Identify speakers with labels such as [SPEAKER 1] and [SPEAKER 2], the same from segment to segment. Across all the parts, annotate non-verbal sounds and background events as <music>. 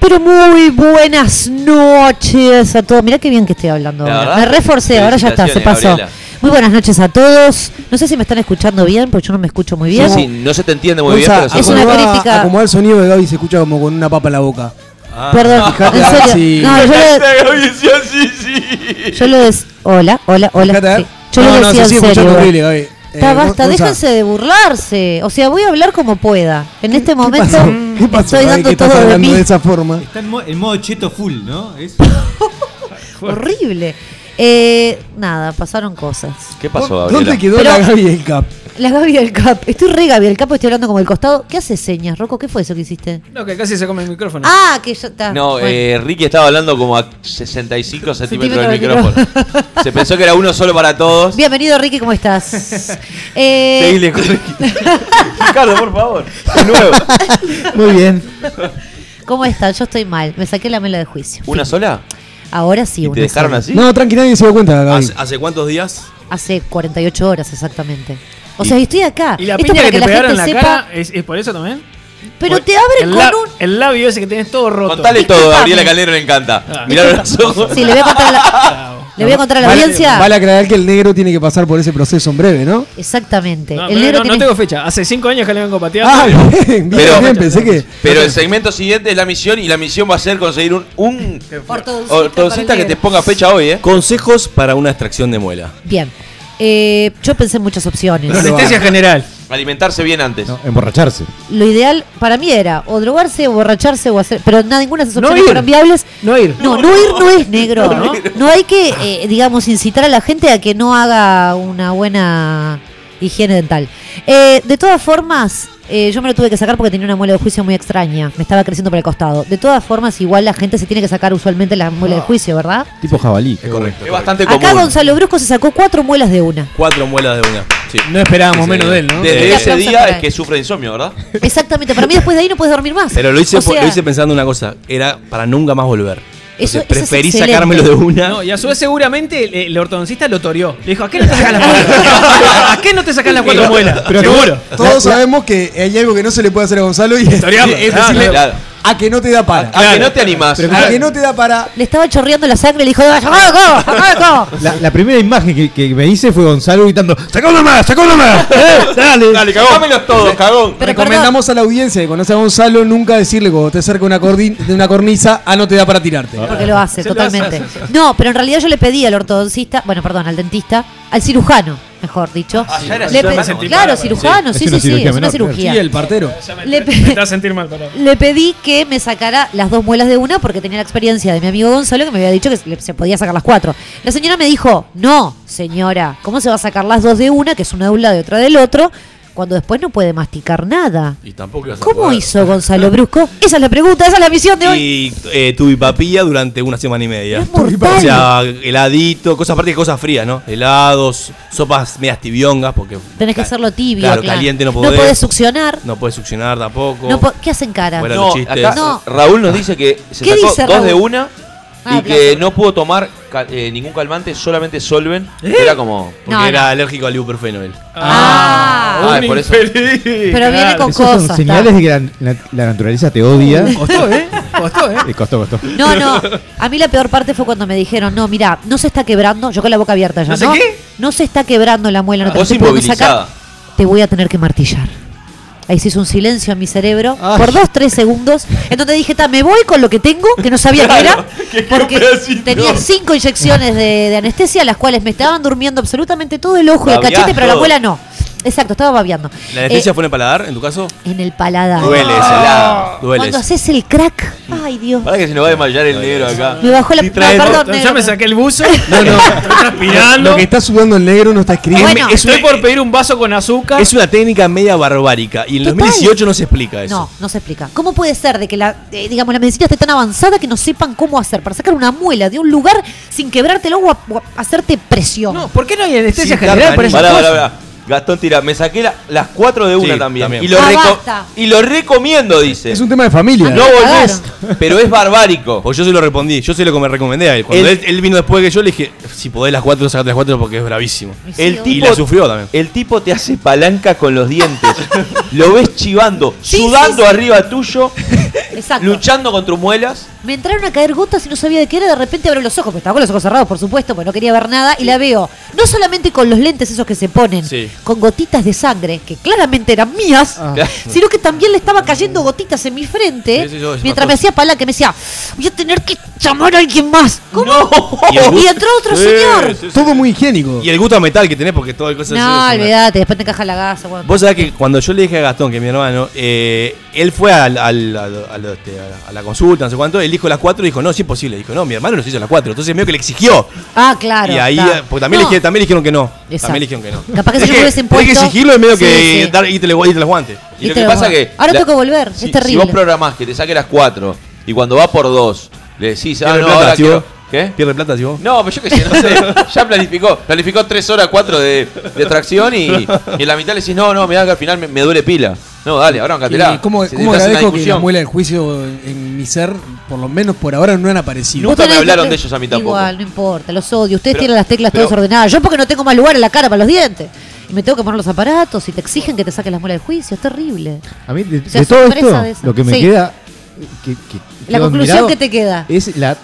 [SPEAKER 1] pero muy buenas noches a todos. Mirá qué bien que estoy hablando
[SPEAKER 2] La
[SPEAKER 1] ahora.
[SPEAKER 2] verdad,
[SPEAKER 1] Me reforcé, ahora ya está, se pasó.
[SPEAKER 2] felicitaciones, Gabriela.
[SPEAKER 1] Muy buenas noches a todos. No sé si me están escuchando bien, porque yo no me escucho muy bien.
[SPEAKER 2] Sí, sí, no se te entiende muy bien,
[SPEAKER 3] Gonza,
[SPEAKER 2] pero se
[SPEAKER 1] es una
[SPEAKER 2] escucha.
[SPEAKER 3] acomodá-
[SPEAKER 1] crítica.
[SPEAKER 3] acomodá el sonido de Gaby se escucha como con una papa en la boca.
[SPEAKER 2] Ah.
[SPEAKER 1] Perdón,
[SPEAKER 3] Fijate
[SPEAKER 1] en
[SPEAKER 3] a ver
[SPEAKER 1] serio.
[SPEAKER 3] si-
[SPEAKER 1] No, yo lo,
[SPEAKER 2] sí, sí.
[SPEAKER 1] yo lo des- Hola, hola,
[SPEAKER 3] Fíjate, a
[SPEAKER 1] hola.
[SPEAKER 3] ver.
[SPEAKER 1] sí. Yo
[SPEAKER 3] no,
[SPEAKER 1] lo
[SPEAKER 3] no,
[SPEAKER 1] decía
[SPEAKER 3] se sigue
[SPEAKER 1] en serio.
[SPEAKER 3] escuchando
[SPEAKER 1] igual.
[SPEAKER 3] horrible, Gaby. Eh,
[SPEAKER 1] Está,
[SPEAKER 3] Gon-
[SPEAKER 1] basta,
[SPEAKER 3] Gonza,
[SPEAKER 1] déjense de burlarse. O sea, voy a hablar como pueda. En este
[SPEAKER 3] ¿qué
[SPEAKER 1] momento
[SPEAKER 3] pasó?
[SPEAKER 1] <laughs>
[SPEAKER 3] ¿Qué pasó,
[SPEAKER 1] estoy
[SPEAKER 3] Gaby, que
[SPEAKER 1] dando
[SPEAKER 3] estás
[SPEAKER 1] todo de
[SPEAKER 3] hablando
[SPEAKER 1] mí.
[SPEAKER 3] de esa forma.
[SPEAKER 4] Está en, mo- en modo cheto full, ¿no? Es-
[SPEAKER 1] Horrible. Eh, nada, pasaron cosas.
[SPEAKER 2] ¿Qué pasó,
[SPEAKER 3] ¿Dónde
[SPEAKER 2] Gabriela?
[SPEAKER 3] quedó
[SPEAKER 1] Pero-
[SPEAKER 3] la Gaby del Cap?
[SPEAKER 1] La Gaby del Cap. Estoy re Gaby del Capo, estoy hablando como del costado. ¿Qué haces señas, Rocco? ¿Qué fue eso que hiciste?
[SPEAKER 5] No, que casi se come el micrófono.
[SPEAKER 1] Ah, que yo está.
[SPEAKER 2] No,
[SPEAKER 1] bueno.
[SPEAKER 2] eh, Ricky estaba hablando como a
[SPEAKER 1] <laughs>
[SPEAKER 2] 65 centímetros del
[SPEAKER 1] Centímetro del
[SPEAKER 2] micrófono. Se pensó que era uno solo para todos.
[SPEAKER 1] Bienvenido, Ricky, ¿cómo
[SPEAKER 2] <laughs>
[SPEAKER 1] estás? Eh,
[SPEAKER 2] Seguile
[SPEAKER 1] <laughs>
[SPEAKER 2] con Ricky. Ricardo, por favor. De nuevo.
[SPEAKER 3] Muy bien.
[SPEAKER 1] ¿Cómo estás? Yo estoy mal. Me saqué la mela de juicio.
[SPEAKER 2] ¿Una sola?
[SPEAKER 1] Ahora sí,
[SPEAKER 2] ¿Y
[SPEAKER 1] una
[SPEAKER 2] te dejaron
[SPEAKER 1] sola.
[SPEAKER 2] así?
[SPEAKER 3] No, tranqui, nadie se dio cuenta, Gaby.
[SPEAKER 6] ¿Hace, hace cuántos días?
[SPEAKER 1] Hace 48 horas exactamente. O
[SPEAKER 2] Y-
[SPEAKER 1] sea, estoy acá.
[SPEAKER 5] ¿Y la
[SPEAKER 1] Esto
[SPEAKER 5] piña
[SPEAKER 1] para
[SPEAKER 5] que te pegaron en la
[SPEAKER 1] sepa.
[SPEAKER 5] cara ¿es, es por eso también?
[SPEAKER 1] Pero
[SPEAKER 5] Por-
[SPEAKER 1] te abren
[SPEAKER 5] el
[SPEAKER 1] con
[SPEAKER 5] la-
[SPEAKER 1] un.
[SPEAKER 5] El labio ese que tenés todo roto.
[SPEAKER 2] Contale todo,
[SPEAKER 1] Disculpame.
[SPEAKER 2] Gabriela Calero le encanta. Mirá los ojos.
[SPEAKER 1] Ah. Sí, le voy a contar a
[SPEAKER 5] <laughs>
[SPEAKER 1] la, le voy a contar a la
[SPEAKER 3] Vale-
[SPEAKER 1] audiencia.
[SPEAKER 3] Vale aclarar que el negro tiene que pasar por ese proceso en breve, ¿no?
[SPEAKER 1] Exactamente.
[SPEAKER 5] No,
[SPEAKER 1] el
[SPEAKER 5] pero
[SPEAKER 1] negro
[SPEAKER 5] no, no
[SPEAKER 1] tiene-
[SPEAKER 5] tengo fecha. Hace cinco años que le vengo pateando.
[SPEAKER 2] <laughs>
[SPEAKER 3] Ah, bien, bien,
[SPEAKER 2] Pero-
[SPEAKER 3] bien, pensé que...
[SPEAKER 2] Pero el segmento siguiente es la misión y la misión va a ser conseguir un, un
[SPEAKER 1] Ortodoncista
[SPEAKER 2] ortodoncista
[SPEAKER 1] para
[SPEAKER 2] que
[SPEAKER 1] el
[SPEAKER 2] te
[SPEAKER 1] negro.
[SPEAKER 2] ponga fecha hoy, ¿eh?
[SPEAKER 6] Consejos para una extracción de muela.
[SPEAKER 1] Bien. Eh, yo pensé en muchas opciones.
[SPEAKER 5] Anestesia general.
[SPEAKER 2] Alimentarse bien antes.
[SPEAKER 7] No, emborracharse.
[SPEAKER 1] Lo ideal para mí era o drogarse, o borracharse, o hacer. Pero nada, ninguna de esas
[SPEAKER 5] No
[SPEAKER 1] opciones
[SPEAKER 5] ir.
[SPEAKER 1] fueron viables.
[SPEAKER 5] No ir.
[SPEAKER 1] No, no ir no es negro.
[SPEAKER 5] <laughs> No,
[SPEAKER 1] No,
[SPEAKER 5] ¿no?
[SPEAKER 1] hay que, eh, digamos, incitar a la gente a que no haga una buena higiene dental. Eh, de todas formas, eh, yo me lo tuve que sacar porque tenía una muela de juicio muy extraña. Me estaba creciendo por el costado. De todas formas, igual la gente se tiene que sacar usualmente la
[SPEAKER 5] Ah.
[SPEAKER 1] muela de juicio, ¿verdad?
[SPEAKER 7] Tipo jabalí.
[SPEAKER 6] Es correcto.
[SPEAKER 2] Es bastante común.
[SPEAKER 1] Acá Gonzalo Brusco se sacó cuatro muelas de una.
[SPEAKER 6] Cuatro muelas de una. Sí.
[SPEAKER 3] No esperábamos menos de él, ¿no?
[SPEAKER 2] Desde
[SPEAKER 1] Eh,
[SPEAKER 2] ese
[SPEAKER 1] aplausos
[SPEAKER 2] día
[SPEAKER 1] para
[SPEAKER 2] es
[SPEAKER 1] él.
[SPEAKER 2] que sufre de insomnio, ¿verdad?
[SPEAKER 1] Exactamente, para mí después de ahí no puedes dormir más.
[SPEAKER 6] Pero lo hice,
[SPEAKER 1] O
[SPEAKER 6] por-
[SPEAKER 1] sea,
[SPEAKER 6] lo hice pensando una cosa, era para nunca más volver.
[SPEAKER 1] Eso-
[SPEAKER 6] Entonces
[SPEAKER 1] eso es
[SPEAKER 6] preferí
[SPEAKER 1] excelente.
[SPEAKER 6] sacármelo de una.
[SPEAKER 5] No, y a su vez seguramente el, el ortodoncista lo toreó. Le dijo, ¿a qué no te
[SPEAKER 1] <laughs>
[SPEAKER 5] sacas las muelas? ¿A qué no te sacas las cuatro muelas?
[SPEAKER 3] Pero
[SPEAKER 5] Seguro.
[SPEAKER 3] todos- Todos sabemos que hay algo que no se le puede hacer a Gonzalo y es,
[SPEAKER 5] Torearlo.
[SPEAKER 3] es
[SPEAKER 5] Claro,
[SPEAKER 3] decirle
[SPEAKER 2] claro.
[SPEAKER 3] a que no te da para.
[SPEAKER 2] A Ah, que no te animás. Ah.
[SPEAKER 3] Pero a que no te da para.
[SPEAKER 1] Le estaba chorreando la sangre y le dijo, ¡Saco, saco,
[SPEAKER 7] La, la primera imagen que, que me hice fue Gonzalo gritando: ¡Sacá una más! ¡Sacá una más! ¡Eh, ¡Dale!
[SPEAKER 2] Dale, cagón. Dámelos todos, cagón.
[SPEAKER 1] Pero
[SPEAKER 3] Recomendamos a la audiencia que conoce a Gonzalo nunca decirle cuando te cerca una cordin- de una cornisa a no te da para tirarte.
[SPEAKER 1] Porque lo hace,
[SPEAKER 5] Se lo
[SPEAKER 1] totalmente.
[SPEAKER 5] hace,
[SPEAKER 1] No, pero en realidad yo le pedí al ortodoncista, bueno, perdón, al dentista, al cirujano, mejor dicho.
[SPEAKER 2] Ah, ya era
[SPEAKER 1] Le
[SPEAKER 2] cirujano,
[SPEAKER 1] pedí-
[SPEAKER 2] tipo,
[SPEAKER 1] claro,
[SPEAKER 2] bárbaro.
[SPEAKER 1] cirujano,
[SPEAKER 7] Sí,
[SPEAKER 1] sí,
[SPEAKER 7] es
[SPEAKER 1] sí,
[SPEAKER 7] una
[SPEAKER 1] sí,
[SPEAKER 7] cirugía
[SPEAKER 1] es una
[SPEAKER 7] menor,
[SPEAKER 1] cirugía.
[SPEAKER 3] Y el partero.
[SPEAKER 1] Le pe-
[SPEAKER 5] <laughs> Me está a sentir mal para
[SPEAKER 1] Le pedí que me sacara las dos muelas de una porque tenía la experiencia de mi amigo Gonzalo que me había dicho que se- le- se podía sacar las cuatro. La señora me dijo, no, señora, ¿cómo se va a sacar las dos de una, que es una de un lado y otra del otro, cuando después no puede masticar nada?
[SPEAKER 6] Y tampoco ibas a
[SPEAKER 1] ¿Cómo
[SPEAKER 6] poder.
[SPEAKER 1] hizo Gonzalo Brusco? Esa es la pregunta, esa es la misión de hoy.
[SPEAKER 6] Y eh, tuve papilla durante una semana y media.
[SPEAKER 1] Es mortal.
[SPEAKER 6] O sea, heladito, cosas aparte de cosas frías, ¿no? Helados, sopas medias tibiongas, porque.
[SPEAKER 1] Tenés que hacerlo tibio.
[SPEAKER 6] Claro,
[SPEAKER 1] claro.
[SPEAKER 6] caliente no
[SPEAKER 1] No
[SPEAKER 6] podés.
[SPEAKER 1] podés succionar.
[SPEAKER 6] No puedes succionar tampoco.
[SPEAKER 1] No po- ¿Qué hacen cara?
[SPEAKER 6] Fuera
[SPEAKER 2] No,
[SPEAKER 6] los chistes.
[SPEAKER 2] acá
[SPEAKER 1] No.
[SPEAKER 2] Raúl nos dice que se
[SPEAKER 1] ¿Qué
[SPEAKER 2] sacó
[SPEAKER 1] dice
[SPEAKER 2] dos de
[SPEAKER 1] Raúl?
[SPEAKER 2] una
[SPEAKER 1] Ah,
[SPEAKER 2] y que
[SPEAKER 1] aplausos.
[SPEAKER 2] no pudo tomar ca- eh, ningún calmante, solamente solven. Era como.
[SPEAKER 6] Porque
[SPEAKER 1] ¿Eh? No, no.
[SPEAKER 6] era alérgico al ibuprofeno él.
[SPEAKER 1] Ah,
[SPEAKER 2] Ah, por eso.
[SPEAKER 1] pero viene con
[SPEAKER 7] Esos
[SPEAKER 1] cosas.
[SPEAKER 7] son
[SPEAKER 1] ta.
[SPEAKER 7] señales de que la, la- la naturaleza te odia.
[SPEAKER 1] Oh,
[SPEAKER 5] Costó, ¿eh? Costó, ¿eh?
[SPEAKER 7] <laughs> Eh, costó, costó.
[SPEAKER 1] No, no. A mí la peor parte fue cuando me dijeron, no, mira, no se está quebrando. Yo con la boca abierta ya,
[SPEAKER 5] ¿No sé
[SPEAKER 1] ¿no?
[SPEAKER 5] qué?
[SPEAKER 1] No se está quebrando la muela. No te
[SPEAKER 2] Vos
[SPEAKER 1] estoy pudiendo
[SPEAKER 2] inmovilizada.
[SPEAKER 1] sacar. Te voy a tener que martillar. Ahí se hizo un silencio en mi cerebro por dos, tres segundos. En donde dije, ta, me voy con lo que tengo, que no sabía que era. Porque
[SPEAKER 6] <laughs>
[SPEAKER 1] tenía cinco inyecciones de, de anestesia, las cuales me estaban durmiendo absolutamente todo el ojo y el
[SPEAKER 2] Babeás
[SPEAKER 1] cachete, pero la
[SPEAKER 2] todo.
[SPEAKER 1] muela no. Exacto, estaba babeando.
[SPEAKER 6] ¿La
[SPEAKER 1] Eh,
[SPEAKER 6] anestesia fue en el paladar, en tu caso?
[SPEAKER 1] en el paladar.
[SPEAKER 6] Duele ese helado.
[SPEAKER 1] Ah.
[SPEAKER 6] Duele.
[SPEAKER 1] Cuando
[SPEAKER 6] ese.
[SPEAKER 1] haces el crack. Ay, Dios.
[SPEAKER 2] Para que se nos va a desmayar el negro acá.
[SPEAKER 1] Me bajó la. No, Ah, perdón,
[SPEAKER 5] Eh, ya
[SPEAKER 1] negro,
[SPEAKER 5] me
[SPEAKER 1] pero-
[SPEAKER 5] saqué el buzo.
[SPEAKER 3] No, no.
[SPEAKER 5] Estoy transpirando.
[SPEAKER 3] Lo que está sudando el negro no está escrito.
[SPEAKER 1] Bueno.
[SPEAKER 5] Estoy por pedir un vaso con azúcar.
[SPEAKER 6] Es una técnica media barbárica y en
[SPEAKER 1] Total.
[SPEAKER 6] 2018 no se explica eso.
[SPEAKER 1] No, no se explica. ¿Cómo puede ser de que la, eh, digamos, la medicina esté tan avanzada que no sepan cómo hacer para sacar una muela de un lugar sin quebrártelo o, a- o a- hacerte presión?
[SPEAKER 5] No, ¿por qué no hay anestesia
[SPEAKER 6] Sí,
[SPEAKER 5] general
[SPEAKER 6] Tartani.
[SPEAKER 5] para esas
[SPEAKER 2] Pará, pará,
[SPEAKER 5] cosas?
[SPEAKER 2] pará. Gastón tira, me saqué la- las cuatro de una
[SPEAKER 6] Sí,
[SPEAKER 2] también.
[SPEAKER 6] también.
[SPEAKER 2] Y, lo
[SPEAKER 1] Ah,
[SPEAKER 2] reco-
[SPEAKER 1] basta.
[SPEAKER 2] y lo recomiendo, dice.
[SPEAKER 3] Es un tema de familia.
[SPEAKER 2] No volvés,
[SPEAKER 1] Cagaron.
[SPEAKER 2] pero es barbárico.
[SPEAKER 6] Porque Pues yo se lo respondí, yo se lo que me recomendé a él. Cuando él, él vino después que yo le dije, si podés las cuatro, sacate las cuatro porque es bravísimo.
[SPEAKER 1] sí,
[SPEAKER 2] El
[SPEAKER 1] obvio.
[SPEAKER 6] Y
[SPEAKER 2] tipo,
[SPEAKER 6] la sufrió también.
[SPEAKER 2] el tipo te
[SPEAKER 1] <laughs>
[SPEAKER 2] hace palanca con los dientes. lo ves chivando, sudando arriba tuyo.
[SPEAKER 1] <laughs> Exacto.
[SPEAKER 2] luchando contra muelas.
[SPEAKER 1] Me entraron a caer gotas y no sabía de qué era. De repente abro los ojos, porque estaba con los ojos cerrados, por supuesto, porque no quería ver nada. Y la veo, no solamente con los lentes esos que se ponen,
[SPEAKER 6] Sí.
[SPEAKER 1] con gotitas de sangre, que claramente eran mías, sino que también le estaba cayendo gotitas en mi frente,
[SPEAKER 6] Sí, sí, yo- es
[SPEAKER 1] mientras
[SPEAKER 6] espantoso.
[SPEAKER 1] me hacía pala, que me decía, voy a tener que llamar a alguien más. ¿Cómo?
[SPEAKER 6] Y el
[SPEAKER 1] Oh, Y,
[SPEAKER 6] bus-
[SPEAKER 1] entró otro
[SPEAKER 6] Sí,
[SPEAKER 1] señor.
[SPEAKER 6] sí, sí.
[SPEAKER 3] Todo muy higiénico.
[SPEAKER 6] Y el gusto a metal que tenés porque todo el cosa es-
[SPEAKER 1] No,
[SPEAKER 6] es una-
[SPEAKER 1] olvídate, después te encaja la gasa. bueno.
[SPEAKER 6] Vos sabés que cuando yo le dije a Gastón, que es mi hermano, eh, él fue al, al- al- al- este, a la- a la consulta, no sé cuánto, él dijo las cuatro y dijo, no, sí es posible. Dijo, no, mi hermano nos hizo las cuatro. Entonces medio que le exigió.
[SPEAKER 1] Ah, claro.
[SPEAKER 6] y ahí,
[SPEAKER 1] está.
[SPEAKER 6] eh, porque también,
[SPEAKER 1] No,
[SPEAKER 6] le, dije- también le dijeron que no.
[SPEAKER 1] Exacto.
[SPEAKER 6] También le dijeron que no.
[SPEAKER 1] Capaz que si
[SPEAKER 6] Es
[SPEAKER 1] yo me hubiesen
[SPEAKER 6] Hay que
[SPEAKER 1] puesto-
[SPEAKER 6] exigirlo y medio
[SPEAKER 1] Sí,
[SPEAKER 6] que
[SPEAKER 1] sí.
[SPEAKER 6] dar, y, te los guantes.
[SPEAKER 2] Y lo
[SPEAKER 1] Viste
[SPEAKER 2] que
[SPEAKER 1] lo
[SPEAKER 2] pasa
[SPEAKER 1] que-
[SPEAKER 2] que.
[SPEAKER 1] Ahora
[SPEAKER 2] la-
[SPEAKER 1] tengo que volver,
[SPEAKER 2] si,
[SPEAKER 1] es terrible.
[SPEAKER 2] Si vos programás que te saque las 4 y cuando va por 2, le decís, ah,
[SPEAKER 6] Pierde
[SPEAKER 2] no,
[SPEAKER 6] plata,
[SPEAKER 2] ahora
[SPEAKER 6] si
[SPEAKER 2] quiero-
[SPEAKER 6] vos.
[SPEAKER 2] ¿Qué?
[SPEAKER 6] Pierde plata, si vos.
[SPEAKER 2] No, pero yo qué sé, no sé.
[SPEAKER 6] <laughs>
[SPEAKER 2] Ya planificó. Planificó 3 horas 4 de, de tracción y, y en la mitad le decís, no, no, mirá que al final me, me duele pila. No, dale, ahora bancatela.
[SPEAKER 3] Eh, ¿Cómo,
[SPEAKER 2] Se
[SPEAKER 3] cómo
[SPEAKER 2] te hace una
[SPEAKER 3] agradezco que la
[SPEAKER 2] discusión.
[SPEAKER 3] muela del juicio en mi ser, por lo menos por ahora, no han aparecido?
[SPEAKER 1] Vos
[SPEAKER 2] Nunca me
[SPEAKER 1] tenés
[SPEAKER 2] hablaron
[SPEAKER 1] que-
[SPEAKER 2] de ellos a mí tampoco.
[SPEAKER 1] Igual, no importa, los odio. Ustedes
[SPEAKER 2] Pero-
[SPEAKER 1] tienen las teclas
[SPEAKER 2] pero-
[SPEAKER 1] todas ordenadas. Yo porque no tengo más lugar en la cara para los dientes. Y me tengo que poner los aparatos y te exigen que te saquen las muelas del juicio. Es terrible.
[SPEAKER 7] A mí, de,
[SPEAKER 1] sea,
[SPEAKER 7] de todo
[SPEAKER 1] sorpresa
[SPEAKER 7] esto,
[SPEAKER 1] de esa.
[SPEAKER 7] lo que me
[SPEAKER 1] Sí.
[SPEAKER 7] queda. que- que-
[SPEAKER 1] La
[SPEAKER 7] quedo
[SPEAKER 1] conclusión
[SPEAKER 7] admirado
[SPEAKER 1] que te queda.
[SPEAKER 7] Es la,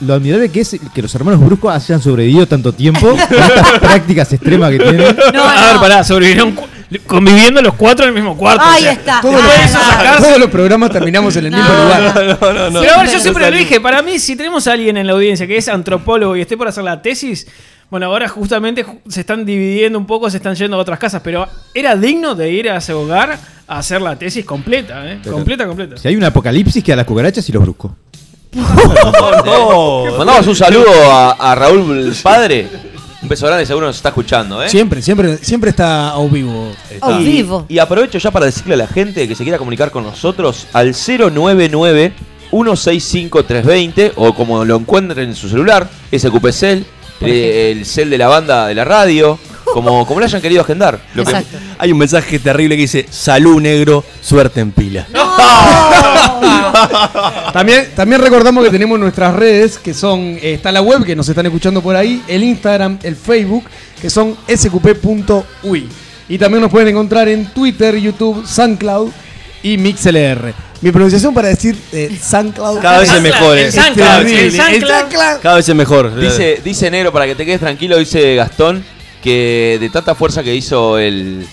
[SPEAKER 7] lo admirable que es que los hermanos Brusco hayan sobrevivido tanto
[SPEAKER 1] <laughs>
[SPEAKER 7] tiempo. con estas prácticas extremas que tienen.
[SPEAKER 1] No,
[SPEAKER 5] a ver,
[SPEAKER 1] no.
[SPEAKER 5] pará, sobrevivieron cu- conviviendo los cuatro en el mismo cuarto. o
[SPEAKER 1] Ahí
[SPEAKER 5] sea.
[SPEAKER 1] está.
[SPEAKER 3] Todo
[SPEAKER 1] Ah,
[SPEAKER 3] lo-
[SPEAKER 1] va.
[SPEAKER 3] Todos los programas terminamos en el mismo
[SPEAKER 1] No.
[SPEAKER 3] lugar.
[SPEAKER 5] Pero a ver, yo
[SPEAKER 1] Siempre.
[SPEAKER 5] siempre lo dije, para mí, si tenemos a alguien en la audiencia que es antropólogo y esté por hacer la tesis, bueno, ahora justamente ju- se están dividiendo un poco, se están yendo a otras casas, pero era digno de ir a ese hogar a hacer la tesis completa, ¿eh? Completa, completa.
[SPEAKER 7] Si hay un apocalipsis, que a las cucarachas y los bruscos.
[SPEAKER 6] Oh.
[SPEAKER 2] Mandamos un saludo a, a Raúl el padre. Un beso grande, seguro nos está escuchando, ¿eh?
[SPEAKER 3] Siempre, siempre, siempre está a vivo.
[SPEAKER 1] Oh,
[SPEAKER 2] Y-
[SPEAKER 1] vivo.
[SPEAKER 2] Y aprovecho ya para decirle a la gente que se quiera comunicar con nosotros al 099 165320 o como lo encuentren en su celular, SQPCEL, eh, el cel de la banda de la radio, como, como lo hayan querido agendar. Lo que-
[SPEAKER 1] Exacto.
[SPEAKER 6] Hay un mensaje terrible que dice, salud negro, suerte en pila.
[SPEAKER 3] También, también recordamos que tenemos nuestras redes, que son, eh, está la web que nos están escuchando por ahí, el Instagram, el Facebook, que son sqp.uy. Y también nos pueden encontrar en Twitter, YouTube, SoundCloud y MixLR. Mi pronunciación para decir eh, SoundCloud.
[SPEAKER 6] Cada vez es mejor. eh. Este
[SPEAKER 5] El Sancla, el Sancla.
[SPEAKER 6] Cada vez es mejor.
[SPEAKER 2] Dice, dice Negro, para que te quedes tranquilo, dice Gastón, que de tanta fuerza que hizo el,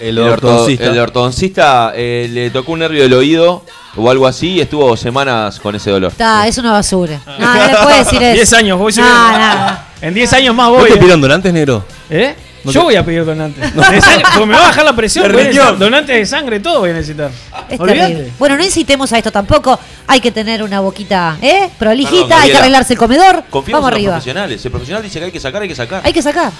[SPEAKER 6] el
[SPEAKER 2] orto-
[SPEAKER 6] ortodoncista.
[SPEAKER 2] el ortodoncista, eh, le tocó un nervio del oído o algo así y estuvo semanas con ese dolor.
[SPEAKER 1] Está, es una basura. No, Ah, no le puedes
[SPEAKER 5] <laughs>
[SPEAKER 1] decir eso.
[SPEAKER 5] 10 Ah. años, voy
[SPEAKER 1] No,
[SPEAKER 5] subiendo.
[SPEAKER 1] no.
[SPEAKER 5] En 10 años más
[SPEAKER 6] ¿Vos
[SPEAKER 5] voy.
[SPEAKER 6] te
[SPEAKER 5] ¿eh?
[SPEAKER 6] pidieron donantes, negro?
[SPEAKER 5] ¿Eh?
[SPEAKER 6] No
[SPEAKER 5] Yo
[SPEAKER 6] te-
[SPEAKER 5] voy a pedir donantes. De sangre, porque me va a bajar la presión.
[SPEAKER 6] De
[SPEAKER 5] voy a necesitar
[SPEAKER 6] riñón.
[SPEAKER 5] Donantes de sangre, todo voy a necesitar.
[SPEAKER 1] Es
[SPEAKER 5] Olvídate.
[SPEAKER 1] terrible. Bueno, no incitemos a esto tampoco. Hay que tener una boquita, ¿eh? Prolijita,
[SPEAKER 2] Perdón,
[SPEAKER 1] hay que
[SPEAKER 2] Gabriela.
[SPEAKER 1] arreglarse el comedor.
[SPEAKER 2] Confiamos
[SPEAKER 1] Vamos
[SPEAKER 2] en los
[SPEAKER 1] arriba.
[SPEAKER 2] profesionales. El profesional dice que hay que sacar, hay que sacar.
[SPEAKER 1] Hay que sacar.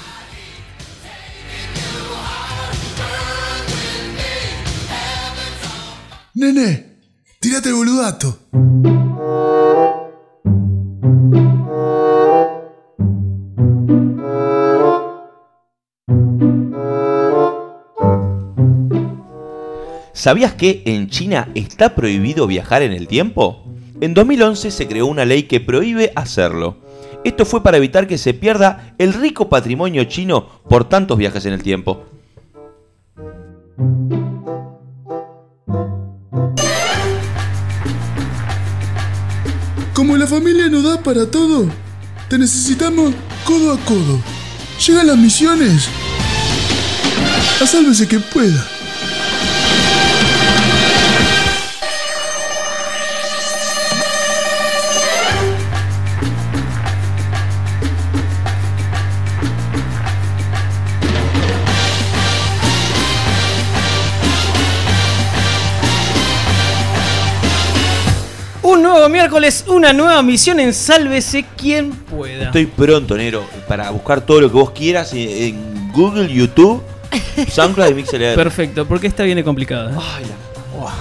[SPEAKER 8] Nene, tirate el boludato.
[SPEAKER 2] ¿Sabías que en China está prohibido viajar en el tiempo? En 2011 se creó una ley que prohíbe hacerlo. Esto fue para evitar que se pierda el rico patrimonio chino por tantos viajes en el tiempo.
[SPEAKER 8] Como la familia nos da para todo, te necesitamos codo a codo. Llegan las misiones. A sálvese que pueda.
[SPEAKER 5] Un nuevo miércoles, una nueva misión en Sálvese quien pueda.
[SPEAKER 2] Estoy pronto, Nero, para buscar todo lo que vos quieras en- en Google,
[SPEAKER 1] <laughs>
[SPEAKER 2] YouTube, SoundCloud y MixLR.
[SPEAKER 5] Perfecto, porque esta viene complicada. ¿eh?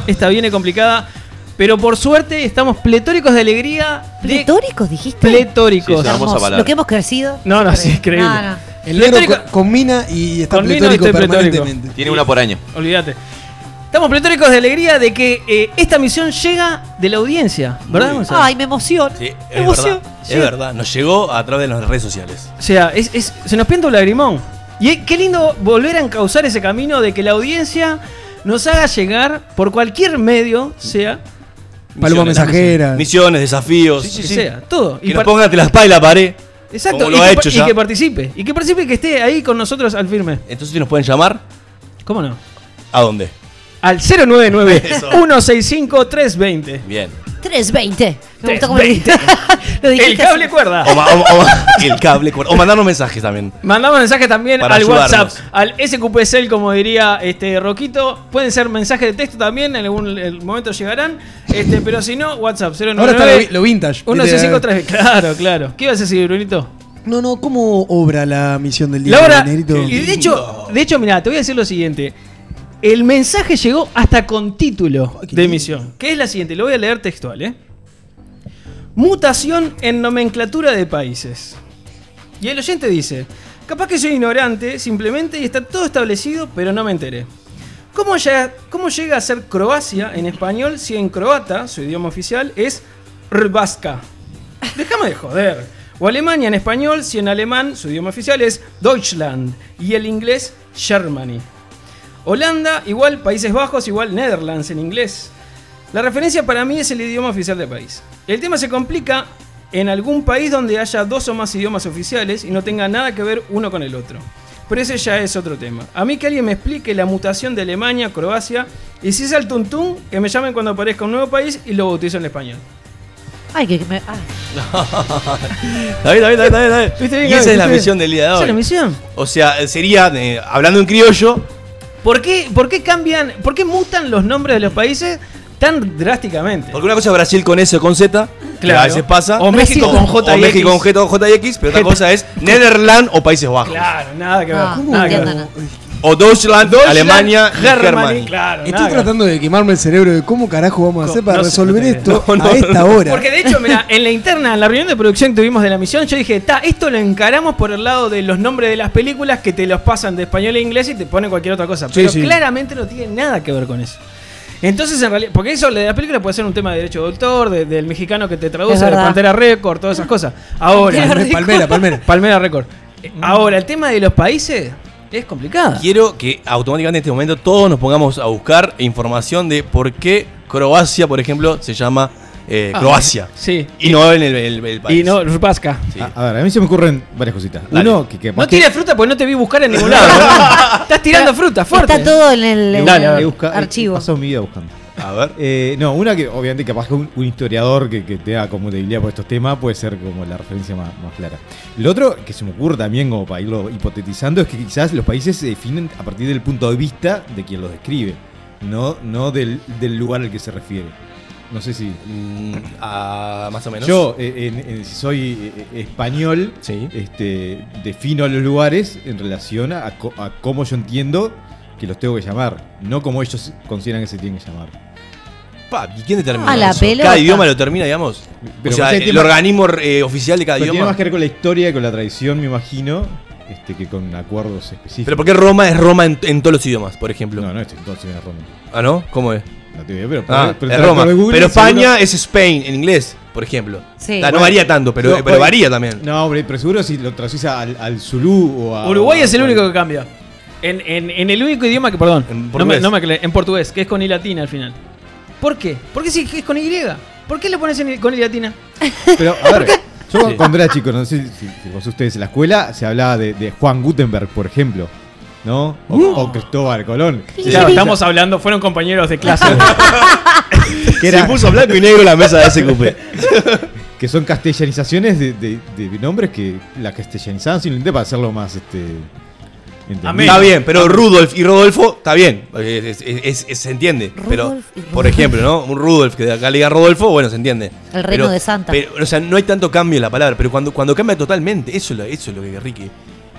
[SPEAKER 5] Esta viene complicada, pero por suerte estamos pletóricos de alegría. de-
[SPEAKER 1] ¿Pletóricos dijiste?
[SPEAKER 5] Pletóricos.
[SPEAKER 2] Sí, hermosa palabra.
[SPEAKER 1] Lo que hemos crecido.
[SPEAKER 5] No, no, sí, es increíble.
[SPEAKER 1] No, no.
[SPEAKER 3] El negro
[SPEAKER 5] Pletórico-
[SPEAKER 3] co- combina y está
[SPEAKER 5] Combino y
[SPEAKER 3] pletórico
[SPEAKER 5] estoy pletórico.
[SPEAKER 3] permanentemente.
[SPEAKER 2] Tiene una por año.
[SPEAKER 5] Olvídate. Estamos pletóricos de alegría de que eh, esta misión llega de la audiencia, ¿verdad, Gonzalo?
[SPEAKER 1] Ay, me emociona.
[SPEAKER 6] Sí,
[SPEAKER 1] me
[SPEAKER 6] es verdad.
[SPEAKER 1] emociona.
[SPEAKER 6] Es verdad, nos llegó a través de las redes sociales.
[SPEAKER 5] O sea, es- es- se nos pinta un lagrimón. Y eh, qué lindo volver a encauzar ese camino de que la audiencia nos haga llegar por cualquier medio, sea
[SPEAKER 3] Paloma
[SPEAKER 6] Misiones.
[SPEAKER 3] mensajera.
[SPEAKER 6] Misiones, desafíos.
[SPEAKER 5] Sí, sí, sí. sea, todo.
[SPEAKER 6] Que
[SPEAKER 5] Y
[SPEAKER 6] nos
[SPEAKER 5] par-
[SPEAKER 6] pongan entre las palas y la pared.
[SPEAKER 5] Exacto,
[SPEAKER 6] como
[SPEAKER 5] y
[SPEAKER 6] lo ha
[SPEAKER 5] que,
[SPEAKER 6] hecho
[SPEAKER 5] y
[SPEAKER 6] ya.
[SPEAKER 5] que participe. Y que participe y que esté ahí con nosotros al firme.
[SPEAKER 6] Entonces nos pueden llamar.
[SPEAKER 5] ¿Cómo no?
[SPEAKER 6] ¿A dónde?
[SPEAKER 5] Al
[SPEAKER 6] <laughs>
[SPEAKER 5] 099-165-320.
[SPEAKER 6] Bien.
[SPEAKER 1] 320. Me gusta cómo lo
[SPEAKER 5] 320.
[SPEAKER 1] lo dijiste
[SPEAKER 5] El cable
[SPEAKER 1] así.
[SPEAKER 5] cuerda.
[SPEAKER 6] O, ma- o ma- o <laughs> ma- el cable. cuer- O mandarnos mensajes también.
[SPEAKER 5] Mandamos mensajes también
[SPEAKER 6] Para
[SPEAKER 5] al
[SPEAKER 6] ayudarnos.
[SPEAKER 5] WhatsApp, al SQPCL, como diría este Roquito. Pueden ser mensajes de texto también, en algún el momento llegarán. Este, pero si no, WhatsApp 099.
[SPEAKER 3] Ahora está lo, vi- lo vintage. ¿viste?
[SPEAKER 5] 1653. Claro, claro. ¿Qué ibas a decir, Brunito?
[SPEAKER 3] No, no, ¿cómo obra la misión del día?
[SPEAKER 5] Laura,
[SPEAKER 3] de Negrito?
[SPEAKER 5] de hecho, de hecho, mira, te voy a decir lo siguiente. El mensaje llegó hasta con título
[SPEAKER 3] Ay, qué
[SPEAKER 5] de
[SPEAKER 3] lindo.
[SPEAKER 5] emisión, que es la siguiente, lo voy a leer textual, ¿eh? Mutación en nomenclatura de países. Y el oyente dice, capaz que soy ignorante, simplemente, y está todo establecido, pero no me enteré. ¿Cómo, ya- cómo llega a ser Croacia en español si en croata, su idioma oficial, es Rbaska? Déjame de joder. O Alemania en español si en alemán su idioma oficial es Deutschland y el inglés Germany. Holanda igual Países Bajos igual Netherlands en inglés. La referencia para mí es el idioma oficial del país. El tema se complica en algún país donde haya dos o más idiomas oficiales y no tenga nada que ver uno con el otro. Pero ese ya es otro tema. A mí que alguien me explique la mutación de Alemania, Croacia y si es al tuntún, que me llamen cuando aparezca un nuevo país y lo bautizo en
[SPEAKER 6] <laughs>
[SPEAKER 5] español.
[SPEAKER 1] <laughs> Ay, que que me. ah, ay.
[SPEAKER 6] Está bien, está bien, está bien, está bien.
[SPEAKER 5] ¿Viste bien,
[SPEAKER 6] y esa
[SPEAKER 5] Gaby?
[SPEAKER 6] es la
[SPEAKER 5] ¿Viste?
[SPEAKER 6] misión del día de
[SPEAKER 5] Esa es la
[SPEAKER 6] hoy.
[SPEAKER 5] misión.
[SPEAKER 6] O sea, eh, sería, eh, hablando en criollo,
[SPEAKER 5] ¿Por qué, por qué cambian, por qué mutan los nombres de los países tan drásticamente?
[SPEAKER 6] porque una cosa es Brasil con S o con Z, que
[SPEAKER 5] Claro.
[SPEAKER 6] a veces pasa.
[SPEAKER 5] O México con J
[SPEAKER 6] o
[SPEAKER 5] y
[SPEAKER 6] México
[SPEAKER 5] X.
[SPEAKER 6] con J, J y X, pero otra
[SPEAKER 5] Jeta.
[SPEAKER 6] cosa es Netherland o Países Bajos.
[SPEAKER 5] Claro, nada que ver.
[SPEAKER 1] No, no
[SPEAKER 5] nada que ver.
[SPEAKER 1] Ah, entiendo nada.
[SPEAKER 6] O Deutschland,
[SPEAKER 5] Deutschland,
[SPEAKER 6] Alemania y
[SPEAKER 5] Germany,
[SPEAKER 6] Germany.
[SPEAKER 5] Claro,
[SPEAKER 3] Estoy
[SPEAKER 5] nada que ver.
[SPEAKER 3] tratando de quemarme el cerebro de cómo carajo vamos a
[SPEAKER 5] No,
[SPEAKER 3] hacer para
[SPEAKER 5] no sé,
[SPEAKER 3] resolver
[SPEAKER 5] <laughs> no sé.
[SPEAKER 3] esto
[SPEAKER 6] No, no,
[SPEAKER 3] a esta hora.
[SPEAKER 5] Porque de hecho,
[SPEAKER 1] <laughs>
[SPEAKER 5] mira, en la interna, en la reunión de producción que tuvimos de la misión, yo dije, ta, esto lo encaramos por el lado de los nombres de las películas que te los pasan de español a inglés y te ponen cualquier otra cosa. Pero
[SPEAKER 3] sí.
[SPEAKER 5] claramente no tiene nada que ver con eso. Entonces, en realidad, porque eso de la película puede ser un tema de derecho de autor, de- del mexicano que te traduce, de
[SPEAKER 1] verdad.
[SPEAKER 5] Pantera Record, todas esas cosas. Ahora,
[SPEAKER 3] Palmera, palmera, palmera.
[SPEAKER 5] <laughs> Palmera Record. Eh, Ahora, el tema de los países es complicado.
[SPEAKER 6] Quiero que automáticamente en este momento todos nos pongamos a buscar información de por qué Croacia, por ejemplo, se llama eh,
[SPEAKER 5] Ah,
[SPEAKER 6] Croacia.
[SPEAKER 5] Sí.
[SPEAKER 6] Y no en el, el- el país.
[SPEAKER 5] Y no, Rupasca.
[SPEAKER 6] Sí.
[SPEAKER 7] A, a ver, a mí se me ocurren varias cositas.
[SPEAKER 6] Dale.
[SPEAKER 7] Uno, que, que
[SPEAKER 5] No tires fruta porque no te vi buscar en ningún lado.
[SPEAKER 1] <laughs>
[SPEAKER 5] ¿no? Estás tirando fruta, fuerte.
[SPEAKER 1] Está todo en el, en
[SPEAKER 5] Dale, a
[SPEAKER 1] el
[SPEAKER 5] ver.
[SPEAKER 7] busca- eh, he-
[SPEAKER 1] archivo.
[SPEAKER 7] He pasado mi vida buscando.
[SPEAKER 6] A ver.
[SPEAKER 7] Eh, no, una que obviamente capaz que un, un historiador que, que tenga como debilidad por estos temas puede ser como la referencia más, más clara. Lo otro que se me ocurre también como para irlo hipotetizando es que quizás los países se definen a partir del punto de vista de quien los describe, no, no del, del lugar al que se refiere. No sé si...
[SPEAKER 6] Mm, ah, más o menos.
[SPEAKER 7] Yo, eh, en- en- si soy eh, eh, español,
[SPEAKER 6] Sí.
[SPEAKER 7] este, defino a los lugares en relación a, co- a cómo yo entiendo que los tengo que llamar, no como ellos consideran que se tienen que llamar.
[SPEAKER 6] Pa, ¿Y quién determina?
[SPEAKER 1] A la
[SPEAKER 6] eso?
[SPEAKER 1] pelota.
[SPEAKER 6] Cada idioma lo termina, digamos.
[SPEAKER 7] Pero
[SPEAKER 6] o sea,
[SPEAKER 7] parece
[SPEAKER 6] el
[SPEAKER 7] que tiene-
[SPEAKER 6] organismo eh, oficial de cada
[SPEAKER 7] Pero tiene
[SPEAKER 6] idioma.
[SPEAKER 7] más que ver con la historia, con la tradición, me imagino, este, que con acuerdos específicos.
[SPEAKER 6] Pero ¿por qué Roma es Roma en, en todos los idiomas, por ejemplo?
[SPEAKER 7] No, no, este entonces era Roma.
[SPEAKER 6] ¿Ah, no? ¿Cómo es?
[SPEAKER 7] No te digo, pero,
[SPEAKER 6] Ah,
[SPEAKER 7] pero
[SPEAKER 6] es
[SPEAKER 7] te-
[SPEAKER 6] Roma.
[SPEAKER 7] por Google
[SPEAKER 6] Pero España
[SPEAKER 7] seguro-
[SPEAKER 6] es Spain en inglés, por ejemplo.
[SPEAKER 1] Sí.
[SPEAKER 6] O sea, no
[SPEAKER 1] Bueno.
[SPEAKER 6] varía tanto, pero,
[SPEAKER 7] No, pues,
[SPEAKER 6] pero
[SPEAKER 7] bueno.
[SPEAKER 6] varía también.
[SPEAKER 7] No, hombre, pero seguro si lo traducís al, al Zulú o a.
[SPEAKER 5] Uruguay es el
[SPEAKER 7] o a-
[SPEAKER 5] único que cambia. En, en- en el único idioma que, perdón,
[SPEAKER 6] En
[SPEAKER 5] no me-
[SPEAKER 6] portugués.
[SPEAKER 5] no me aclaré, en portugués, que es con I latina al final. ¿Por qué? ¿Por qué si es con Y? ¿Por qué le pones en- con I latina?
[SPEAKER 7] Pero,
[SPEAKER 6] <laughs>
[SPEAKER 7] a ver, yo
[SPEAKER 6] Sí.
[SPEAKER 7] cuando era chico, no sé si, si vos ustedes en la escuela, se hablaba de, de Juan Gutenberg, por ejemplo. ¿No? O,
[SPEAKER 6] Uh.
[SPEAKER 7] o Cristóbal Colón.
[SPEAKER 5] Claro, estamos hablando, fueron compañeros de <laughs> clase.
[SPEAKER 7] Que, era-
[SPEAKER 6] Se puso blanco y negro la mesa de ese cupé.
[SPEAKER 7] <laughs> que son castellanizaciones de, de- de nombres que la castellanizaban simplemente para hacerlo más. Este, entendible.
[SPEAKER 5] Amén.
[SPEAKER 6] Está bien, pero Rudolf y Rodolfo, está bien. Es- es- es- es- se entiende. Pero,
[SPEAKER 1] Rudolf y Rodolfo.
[SPEAKER 6] por ejemplo, ¿no? Un Rudolf, que de acá le diga Rodolfo, bueno, se entiende.
[SPEAKER 1] El reino
[SPEAKER 6] Pero-
[SPEAKER 1] de Santa.
[SPEAKER 6] pero, o sea, no hay tanto cambio en la palabra, pero cuando, cuando cambia totalmente, eso es, lo, eso es lo que Ricky.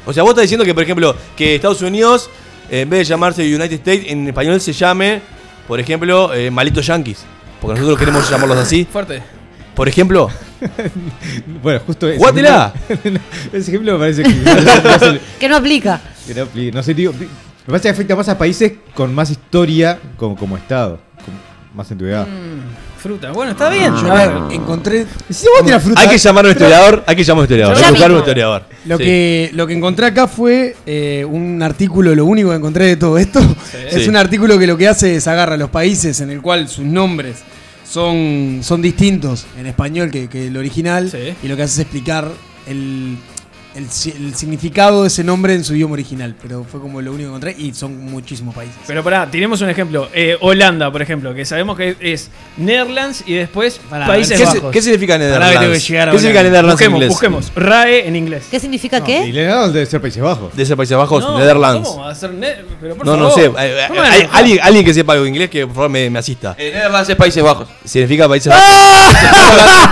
[SPEAKER 6] O sea, vos estás diciendo que, por ejemplo, que Estados Unidos, eh, en vez de llamarse United States, en español se llame, por ejemplo, eh, Malitos Yankees. Porque nosotros queremos llamarlos así.
[SPEAKER 5] Fuerte.
[SPEAKER 6] Por ejemplo,
[SPEAKER 7] Bueno, justo ese.
[SPEAKER 6] Guátela.
[SPEAKER 7] ejemplo- <laughs> ese ejemplo me parece que. no sé,
[SPEAKER 1] Que no aplica.
[SPEAKER 7] que no apli- no sé, digo. Me parece que afecta más a países con más historia como, como Estado. con más antigüedad.
[SPEAKER 5] Fruta. Bueno, está
[SPEAKER 3] <laughs>
[SPEAKER 5] bien.
[SPEAKER 3] A ver, encontré.
[SPEAKER 7] Si vos tirás fruta.
[SPEAKER 6] Ah. hay que llamar a un historiador, hay que llamar a un historiador, hay
[SPEAKER 1] Ya
[SPEAKER 6] que buscar a un
[SPEAKER 1] mismo.
[SPEAKER 6] historiador.
[SPEAKER 3] Lo,
[SPEAKER 6] Sí.
[SPEAKER 3] que, lo que encontré acá fue eh, un artículo, lo único que encontré de todo esto, <laughs> es
[SPEAKER 6] Sí.
[SPEAKER 3] un artículo que lo que hace es agarra a los países en el cual sus nombres son, son distintos en español que, que el original.
[SPEAKER 5] Sí.
[SPEAKER 3] Y lo que hace es explicar el, el si- el significado de ese nombre en su idioma original. Pero fue como lo único que encontré y son muchísimos países.
[SPEAKER 5] Pero pará, tenemos un ejemplo. Eh, Holanda, por ejemplo, que sabemos que es Netherlands y después
[SPEAKER 6] Pará,
[SPEAKER 5] Países
[SPEAKER 6] ¿qué, se-
[SPEAKER 5] Bajos.
[SPEAKER 6] ¿Qué significa
[SPEAKER 3] Pará que tengo
[SPEAKER 6] Netherlands?
[SPEAKER 3] que llegar a
[SPEAKER 6] ¿Qué significa
[SPEAKER 3] hablar.
[SPEAKER 6] Netherlands en
[SPEAKER 5] busquemos,
[SPEAKER 6] inglés?
[SPEAKER 1] Eh,
[SPEAKER 5] busquemos. RAE en inglés.
[SPEAKER 1] ¿Qué significa
[SPEAKER 7] Y
[SPEAKER 1] qué?
[SPEAKER 7] le ganaron debe ser Países Bajos.
[SPEAKER 6] De ese Países Bajos,
[SPEAKER 5] No,
[SPEAKER 6] Netherlands.
[SPEAKER 5] ¿cómo va a ser ne- Pero por
[SPEAKER 6] No, no
[SPEAKER 5] favor.
[SPEAKER 6] sé. eh, eh,
[SPEAKER 5] ¿Cómo van a
[SPEAKER 6] hay-
[SPEAKER 5] enojar?
[SPEAKER 6] alguien, alguien que sepa algo de inglés que por favor me, me asista.
[SPEAKER 2] En Netherlands es Eh, Países Bajos.
[SPEAKER 6] Significa Países
[SPEAKER 5] ¡Ah!
[SPEAKER 6] Bajos.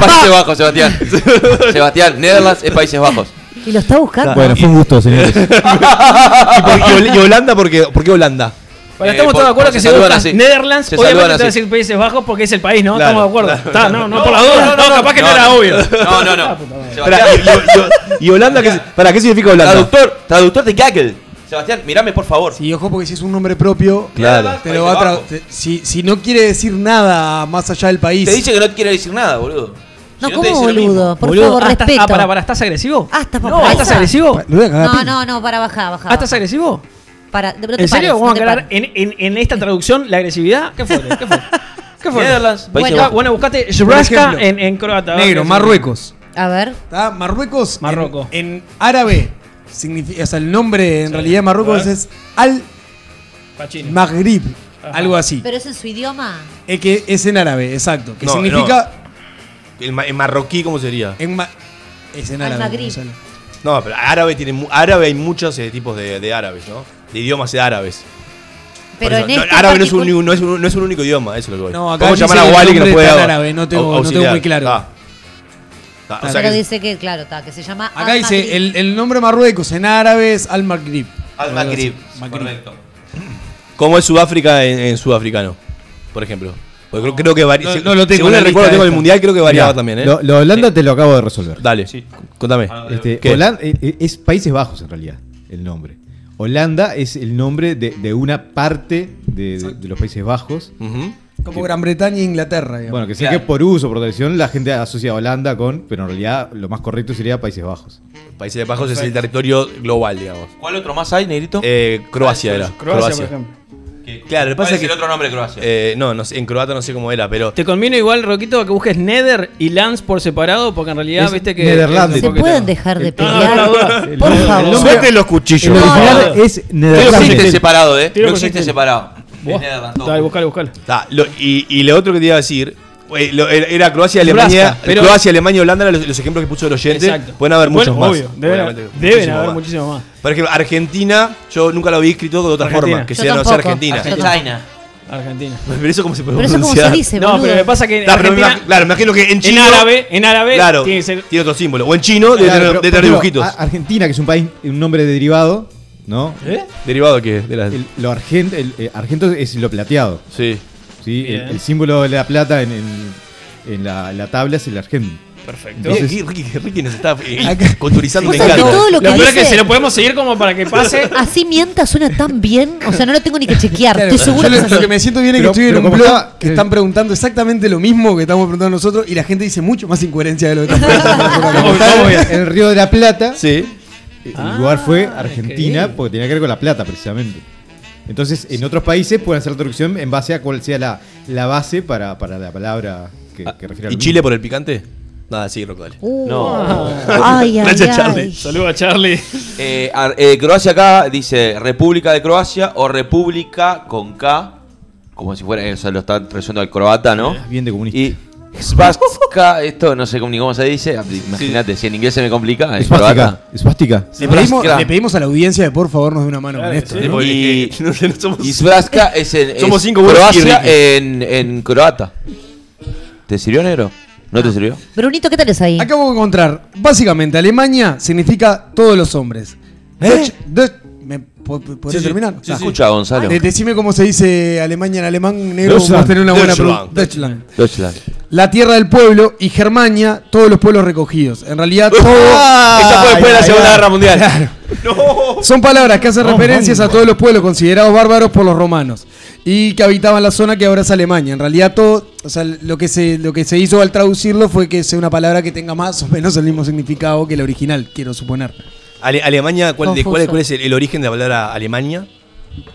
[SPEAKER 2] Países Bajos, Sebastián.
[SPEAKER 6] <laughs>
[SPEAKER 2] Sebastián, Netherlands es Países Bajos.
[SPEAKER 1] Y lo está buscando.
[SPEAKER 7] Bueno, fue un gusto,
[SPEAKER 6] Eh,
[SPEAKER 7] señores.
[SPEAKER 6] ¿Y, por qué Hol- y Holanda? ¿Por qué, por qué Holanda?
[SPEAKER 5] Bueno,
[SPEAKER 2] Eh,
[SPEAKER 5] estamos
[SPEAKER 2] por-
[SPEAKER 5] todos de acuerdo
[SPEAKER 2] por
[SPEAKER 5] que
[SPEAKER 2] se
[SPEAKER 5] se
[SPEAKER 2] saludan
[SPEAKER 5] busca
[SPEAKER 2] así.
[SPEAKER 5] Netherlands,
[SPEAKER 2] Se
[SPEAKER 5] obviamente
[SPEAKER 2] saludan
[SPEAKER 5] te va a
[SPEAKER 2] así.
[SPEAKER 5] decir Países Bajos porque es el país, ¿no?
[SPEAKER 6] Claro,
[SPEAKER 5] estamos de acuerdo. Está, no, no, por la
[SPEAKER 2] No,
[SPEAKER 5] duda.
[SPEAKER 2] no,
[SPEAKER 5] No,
[SPEAKER 2] no,
[SPEAKER 5] capaz que no
[SPEAKER 2] no.
[SPEAKER 5] era obvio.
[SPEAKER 2] No, no, no.
[SPEAKER 6] Pará,
[SPEAKER 2] Sebastián,
[SPEAKER 6] y, y- y Holanda? ¿qué, para, ¿qué significa Holanda?
[SPEAKER 2] traductor, traductor de Gaggle. Sebastián, mirame por favor.
[SPEAKER 3] Y ojo, porque si es un nombre propio,
[SPEAKER 6] Claro.
[SPEAKER 3] te lo va a tra- te- si, si no quiere decir nada más allá del país.
[SPEAKER 2] Te dice que no quiere decir nada, boludo.
[SPEAKER 1] No,
[SPEAKER 2] Si te
[SPEAKER 1] ¿cómo
[SPEAKER 2] dice lo
[SPEAKER 1] boludo?
[SPEAKER 2] mismo.
[SPEAKER 1] Por
[SPEAKER 5] Boludo,
[SPEAKER 1] favor,
[SPEAKER 5] ah, estás-
[SPEAKER 1] respeto.
[SPEAKER 5] Ah, para, para, ¿estás agresivo?
[SPEAKER 1] Ah, ¿estás
[SPEAKER 5] no,
[SPEAKER 1] para
[SPEAKER 5] ¿Estás
[SPEAKER 1] esa?
[SPEAKER 5] agresivo?
[SPEAKER 3] Lo voy a cagar
[SPEAKER 1] No,
[SPEAKER 3] a piña.
[SPEAKER 1] no, no, para bajar, bajar.
[SPEAKER 5] Ah, ¿estás agresivo?
[SPEAKER 1] Para, no te
[SPEAKER 5] ¿En serio?
[SPEAKER 1] pares,
[SPEAKER 5] ¿Vamos
[SPEAKER 1] no
[SPEAKER 5] a
[SPEAKER 1] te
[SPEAKER 5] aclarar
[SPEAKER 1] pares.
[SPEAKER 5] en, en, en esta traducción la agresividad? ¿Qué fue? ¿Qué fue? ¿Qué fue?
[SPEAKER 2] Netherlands, Países
[SPEAKER 1] Bueno.
[SPEAKER 5] Ah,
[SPEAKER 2] Bajos.
[SPEAKER 5] bueno, buscate Juraska
[SPEAKER 3] ejemplo,
[SPEAKER 5] en, en croata. a ver
[SPEAKER 3] Negro,
[SPEAKER 5] qué
[SPEAKER 3] Marruecos.
[SPEAKER 1] A ver.
[SPEAKER 3] Está Marruecos. en-
[SPEAKER 5] Marroco.
[SPEAKER 3] En, árabe. Significa, o sea, el nombre en realidad de Marruecos
[SPEAKER 5] A ver.
[SPEAKER 3] es Al
[SPEAKER 5] significa. Pachino.
[SPEAKER 3] Maghrib.
[SPEAKER 5] Ajá.
[SPEAKER 3] Algo así.
[SPEAKER 1] ¿Pero es en su idioma?
[SPEAKER 5] Ah,
[SPEAKER 3] Es que es en árabe, exacto. Que
[SPEAKER 6] No,
[SPEAKER 3] significa.
[SPEAKER 6] ¿El, ma- el marroquí cómo sería?
[SPEAKER 3] En ma- es en
[SPEAKER 1] Al
[SPEAKER 3] árabe.
[SPEAKER 1] Maghrib.
[SPEAKER 3] Gonzalo.
[SPEAKER 6] No, pero árabe tiene mu- árabe hay muchos eh, tipos de, de árabes, ¿no? De idiomas de árabes. Por
[SPEAKER 1] Pero
[SPEAKER 6] eso,
[SPEAKER 1] en
[SPEAKER 6] no,
[SPEAKER 1] este
[SPEAKER 6] árabe no es,
[SPEAKER 1] particu-
[SPEAKER 6] un, no, es un, no es un único idioma, eso es lo que voy.
[SPEAKER 3] No, acá
[SPEAKER 6] Vamos a
[SPEAKER 3] dice
[SPEAKER 6] llamar a
[SPEAKER 3] que el
[SPEAKER 6] Wally que nos
[SPEAKER 3] nombre
[SPEAKER 6] puede
[SPEAKER 3] está en
[SPEAKER 6] au-
[SPEAKER 3] árabe, no tengo-
[SPEAKER 6] au-
[SPEAKER 3] no tengo
[SPEAKER 6] auxiliar.
[SPEAKER 3] muy claro.
[SPEAKER 6] Ah. Ah, o sea
[SPEAKER 1] Pero
[SPEAKER 6] que-
[SPEAKER 1] dice que, claro, está, que se llama.
[SPEAKER 3] Acá dice el, el nombre Marruecos en árabe es Al Maghrib.
[SPEAKER 2] Al
[SPEAKER 3] Algo
[SPEAKER 2] Maghrib.
[SPEAKER 3] así. Maghrib.
[SPEAKER 2] Correcto.
[SPEAKER 6] ¿Cómo es Sudáfrica en, en sudafricano? Por ejemplo. Porque creo, creo que varía.
[SPEAKER 3] No, no lo tengo
[SPEAKER 6] Según
[SPEAKER 3] en la
[SPEAKER 6] el recuerdo
[SPEAKER 3] lista
[SPEAKER 6] que tengo del
[SPEAKER 3] esta.
[SPEAKER 6] mundial, creo que variaba
[SPEAKER 7] Mirá,
[SPEAKER 6] también, ¿eh?
[SPEAKER 7] Lo, lo de Holanda te lo acabo de resolver.
[SPEAKER 6] Dale, contame.
[SPEAKER 7] Este,
[SPEAKER 6] ¿Qué?
[SPEAKER 7] Holan- eh, eh, es Países Bajos en realidad el nombre. Holanda es el nombre de, de una parte de, de- de los Países Bajos.
[SPEAKER 6] Ujú.
[SPEAKER 3] Como Gran Bretaña e Inglaterra. digamos.
[SPEAKER 7] Bueno, que sé
[SPEAKER 2] Claro.
[SPEAKER 7] que por uso, por tradición, la gente asocia a Holanda con, pero en realidad lo más correcto sería Países Bajos.
[SPEAKER 6] Países de Bajos es el territorio global, digamos.
[SPEAKER 2] ¿Cuál otro más hay, Negrito?
[SPEAKER 6] Eh,
[SPEAKER 3] Ah,
[SPEAKER 6] Croacia era.
[SPEAKER 5] Croacia, por ejemplo.
[SPEAKER 6] Claro, lo
[SPEAKER 2] ¿Cuál
[SPEAKER 6] que pasa
[SPEAKER 2] es
[SPEAKER 6] es que.
[SPEAKER 2] el otro nombre de Croacia?
[SPEAKER 6] eh, no, no sé, en croata no sé cómo era, pero.
[SPEAKER 5] Te conviene igual, Roquito, a que busques Nether y Lance por separado, porque en realidad
[SPEAKER 7] Es
[SPEAKER 5] E viste que.
[SPEAKER 7] Netherlands.
[SPEAKER 1] ¿Se
[SPEAKER 7] porque
[SPEAKER 1] pueden dejar de
[SPEAKER 5] No, no,
[SPEAKER 1] pelear?
[SPEAKER 5] no, no, no.
[SPEAKER 7] El-
[SPEAKER 1] Por
[SPEAKER 7] el
[SPEAKER 1] favor.
[SPEAKER 7] nombre-
[SPEAKER 6] Suelten los
[SPEAKER 7] El
[SPEAKER 6] cuchillos.
[SPEAKER 7] original es
[SPEAKER 2] no existe
[SPEAKER 7] Netherlands.
[SPEAKER 2] separado, ¿eh?
[SPEAKER 5] Tiro
[SPEAKER 2] No
[SPEAKER 5] con
[SPEAKER 2] existe
[SPEAKER 5] sextil.
[SPEAKER 2] separado.
[SPEAKER 5] Buah.
[SPEAKER 2] Es Netherlands, todo.
[SPEAKER 5] Dale, buscalo, buscalo.
[SPEAKER 6] Ta, lo- y, y lo otro que te iba a decir. eh, lo- era- Era Croacia, Alemania.
[SPEAKER 5] Basta, pero-
[SPEAKER 6] Croacia, Alemania, Holanda, eran los, los ejemplos que puso el oyente. Pueden haber
[SPEAKER 5] Bueno,
[SPEAKER 6] muchos más.
[SPEAKER 5] obvio, deben,
[SPEAKER 6] Obviamente,
[SPEAKER 5] deben
[SPEAKER 6] muchísimos
[SPEAKER 5] haber
[SPEAKER 6] más.
[SPEAKER 5] muchísimo más.
[SPEAKER 6] Por ejemplo, Argentina, yo nunca lo había escrito de otra
[SPEAKER 5] Argentina.
[SPEAKER 6] forma, que
[SPEAKER 1] Yo
[SPEAKER 6] sea no sea
[SPEAKER 1] tampoco.
[SPEAKER 6] Argentina.
[SPEAKER 1] Argentina.
[SPEAKER 2] China.
[SPEAKER 5] Argentina.
[SPEAKER 6] <laughs> Pero eso como se puede
[SPEAKER 1] Pero eso como se
[SPEAKER 6] pronunciar.
[SPEAKER 1] dice,
[SPEAKER 5] No,
[SPEAKER 1] boludo.
[SPEAKER 5] pero lo que pasa es que.
[SPEAKER 6] Claro, pero me
[SPEAKER 5] Argentina,
[SPEAKER 6] imag- claro, me imagino que en
[SPEAKER 5] en
[SPEAKER 6] chino.
[SPEAKER 5] árabe, en árabe,
[SPEAKER 6] claro,
[SPEAKER 5] tiene que ser.
[SPEAKER 6] tiene otro símbolo. O en chino, debe
[SPEAKER 7] Claro,
[SPEAKER 6] tener,
[SPEAKER 7] pero,
[SPEAKER 6] debe
[SPEAKER 7] por
[SPEAKER 6] tener
[SPEAKER 7] ejemplo,
[SPEAKER 6] dibujitos.
[SPEAKER 5] ah,
[SPEAKER 7] a- Argentina, que es un país, un nombre derivado, ¿no?
[SPEAKER 5] ¿Eh?
[SPEAKER 6] ¿Derivado qué? De la-
[SPEAKER 7] El- lo argento, el, eh, argento es lo plateado.
[SPEAKER 6] Sí.
[SPEAKER 7] ¿sí? El,
[SPEAKER 5] Bien.
[SPEAKER 7] el símbolo de la plata en, en- en la, en la tabla es el argento.
[SPEAKER 5] Perfecto.
[SPEAKER 6] Bien, Ricky, Ricky- Ricky nos está eh, culturizando,
[SPEAKER 1] Vos
[SPEAKER 6] me
[SPEAKER 1] sabés
[SPEAKER 6] encanta.
[SPEAKER 1] que todo lo
[SPEAKER 5] Lo
[SPEAKER 1] que
[SPEAKER 5] peor es que se
[SPEAKER 1] dice.
[SPEAKER 5] lo podemos seguir como para que
[SPEAKER 1] <laughs>
[SPEAKER 5] pase.
[SPEAKER 6] Ah.
[SPEAKER 1] Así mienta, suena tan bien. O sea, no lo tengo ni que chequear.
[SPEAKER 3] Claro,
[SPEAKER 1] Estoy seguro
[SPEAKER 3] yo
[SPEAKER 1] que
[SPEAKER 3] lo,
[SPEAKER 1] es
[SPEAKER 3] lo
[SPEAKER 1] así.
[SPEAKER 3] que me siento bien es que
[SPEAKER 7] Pero-
[SPEAKER 3] estoy en
[SPEAKER 7] pero
[SPEAKER 3] un
[SPEAKER 7] como
[SPEAKER 3] blog
[SPEAKER 7] está-
[SPEAKER 3] que están preguntando exactamente lo mismo que estamos preguntando nosotros y la gente dice mucho más incoherencia de lo que
[SPEAKER 7] <laughs>
[SPEAKER 3] están
[SPEAKER 6] <laughs>
[SPEAKER 3] preguntando.
[SPEAKER 7] Como está en el Río de la Plata,
[SPEAKER 6] Sí.
[SPEAKER 7] el
[SPEAKER 5] Ah,
[SPEAKER 7] lugar fue
[SPEAKER 5] increíble.
[SPEAKER 7] Argentina porque tenía que ver con la plata precisamente. Entonces, en otros países pueden hacer la traducción en base a cuál sea la, la base para, para la palabra que, que refiere
[SPEAKER 6] ¿Y
[SPEAKER 7] al
[SPEAKER 6] Chile por el picante? Nada, sí, Rocco, dale.
[SPEAKER 1] Uh.
[SPEAKER 2] No.
[SPEAKER 5] <laughs>
[SPEAKER 1] Ay, ay,
[SPEAKER 6] Gracias,
[SPEAKER 1] ay.
[SPEAKER 6] Charlie.
[SPEAKER 5] Saludos a Charlie.
[SPEAKER 2] <laughs> Eh, ar- eh, Croacia acá dice República de Croacia o República con K, como si fuera, eh, o sea, lo están trayendo al croata, ¿no?
[SPEAKER 7] Bien de comunista.
[SPEAKER 2] Y Svastka, esto no sé cómo- ni cómo se dice, imagínate, si en inglés se me complica, en croata.
[SPEAKER 7] Espástica, espástica.
[SPEAKER 3] Le pedimos,
[SPEAKER 2] Claro.
[SPEAKER 3] le pedimos a la audiencia de por favor nos dé una mano con esto.
[SPEAKER 6] Sí,
[SPEAKER 3] ¿no?
[SPEAKER 6] porque
[SPEAKER 2] Y-
[SPEAKER 6] es que <laughs> no sé, no somos-
[SPEAKER 2] Y
[SPEAKER 6] <laughs>
[SPEAKER 2] Svastka es en
[SPEAKER 6] Somos
[SPEAKER 2] es
[SPEAKER 6] cinco buenos
[SPEAKER 2] Croacia eh.
[SPEAKER 6] y Ricky.
[SPEAKER 2] en, en croata. ¿Te sirvió, negro? ¿No
[SPEAKER 6] Ah.
[SPEAKER 2] te sirvió?
[SPEAKER 1] Brunito, ¿qué tal es ahí?
[SPEAKER 3] Acabo de encontrar, básicamente, Alemania significa todos los hombres.
[SPEAKER 6] ¿Eh?
[SPEAKER 3] Deutsch- Deutsch- ¿Me po- po- podés terminar? Ah,
[SPEAKER 2] Se escucha, Gonzalo.
[SPEAKER 3] De- decime cómo se dice Alemania en alemán, negro,
[SPEAKER 7] Deutschland.
[SPEAKER 3] vos tenés una buena
[SPEAKER 6] Deutschland.
[SPEAKER 3] pregunta. Deutschland.
[SPEAKER 2] Deutschland.
[SPEAKER 3] La tierra del pueblo y Germania, todos los pueblos recogidos. En
[SPEAKER 6] <laughs>
[SPEAKER 3] realidad,
[SPEAKER 6] Ah,
[SPEAKER 3] todo.
[SPEAKER 6] Esa fue después de la Segunda Guerra Mundial. <laughs>
[SPEAKER 3] Son palabras que hacen referencias a todos los pueblos considerados bárbaros por los romanos y que habitaban la zona que ahora es Alemania. En realidad todo, o sea, lo que se, lo que se hizo al traducirlo fue que sea una palabra que tenga más o menos el mismo significado que la original, quiero suponer.
[SPEAKER 6] Ale- Alemania, ¿cuál, de, cuál,
[SPEAKER 1] Confuso.
[SPEAKER 6] cuál es el, el origen de la palabra Alemania?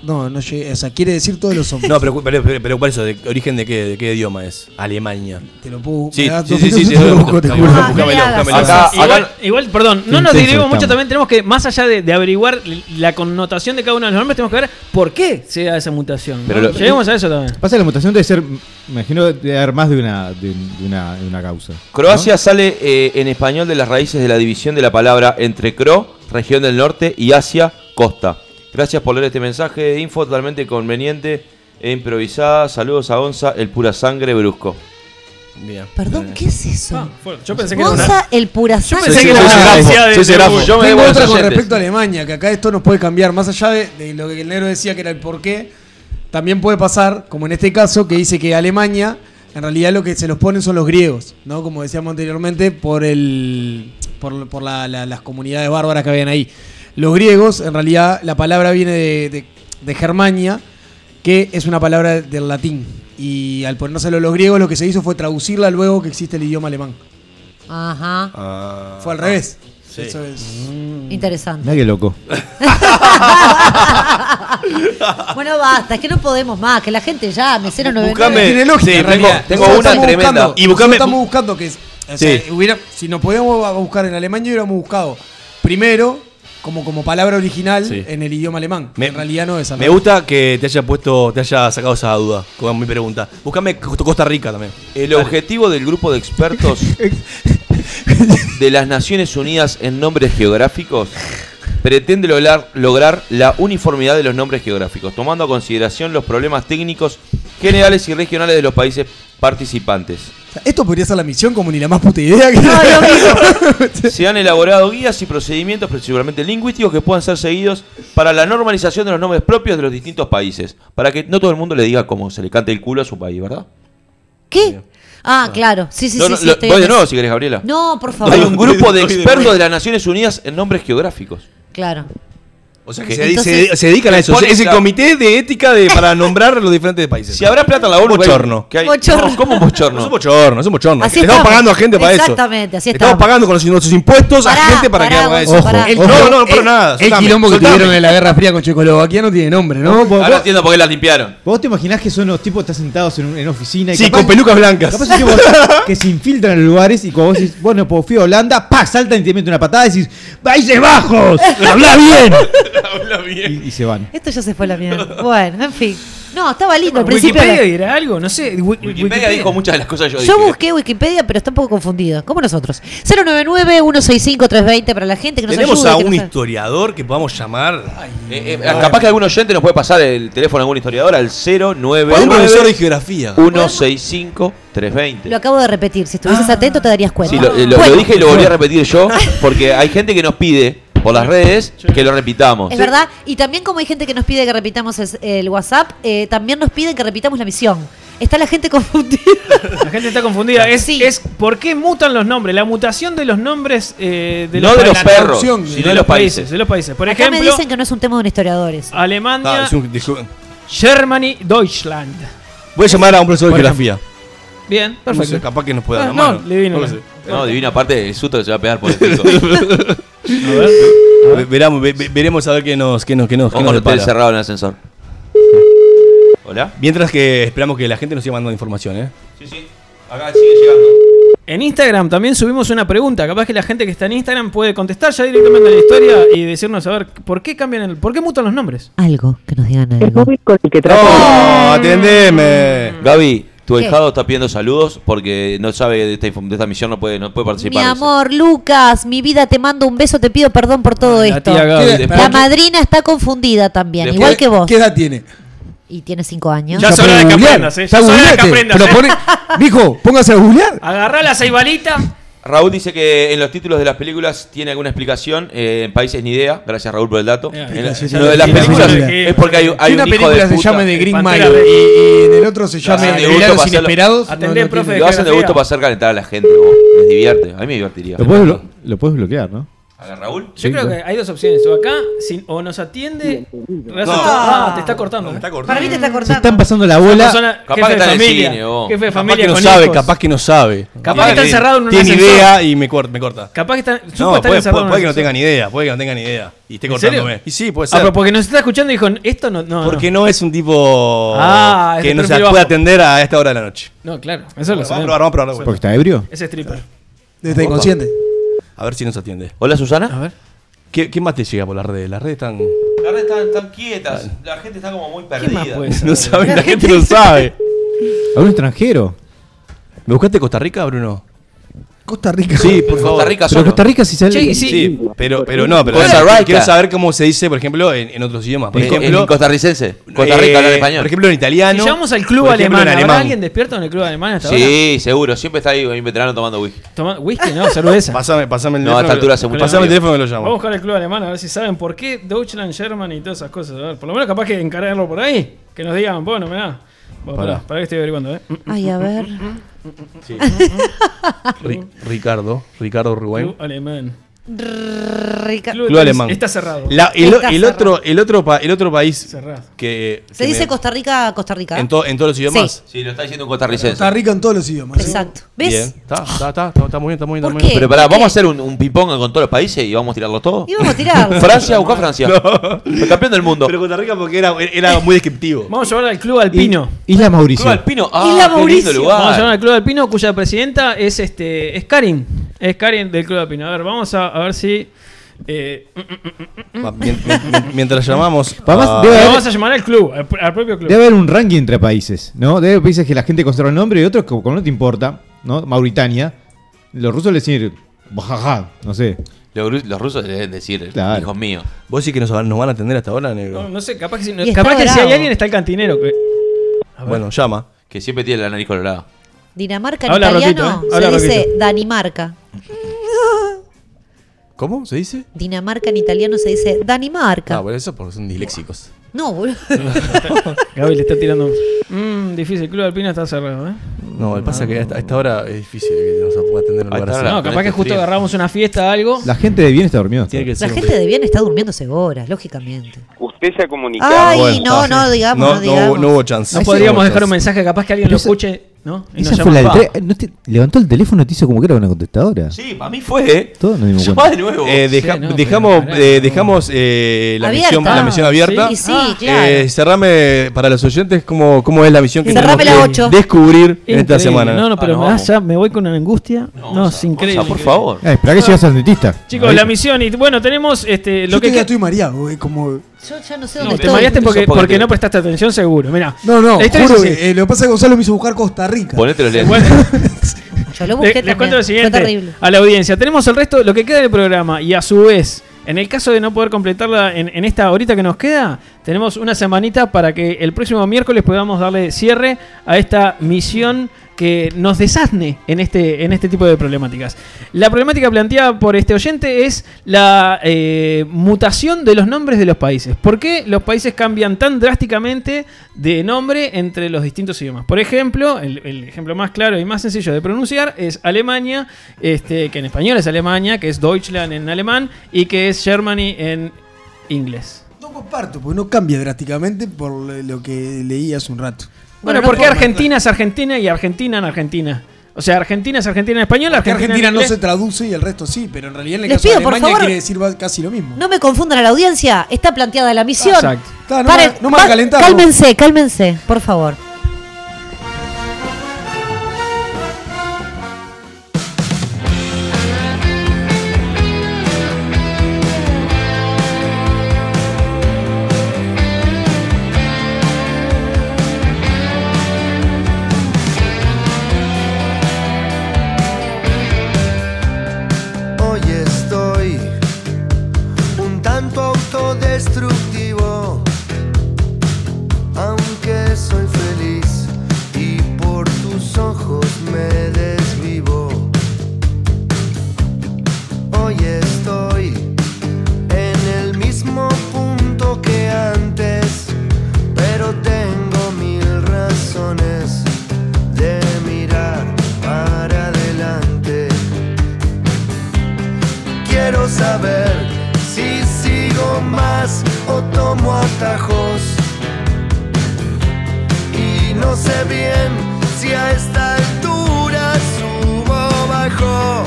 [SPEAKER 3] No, no llegué. O sea, quiere decir todos los hombres.
[SPEAKER 6] No, pero, pero, pero, pero por eso, ¿de origen de qué, de qué idioma es? Alemania.
[SPEAKER 3] Te lo puedo.
[SPEAKER 6] Sí,
[SPEAKER 3] me das
[SPEAKER 6] sí,
[SPEAKER 3] dos
[SPEAKER 6] sí, sí, sí,
[SPEAKER 3] minutos
[SPEAKER 5] <laughs>
[SPEAKER 3] y te
[SPEAKER 6] sí,
[SPEAKER 3] lo
[SPEAKER 6] sí,
[SPEAKER 3] busco, te
[SPEAKER 6] sí,
[SPEAKER 3] juro.
[SPEAKER 6] sí,
[SPEAKER 1] Ah,
[SPEAKER 6] Buscámelo,
[SPEAKER 1] me hagas.
[SPEAKER 6] buscámelo.
[SPEAKER 2] Acá-
[SPEAKER 5] Igual, igual, perdón, no nos
[SPEAKER 7] Intenso
[SPEAKER 5] dirigimos mucho,
[SPEAKER 7] estamos.
[SPEAKER 5] también tenemos que, más allá de, de averiguar la connotación de cada uno de los nombres, tenemos que ver por qué se da esa mutación. ¿no?
[SPEAKER 2] Pero lo-
[SPEAKER 5] Lleguemos a eso también.
[SPEAKER 7] Pasa que la mutación debe ser, me imagino, debe haber más de una, de, de una, de una causa. ¿no?
[SPEAKER 2] Croacia sale eh, en español de las raíces de la división de la palabra entre Cro, región del norte, y Asia, costa. Gracias por leer este mensaje de info totalmente conveniente e improvisada. Saludos a Gonza, el pura sangre brusco.
[SPEAKER 6] Bien.
[SPEAKER 1] Perdón, ¿qué es eso?
[SPEAKER 5] Ah, yo pensé que era una.
[SPEAKER 1] Gonza, el pura
[SPEAKER 5] Yo
[SPEAKER 1] sangre.
[SPEAKER 5] pensé que era
[SPEAKER 2] soy
[SPEAKER 5] una
[SPEAKER 2] grafo,
[SPEAKER 5] gracia de-
[SPEAKER 2] soy
[SPEAKER 5] de-
[SPEAKER 2] grafo. Yo me
[SPEAKER 3] Tengo
[SPEAKER 2] debo a
[SPEAKER 3] otra
[SPEAKER 2] los
[SPEAKER 3] con
[SPEAKER 2] oyentes.
[SPEAKER 3] respecto a Alemania, que acá esto nos puede cambiar. Más allá de, de lo que el negro decía que era el porqué, también puede pasar, como en este caso, que dice que Alemania, en realidad lo que se los ponen son los griegos, ¿no? Como decíamos anteriormente, por el. por, por la- la- las comunidades bárbaras que habían ahí. Los griegos, en realidad, la palabra viene de, de- de Germania, que es una palabra del latín. Y al ponérselo a los griegos, lo que se hizo fue traducirla luego que existe el idioma alemán.
[SPEAKER 1] Ajá,
[SPEAKER 2] Ah.
[SPEAKER 3] Fue al revés.
[SPEAKER 6] sí.
[SPEAKER 3] Eso es.
[SPEAKER 1] interesante.
[SPEAKER 2] <laughs>
[SPEAKER 7] Mirá qué loco.
[SPEAKER 1] Bueno, basta, es que no podemos más, que la gente llame, 099.
[SPEAKER 6] Buscame.
[SPEAKER 3] Tiene lógica,
[SPEAKER 6] Sí,
[SPEAKER 3] en
[SPEAKER 6] tengo-
[SPEAKER 3] realidad.
[SPEAKER 2] tengo
[SPEAKER 3] Nosotros
[SPEAKER 2] una
[SPEAKER 3] estamos
[SPEAKER 2] tremenda.
[SPEAKER 3] buscando-
[SPEAKER 6] Y buscame-
[SPEAKER 3] nosotros estamos buscando que. es- o sea,
[SPEAKER 6] Sí.
[SPEAKER 3] hubiera- si nos podíamos buscar en Alemania, hubiéramos buscado primero como, como palabra original
[SPEAKER 6] Sí.
[SPEAKER 3] en el idioma alemán. que
[SPEAKER 6] Me-
[SPEAKER 3] en realidad no es
[SPEAKER 6] Me
[SPEAKER 3] alemán.
[SPEAKER 6] gusta que te haya puesto, te haya sacado esa duda con mi pregunta. Búscame Costa Costa Rica también.
[SPEAKER 2] El objetivo del grupo de expertos de las Naciones Unidas en nombres geográficos pretende lograr, lograr la uniformidad de los nombres geográficos, tomando a consideración los problemas técnicos generales y regionales de los países participantes.
[SPEAKER 3] O sea, Esto podría ser la misión como ni la más puta idea. <laughs> que-
[SPEAKER 1] No, lo mismo.
[SPEAKER 2] Se han elaborado guías y procedimientos, principalmente lingüísticos, que puedan ser seguidos para la normalización de los nombres propios de los distintos países, para que no todo el mundo le diga cómo se le cante el culo a su país, ¿verdad?
[SPEAKER 1] ¿Qué? Ah, claro. Sí, sí,
[SPEAKER 2] No,
[SPEAKER 1] sí.
[SPEAKER 2] no,
[SPEAKER 1] sí,
[SPEAKER 2] lo-
[SPEAKER 1] estoy
[SPEAKER 2] voy
[SPEAKER 1] en
[SPEAKER 2] de
[SPEAKER 1] eso.
[SPEAKER 2] nuevo si querés, Gabriela.
[SPEAKER 1] No, por favor.
[SPEAKER 2] Hay un grupo de
[SPEAKER 6] Estoy de
[SPEAKER 2] expertos
[SPEAKER 6] nuevo.
[SPEAKER 2] de las Naciones Unidas en nombres geográficos.
[SPEAKER 1] Claro.
[SPEAKER 6] O sea que se,
[SPEAKER 1] Entonces-
[SPEAKER 6] se- se dedican a eso.
[SPEAKER 2] Ponen
[SPEAKER 6] Es el
[SPEAKER 2] la-
[SPEAKER 6] comité de ética de, para nombrar los diferentes países.
[SPEAKER 2] Si habrá plata en la ONU,
[SPEAKER 6] Bochorno.
[SPEAKER 2] que hay-
[SPEAKER 1] Bochorno.
[SPEAKER 2] No, ¿Cómo un
[SPEAKER 6] No es un
[SPEAKER 2] bochorno?
[SPEAKER 6] bochorno, es un bochorno.
[SPEAKER 1] Así
[SPEAKER 6] Le estamos
[SPEAKER 1] estamos.
[SPEAKER 6] pagando a gente para eso.
[SPEAKER 1] Exactamente, así
[SPEAKER 6] Le estamos.
[SPEAKER 1] estamos.
[SPEAKER 6] pagando con los- nuestros impuestos
[SPEAKER 1] Pará,
[SPEAKER 6] a gente para
[SPEAKER 1] pará,
[SPEAKER 6] que haga
[SPEAKER 1] vos-
[SPEAKER 6] eso.
[SPEAKER 1] pará.
[SPEAKER 3] El-
[SPEAKER 1] Ojo,
[SPEAKER 6] no, no,
[SPEAKER 3] el-
[SPEAKER 6] para nada.
[SPEAKER 3] El
[SPEAKER 6] soltame,
[SPEAKER 3] quilombo que
[SPEAKER 6] soltame.
[SPEAKER 3] tuvieron en la Guerra Fría con Checoslovaquia no tiene nombre, ¿no?
[SPEAKER 7] vos,
[SPEAKER 2] Ahora entiendo por qué la limpiaron.
[SPEAKER 7] vos te imaginás que son los tipos que están sentados en, un- en una oficina y
[SPEAKER 6] Sí,
[SPEAKER 7] capaz-
[SPEAKER 6] con pelucas blancas.
[SPEAKER 7] Capaz son <laughs> tipos que se infiltran en lugares y cuando vos decís, bueno, pues fui a Holanda, pa, saltan y te meten una patada y decís, ¡Países Bajos!
[SPEAKER 2] <laughs>
[SPEAKER 7] ¡Habla bien! Y, y se van.
[SPEAKER 1] Esto ya se fue a la mierda. Bueno, en fin. No, estaba lindo al principio.
[SPEAKER 5] Wikipedia era algo, no sé. Wi-
[SPEAKER 2] Wikipedia dijo muchas de las cosas que yo dije.
[SPEAKER 1] Yo busqué Wikipedia, pero está un poco confundida, como nosotros. 099-165-320 para la gente que nos
[SPEAKER 6] Tenemos
[SPEAKER 1] ayude,
[SPEAKER 6] a
[SPEAKER 1] que
[SPEAKER 6] un
[SPEAKER 1] nos-
[SPEAKER 6] historiador que podamos llamar.
[SPEAKER 2] Eh, eh, capaz que algún oyente nos puede pasar el teléfono de algún historiador al
[SPEAKER 6] Para un profesor
[SPEAKER 2] 099
[SPEAKER 6] de geografía.
[SPEAKER 2] 165 320.
[SPEAKER 1] Lo acabo de repetir. Si estuvieses
[SPEAKER 6] Ah,
[SPEAKER 1] atento, te darías cuenta.
[SPEAKER 2] Sí, lo, eh, lo-
[SPEAKER 1] Bueno,
[SPEAKER 2] lo dije y lo volví a repetir yo, porque hay gente que nos pide por las redes que lo repitamos.
[SPEAKER 1] Es verdad. Y también, como hay gente que nos pide que repitamos el, el WhatsApp, eh, también nos piden que repitamos la misión. Está la gente confundida.
[SPEAKER 5] La gente está confundida. Es,
[SPEAKER 1] Sí.
[SPEAKER 5] es por qué mutan los nombres, la mutación de los nombres eh, de
[SPEAKER 2] no
[SPEAKER 5] los
[SPEAKER 2] de los
[SPEAKER 5] países.
[SPEAKER 2] perros,
[SPEAKER 3] traducción,
[SPEAKER 2] sino de los países.
[SPEAKER 5] De los países. Por
[SPEAKER 1] Acá me
[SPEAKER 5] ejemplo,
[SPEAKER 1] dicen que no es un tema de un historiador eso.
[SPEAKER 5] Alemania,
[SPEAKER 6] Ah, es un- discu-
[SPEAKER 5] Germany, Deutschland.
[SPEAKER 6] Voy a llamar a un profesor de geografía.
[SPEAKER 5] Bien,
[SPEAKER 6] No sé,
[SPEAKER 5] perfecto.
[SPEAKER 6] capaz que nos pueda
[SPEAKER 5] Ah,
[SPEAKER 6] dar
[SPEAKER 5] no,
[SPEAKER 6] la mano.
[SPEAKER 5] le vino
[SPEAKER 6] No lo
[SPEAKER 5] bien.
[SPEAKER 2] No, divina parte el susto que se va a pegar
[SPEAKER 6] <laughs>
[SPEAKER 2] por el pico.
[SPEAKER 6] sé. Ve- veramos- ve- ve- veremos a ver qué nos, qué nos, qué nos, qué
[SPEAKER 2] O
[SPEAKER 6] nos
[SPEAKER 2] con el
[SPEAKER 6] depara.
[SPEAKER 2] hotel cerrado en el ascensor. ¿Hola?
[SPEAKER 6] Mientras que esperamos que la gente nos siga mandando información, ¿eh?
[SPEAKER 2] Sí, sí. Acá sigue llegando.
[SPEAKER 5] En Instagram también subimos una pregunta. Capaz que la gente que está en Instagram puede contestar ya directamente en la historia y decirnos a ver por qué cambian el, por qué mutan los nombres.
[SPEAKER 1] Algo, que nos digan
[SPEAKER 9] El
[SPEAKER 1] algo.
[SPEAKER 9] público el que trata
[SPEAKER 1] <laughs>
[SPEAKER 6] ¡Oh! ¡Atendeme!
[SPEAKER 2] Gaby, tu
[SPEAKER 1] ¿Qué?
[SPEAKER 2] ahijado está pidiendo saludos porque no sabe de esta, info- de esta misión, no puede, no puede
[SPEAKER 1] Mi
[SPEAKER 2] participar.
[SPEAKER 1] amor, Lucas, mi vida, te mando un beso, te pido perdón por todo
[SPEAKER 5] Ah, La
[SPEAKER 1] esto.
[SPEAKER 5] tía Gaby.
[SPEAKER 3] Tiene-
[SPEAKER 2] después-
[SPEAKER 1] La
[SPEAKER 3] pará,
[SPEAKER 1] madrina está confundida también,
[SPEAKER 2] Después-
[SPEAKER 1] igual que vos.
[SPEAKER 3] ¿Qué edad tiene?
[SPEAKER 1] Y tiene cinco años.
[SPEAKER 5] Ya es hora de que aprendas, eh. Ya es hora de que aprendas,
[SPEAKER 3] Pero
[SPEAKER 5] eh.
[SPEAKER 3] pone,
[SPEAKER 6] <laughs>
[SPEAKER 3] mijo, póngase a googlear.
[SPEAKER 5] Agarrá la ceibalita.
[SPEAKER 2] Raúl dice que en los títulos de las películas tiene alguna explicación. eh, en países ni idea. Gracias, Raúl, por el dato.
[SPEAKER 5] Eh,
[SPEAKER 2] En la-
[SPEAKER 3] sí, sí,
[SPEAKER 2] lo de las
[SPEAKER 3] sí, sí,
[SPEAKER 2] películas
[SPEAKER 3] sí, sí,
[SPEAKER 5] sí.
[SPEAKER 2] es porque hay, hay
[SPEAKER 3] que una
[SPEAKER 2] un hijo
[SPEAKER 3] película
[SPEAKER 2] de
[SPEAKER 3] se
[SPEAKER 2] puta.
[SPEAKER 3] llame The Green
[SPEAKER 5] Pantera
[SPEAKER 3] Mile
[SPEAKER 5] Verde.
[SPEAKER 3] y, y en el otro se llame
[SPEAKER 2] hacen de gusto
[SPEAKER 3] Veranos
[SPEAKER 2] pasarlo-
[SPEAKER 3] Inesperados. no,
[SPEAKER 5] Atendé,
[SPEAKER 3] no tiene-
[SPEAKER 5] profe.
[SPEAKER 2] Lo hacen de gusto para hacer calentar a la gente. vos. Les divierte. A mí me divertiría.
[SPEAKER 7] Lo puedes, blo- lo puedes bloquear, ¿no?
[SPEAKER 2] A ver, Raúl.
[SPEAKER 5] Yo creo que hay dos opciones. O acá, sin- o nos atiende. Raza-
[SPEAKER 6] No.
[SPEAKER 5] Ah, te está cortando. ¿eh?
[SPEAKER 6] Está cortado.
[SPEAKER 1] Para mí te está
[SPEAKER 7] Se
[SPEAKER 1] cortando.
[SPEAKER 7] están pasando la bola.
[SPEAKER 5] Persona-
[SPEAKER 2] Capaz
[SPEAKER 5] jefe
[SPEAKER 2] que
[SPEAKER 5] de
[SPEAKER 2] está en el
[SPEAKER 5] familia,
[SPEAKER 2] cine, vos.
[SPEAKER 5] Jefe de
[SPEAKER 6] Capaz
[SPEAKER 5] familia
[SPEAKER 6] que no
[SPEAKER 5] con
[SPEAKER 6] sabe,
[SPEAKER 5] hijos.
[SPEAKER 6] capaz que no sabe.
[SPEAKER 5] Capaz que está encerrado en un
[SPEAKER 6] Tiene
[SPEAKER 5] ascensor.
[SPEAKER 6] idea y me, cor- me corta.
[SPEAKER 5] Capaz que está. supo
[SPEAKER 6] No,
[SPEAKER 5] estar
[SPEAKER 6] puede,
[SPEAKER 5] encerrado en
[SPEAKER 6] puede-
[SPEAKER 5] un
[SPEAKER 6] puede que no
[SPEAKER 5] ascensor.
[SPEAKER 6] tengan idea, puede que no tengan idea. Y esté
[SPEAKER 5] ¿En serio?
[SPEAKER 6] cortándome. Y sí, puede
[SPEAKER 5] Ah,
[SPEAKER 6] ser.
[SPEAKER 5] pero porque nos está escuchando y dijo, esto no. no
[SPEAKER 6] porque no es un tipo
[SPEAKER 5] Ah, es
[SPEAKER 6] que
[SPEAKER 5] de
[SPEAKER 6] no se
[SPEAKER 5] perfil
[SPEAKER 6] puede
[SPEAKER 5] bajo.
[SPEAKER 6] atender a esta hora de la noche.
[SPEAKER 5] No, No, claro. Eso lo
[SPEAKER 6] Vamos a
[SPEAKER 5] sabemos.
[SPEAKER 6] probar, vamos a probar.
[SPEAKER 7] ¿Porque está ebrio?
[SPEAKER 5] Es stripper.
[SPEAKER 3] Desde inconsciente.
[SPEAKER 6] A ver si nos atiende.
[SPEAKER 2] Hola, Susana.
[SPEAKER 6] ¿Qué, qué más te llega por las redes? Las redes están.
[SPEAKER 2] Las redes están, están quietas. La gente está como muy
[SPEAKER 5] ¿Qué más puede ser?
[SPEAKER 6] <laughs> No sabe, la gente no sabe. <laughs>
[SPEAKER 7] ¿Algún extranjero?
[SPEAKER 6] ¿Me buscaste Costa Rica, Bruno?
[SPEAKER 3] Costa Rica. <laughs>
[SPEAKER 6] Sí, por
[SPEAKER 2] Costa
[SPEAKER 6] favor.
[SPEAKER 2] Rica
[SPEAKER 7] Pero
[SPEAKER 2] solo.
[SPEAKER 7] Costa Rica si sale.
[SPEAKER 5] Che, y sí.
[SPEAKER 6] Sí, pero, pero no, pero
[SPEAKER 2] Costa Rica.
[SPEAKER 6] quiero saber cómo se dice, por ejemplo, en, en otros idiomas. Por
[SPEAKER 2] En- en
[SPEAKER 6] ejemplo,
[SPEAKER 2] costarricense. Costa Rica
[SPEAKER 6] eh,
[SPEAKER 2] hablan español.
[SPEAKER 6] Por ejemplo, en italiano.
[SPEAKER 5] Si llamamos al club
[SPEAKER 6] por ejemplo,
[SPEAKER 5] alemán,
[SPEAKER 6] en
[SPEAKER 5] ¿habrá
[SPEAKER 6] alemán.
[SPEAKER 5] alguien despierto en el club alemán hasta ahora?
[SPEAKER 2] Sí, seguro. Siempre está ahí un veterano tomando whisky.
[SPEAKER 5] Toma- whisky, no, cerveza.
[SPEAKER 6] Pásame, pásame el
[SPEAKER 2] No, a esta altura hace
[SPEAKER 6] que-
[SPEAKER 2] mucho
[SPEAKER 6] Pásame el
[SPEAKER 2] frío.
[SPEAKER 6] teléfono que lo
[SPEAKER 5] Vamos a
[SPEAKER 6] llamo.
[SPEAKER 5] buscar el club alemán a ver si saben por qué Deutschland, German y todas esas cosas. A ver, por lo menos capaz que encargarlo por ahí. Que nos digan, bueno, me da.
[SPEAKER 6] Pará.
[SPEAKER 5] Para que estoy averiguando, ¿eh?
[SPEAKER 1] Ay, a ver.
[SPEAKER 6] Ri- Ricardo, Ricardo Rubén.
[SPEAKER 5] Club alemán.
[SPEAKER 1] Rica-
[SPEAKER 5] Club,
[SPEAKER 6] Club alemán.
[SPEAKER 5] Está cerrado.
[SPEAKER 6] La- el,
[SPEAKER 1] Está
[SPEAKER 6] el otro, el, otro pa- el otro país
[SPEAKER 5] Cerrado.
[SPEAKER 6] que.
[SPEAKER 1] Se
[SPEAKER 6] que
[SPEAKER 1] dice
[SPEAKER 6] me-
[SPEAKER 1] Costa Rica, Costa Rica.
[SPEAKER 6] en, to- en todos los idiomas.
[SPEAKER 2] Sí, lo está diciendo un costarricense.
[SPEAKER 3] Costa Rica en todos los idiomas. ¿eh?
[SPEAKER 1] Exacto.
[SPEAKER 6] Bien.
[SPEAKER 1] ¿Ves?
[SPEAKER 6] Está, está, está, está, está muy bien, está muy bien.
[SPEAKER 1] ¿Por
[SPEAKER 6] está muy bien.
[SPEAKER 1] qué?
[SPEAKER 2] Pero pará,
[SPEAKER 1] ¿Por
[SPEAKER 2] vamos a hacer un, un ping-pong con todos los países y vamos a tirarlos todos.
[SPEAKER 1] Y vamos a tirar.
[SPEAKER 2] <laughs> Francia, busca Francia. El campeón del mundo.
[SPEAKER 6] Pero Costa Rica porque era, era muy descriptivo.
[SPEAKER 5] Vamos a llamar al club alpino.
[SPEAKER 7] Isla
[SPEAKER 2] Club
[SPEAKER 7] Mauricio.
[SPEAKER 2] Alpino. Ah,
[SPEAKER 1] Isla
[SPEAKER 2] qué lindo
[SPEAKER 1] Mauricio.
[SPEAKER 5] Vamos a llamar
[SPEAKER 2] lugar.
[SPEAKER 5] al club alpino cuya presidenta es este es Karin. Es Karin del club alpino. A ver, vamos a, a ver si... eh,
[SPEAKER 6] Va, mien- mien- mientras llamamos.
[SPEAKER 7] Vamos,
[SPEAKER 6] a-
[SPEAKER 7] debe-
[SPEAKER 5] pero
[SPEAKER 7] ver.
[SPEAKER 5] vamos a llamar al club, al, al propio club.
[SPEAKER 7] Debe haber un ranking entre países, ¿no? Debe haber países que la gente conserva el nombre y otros que como no te importa, ¿no? Mauritania. Los rusos le decir, bajaja, no sé.
[SPEAKER 2] Los, gru- los rusos deben decir, eh,
[SPEAKER 7] Claro.
[SPEAKER 2] hijos míos.
[SPEAKER 6] Vos sí que nos, nos van a atender hasta ahora, negro.
[SPEAKER 5] No, no sé, capaz que, si,
[SPEAKER 1] Y está
[SPEAKER 5] capaz que si
[SPEAKER 1] bravo.
[SPEAKER 5] hay alguien está el cantinero. que-
[SPEAKER 6] Bueno, llama.
[SPEAKER 2] Que siempre tiene la nariz colorada.
[SPEAKER 1] Dinamarca en
[SPEAKER 5] Habla
[SPEAKER 1] italiano
[SPEAKER 5] Roquito, ¿eh?
[SPEAKER 1] se
[SPEAKER 5] Habla
[SPEAKER 1] dice
[SPEAKER 5] Roquito.
[SPEAKER 1] Danimarca.
[SPEAKER 6] ¿Cómo se dice?
[SPEAKER 1] Dinamarca en italiano se dice Danimarca.
[SPEAKER 6] Ah, bueno, eso porque son disléxicos.
[SPEAKER 1] No,
[SPEAKER 6] <laughs>
[SPEAKER 1] boludo.
[SPEAKER 5] Gaby le está tirando. Mmm, difícil. El club alpino está cerrado, ¿eh?
[SPEAKER 6] No, el pasa que a esta, a esta hora es difícil que nos pueda atender un
[SPEAKER 2] A
[SPEAKER 6] lugar
[SPEAKER 2] esta
[SPEAKER 6] así.
[SPEAKER 2] hora.
[SPEAKER 5] No,
[SPEAKER 2] con
[SPEAKER 5] capaz que
[SPEAKER 2] este
[SPEAKER 5] justo
[SPEAKER 2] frío.
[SPEAKER 5] agarramos una fiesta, algo.
[SPEAKER 7] La gente de bien está durmiendo.
[SPEAKER 6] Tiene que
[SPEAKER 1] La
[SPEAKER 6] ser. un-
[SPEAKER 1] gente de bien está durmiéndose horas, lógicamente.
[SPEAKER 9] Usted se ha comunicado.
[SPEAKER 1] Ay,
[SPEAKER 6] Bueno,
[SPEAKER 1] no,
[SPEAKER 6] ah, sí.
[SPEAKER 1] no, digamos,
[SPEAKER 6] No,
[SPEAKER 1] no,
[SPEAKER 6] no hubo-
[SPEAKER 1] digamos.
[SPEAKER 6] no hubo chance.
[SPEAKER 5] No
[SPEAKER 7] Ahí sí,
[SPEAKER 5] podríamos
[SPEAKER 7] vamos,
[SPEAKER 5] dejar un mensaje, capaz que alguien
[SPEAKER 7] Pero
[SPEAKER 5] lo
[SPEAKER 7] esa-
[SPEAKER 5] escuche, ¿no? Y
[SPEAKER 7] Esa
[SPEAKER 5] nos
[SPEAKER 7] fue la
[SPEAKER 5] llama.
[SPEAKER 7] del tre- no te- Levantó el teléfono y te hizo como que era una contestadora.
[SPEAKER 2] Sí, para mí fue.
[SPEAKER 7] Todos nos dimos
[SPEAKER 2] ¿Eh? Llamá
[SPEAKER 7] cuenta.
[SPEAKER 2] de nuevo.
[SPEAKER 6] Eh, deja-
[SPEAKER 5] Sí, no, Ah,
[SPEAKER 6] dejamos
[SPEAKER 5] pero-
[SPEAKER 6] eh, dejamos eh, la,
[SPEAKER 1] Abierta.
[SPEAKER 6] misión, la misión abierta.
[SPEAKER 1] Y sí, claro.
[SPEAKER 6] Eh, cerrame para los oyentes cómo, cómo es la misión que
[SPEAKER 1] Cerrame
[SPEAKER 6] tenemos
[SPEAKER 1] la
[SPEAKER 6] que
[SPEAKER 1] ocho.
[SPEAKER 6] descubrir en
[SPEAKER 5] Increíble.
[SPEAKER 6] esta semana.
[SPEAKER 5] No, no, pero
[SPEAKER 2] Ah, no,
[SPEAKER 5] me da-
[SPEAKER 2] vamos.
[SPEAKER 5] ya me voy con una angustia. No,
[SPEAKER 2] Gonza,
[SPEAKER 5] es increíble.
[SPEAKER 2] Gonza, por favor.
[SPEAKER 7] Ay, ¿Para qué Ah, llegas al dentista?
[SPEAKER 5] Chicos,
[SPEAKER 7] Ahí.
[SPEAKER 5] la misión. Y bueno, tenemos este,
[SPEAKER 3] Yo
[SPEAKER 5] lo que.
[SPEAKER 3] todavía estoy mareado, eh, como...
[SPEAKER 1] Yo ya no sé
[SPEAKER 5] No,
[SPEAKER 1] dónde
[SPEAKER 5] te
[SPEAKER 1] estoy.
[SPEAKER 5] mareaste porque,
[SPEAKER 2] Eso porque
[SPEAKER 5] porque
[SPEAKER 2] te-
[SPEAKER 5] no prestaste atención, seguro. Mira.
[SPEAKER 3] No, no, juro que, eh, lo que pasa es que Gonzalo me hizo buscar Costa Rica.
[SPEAKER 2] Ponete los lentes.
[SPEAKER 5] Bueno,
[SPEAKER 1] Yo lo
[SPEAKER 5] Le-
[SPEAKER 1] busqué
[SPEAKER 5] les
[SPEAKER 1] también.
[SPEAKER 5] cuento lo
[SPEAKER 1] Fue
[SPEAKER 5] siguiente
[SPEAKER 1] terrible.
[SPEAKER 5] a la audiencia. Tenemos el resto, lo que queda del programa y a su vez, en el caso de no poder completarla en, en esta horita que nos queda, tenemos una semanita para que el próximo miércoles podamos darle cierre a esta misión que nos desazne en este, en este tipo de problemáticas. La problemática planteada por este oyente es la eh, mutación de los nombres de los países. ¿Por qué los países cambian tan drásticamente de nombre entre los distintos idiomas? Por ejemplo, el, el ejemplo más claro y más sencillo de pronunciar es Alemania, este, que en español es Alemania, que es Deutschland en alemán y que es Germany en inglés.
[SPEAKER 3] No comparto, porque no cambia drásticamente por lo que leí hace un rato.
[SPEAKER 1] Bueno,
[SPEAKER 5] Bueno,
[SPEAKER 1] no
[SPEAKER 5] ¿por qué
[SPEAKER 1] por-
[SPEAKER 5] Argentina es Argentina y Argentina en Argentina? O sea, Argentina es Argentina en español,
[SPEAKER 3] Que
[SPEAKER 5] Argentina,
[SPEAKER 3] Argentina
[SPEAKER 5] en
[SPEAKER 3] no
[SPEAKER 5] inglés.
[SPEAKER 3] se traduce y el resto sí, pero en realidad en el
[SPEAKER 1] Les
[SPEAKER 3] caso
[SPEAKER 1] pido,
[SPEAKER 3] de
[SPEAKER 1] por
[SPEAKER 3] Alemania
[SPEAKER 1] favor.
[SPEAKER 3] quiere decir va- casi lo mismo.
[SPEAKER 1] No me confundan a la audiencia. Está planteada la misión.
[SPEAKER 5] Exacto.
[SPEAKER 3] Está, no
[SPEAKER 1] Paren,
[SPEAKER 3] me- no me
[SPEAKER 1] va-
[SPEAKER 3] calentamos.
[SPEAKER 1] Cálmense, cálmense, por favor.
[SPEAKER 10] Hoy estoy un tanto autodestructivo, aunque soy feliz. vías o tomo atajos. Y no sé bien si a esta altura subo o bajo.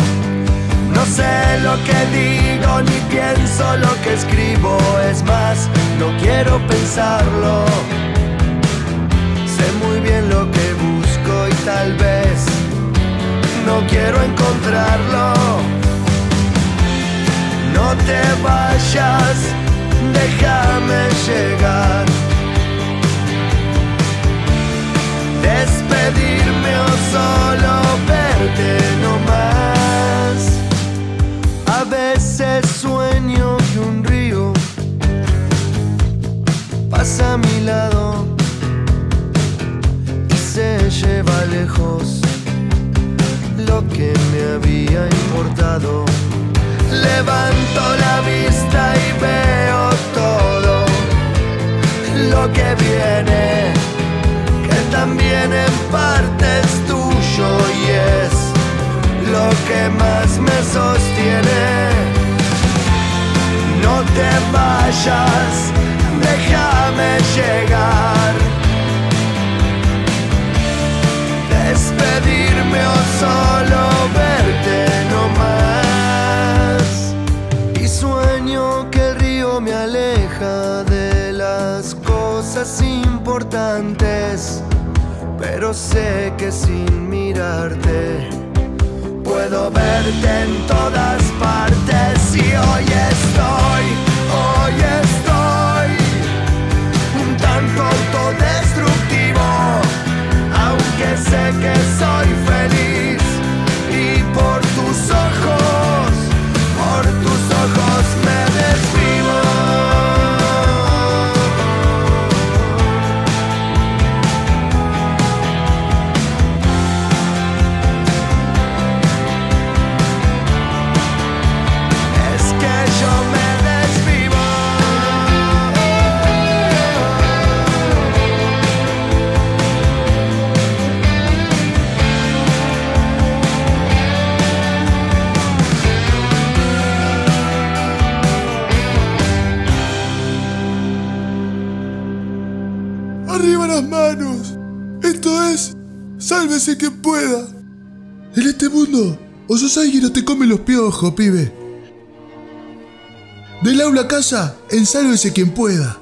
[SPEAKER 10] No sé lo que digo ni pienso lo que escribo. Es más, no quiero pensarlo. Sé muy bien lo que busco y tal vez no quiero encontrarlo. No te vayas, déjame llegar. Despedirme o solo verte nomás. A veces sueño que un río pasa a mi lado y se lleva lejos lo que me había importado. Levanto la vista y veo todo lo que viene, que también en parte es tuyo y es lo que más me sostiene. No te vayas, déjame llegar. Despedirme o solo verte nomás. Y sueño que el río me aleja de las cosas importantes. Pero sé que sin mirarte puedo verte en todas partes. Y hoy estoy, hoy estoy un tanto autodestructivo aunque sé que soy feliz y por tus ojos, por tus ojos me desvivo. Es que yo me desvivo.
[SPEAKER 8] Arriba las manos. Esto es, sálvese quien pueda. En este mundo, o sos alguien o te comen los piojos, pibe. Del aula a casa, en sálvese quien pueda.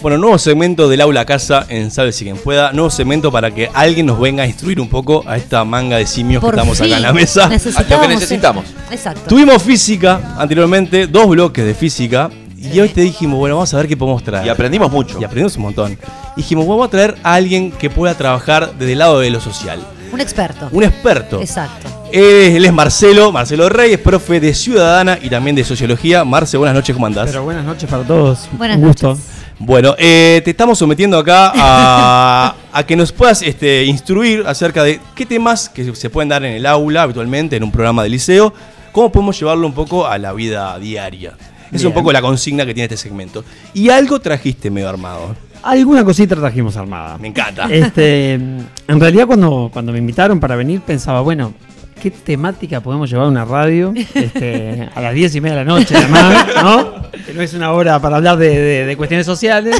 [SPEAKER 6] Bueno, nuevo segmento del aula a casa en Sabe si quien pueda. Nuevo segmento para que alguien nos venga a instruir un poco a esta manga de simios
[SPEAKER 1] Por
[SPEAKER 6] que estamos
[SPEAKER 1] fin,
[SPEAKER 6] acá en
[SPEAKER 1] <laughs>
[SPEAKER 6] la mesa.
[SPEAKER 2] A lo que
[SPEAKER 1] Necesitábamos
[SPEAKER 2] necesitamos.
[SPEAKER 1] esto. Exacto.
[SPEAKER 6] Tuvimos física anteriormente, dos bloques de física. Y hoy te dijimos, bueno, vamos a ver qué podemos traer.
[SPEAKER 2] Y aprendimos mucho.
[SPEAKER 6] Y aprendimos un montón. Dijimos, vamos a traer a alguien que pueda trabajar desde el lado de lo social.
[SPEAKER 1] Un experto.
[SPEAKER 6] Un experto.
[SPEAKER 1] Exacto.
[SPEAKER 6] Él es Marcelo, Marcelo Reyes, profe de Ciudadana y también de Sociología. Marce, buenas noches, ¿cómo andás?
[SPEAKER 9] Pero buenas noches para todos.
[SPEAKER 1] Buenas
[SPEAKER 9] Un gusto.
[SPEAKER 1] noches.
[SPEAKER 6] Bueno, eh, te estamos sometiendo acá
[SPEAKER 9] <laughs>
[SPEAKER 6] a, a que nos puedas este, instruir acerca de qué temas que se pueden dar en el aula habitualmente, en un programa de liceo, cómo podemos llevarlo un poco a la vida diaria. Es un
[SPEAKER 9] Bien.
[SPEAKER 6] poco la consigna que tiene este segmento. Y algo trajiste medio armado.
[SPEAKER 9] Alguna cosita trajimos armada.
[SPEAKER 6] Me encanta.
[SPEAKER 9] Este, en realidad cuando, cuando me invitaron para venir pensaba, bueno, ¿qué temática podemos llevar a una radio este, a las 10 y media de la noche además, ¿no? Que no es una hora para hablar de, de- de cuestiones sociales.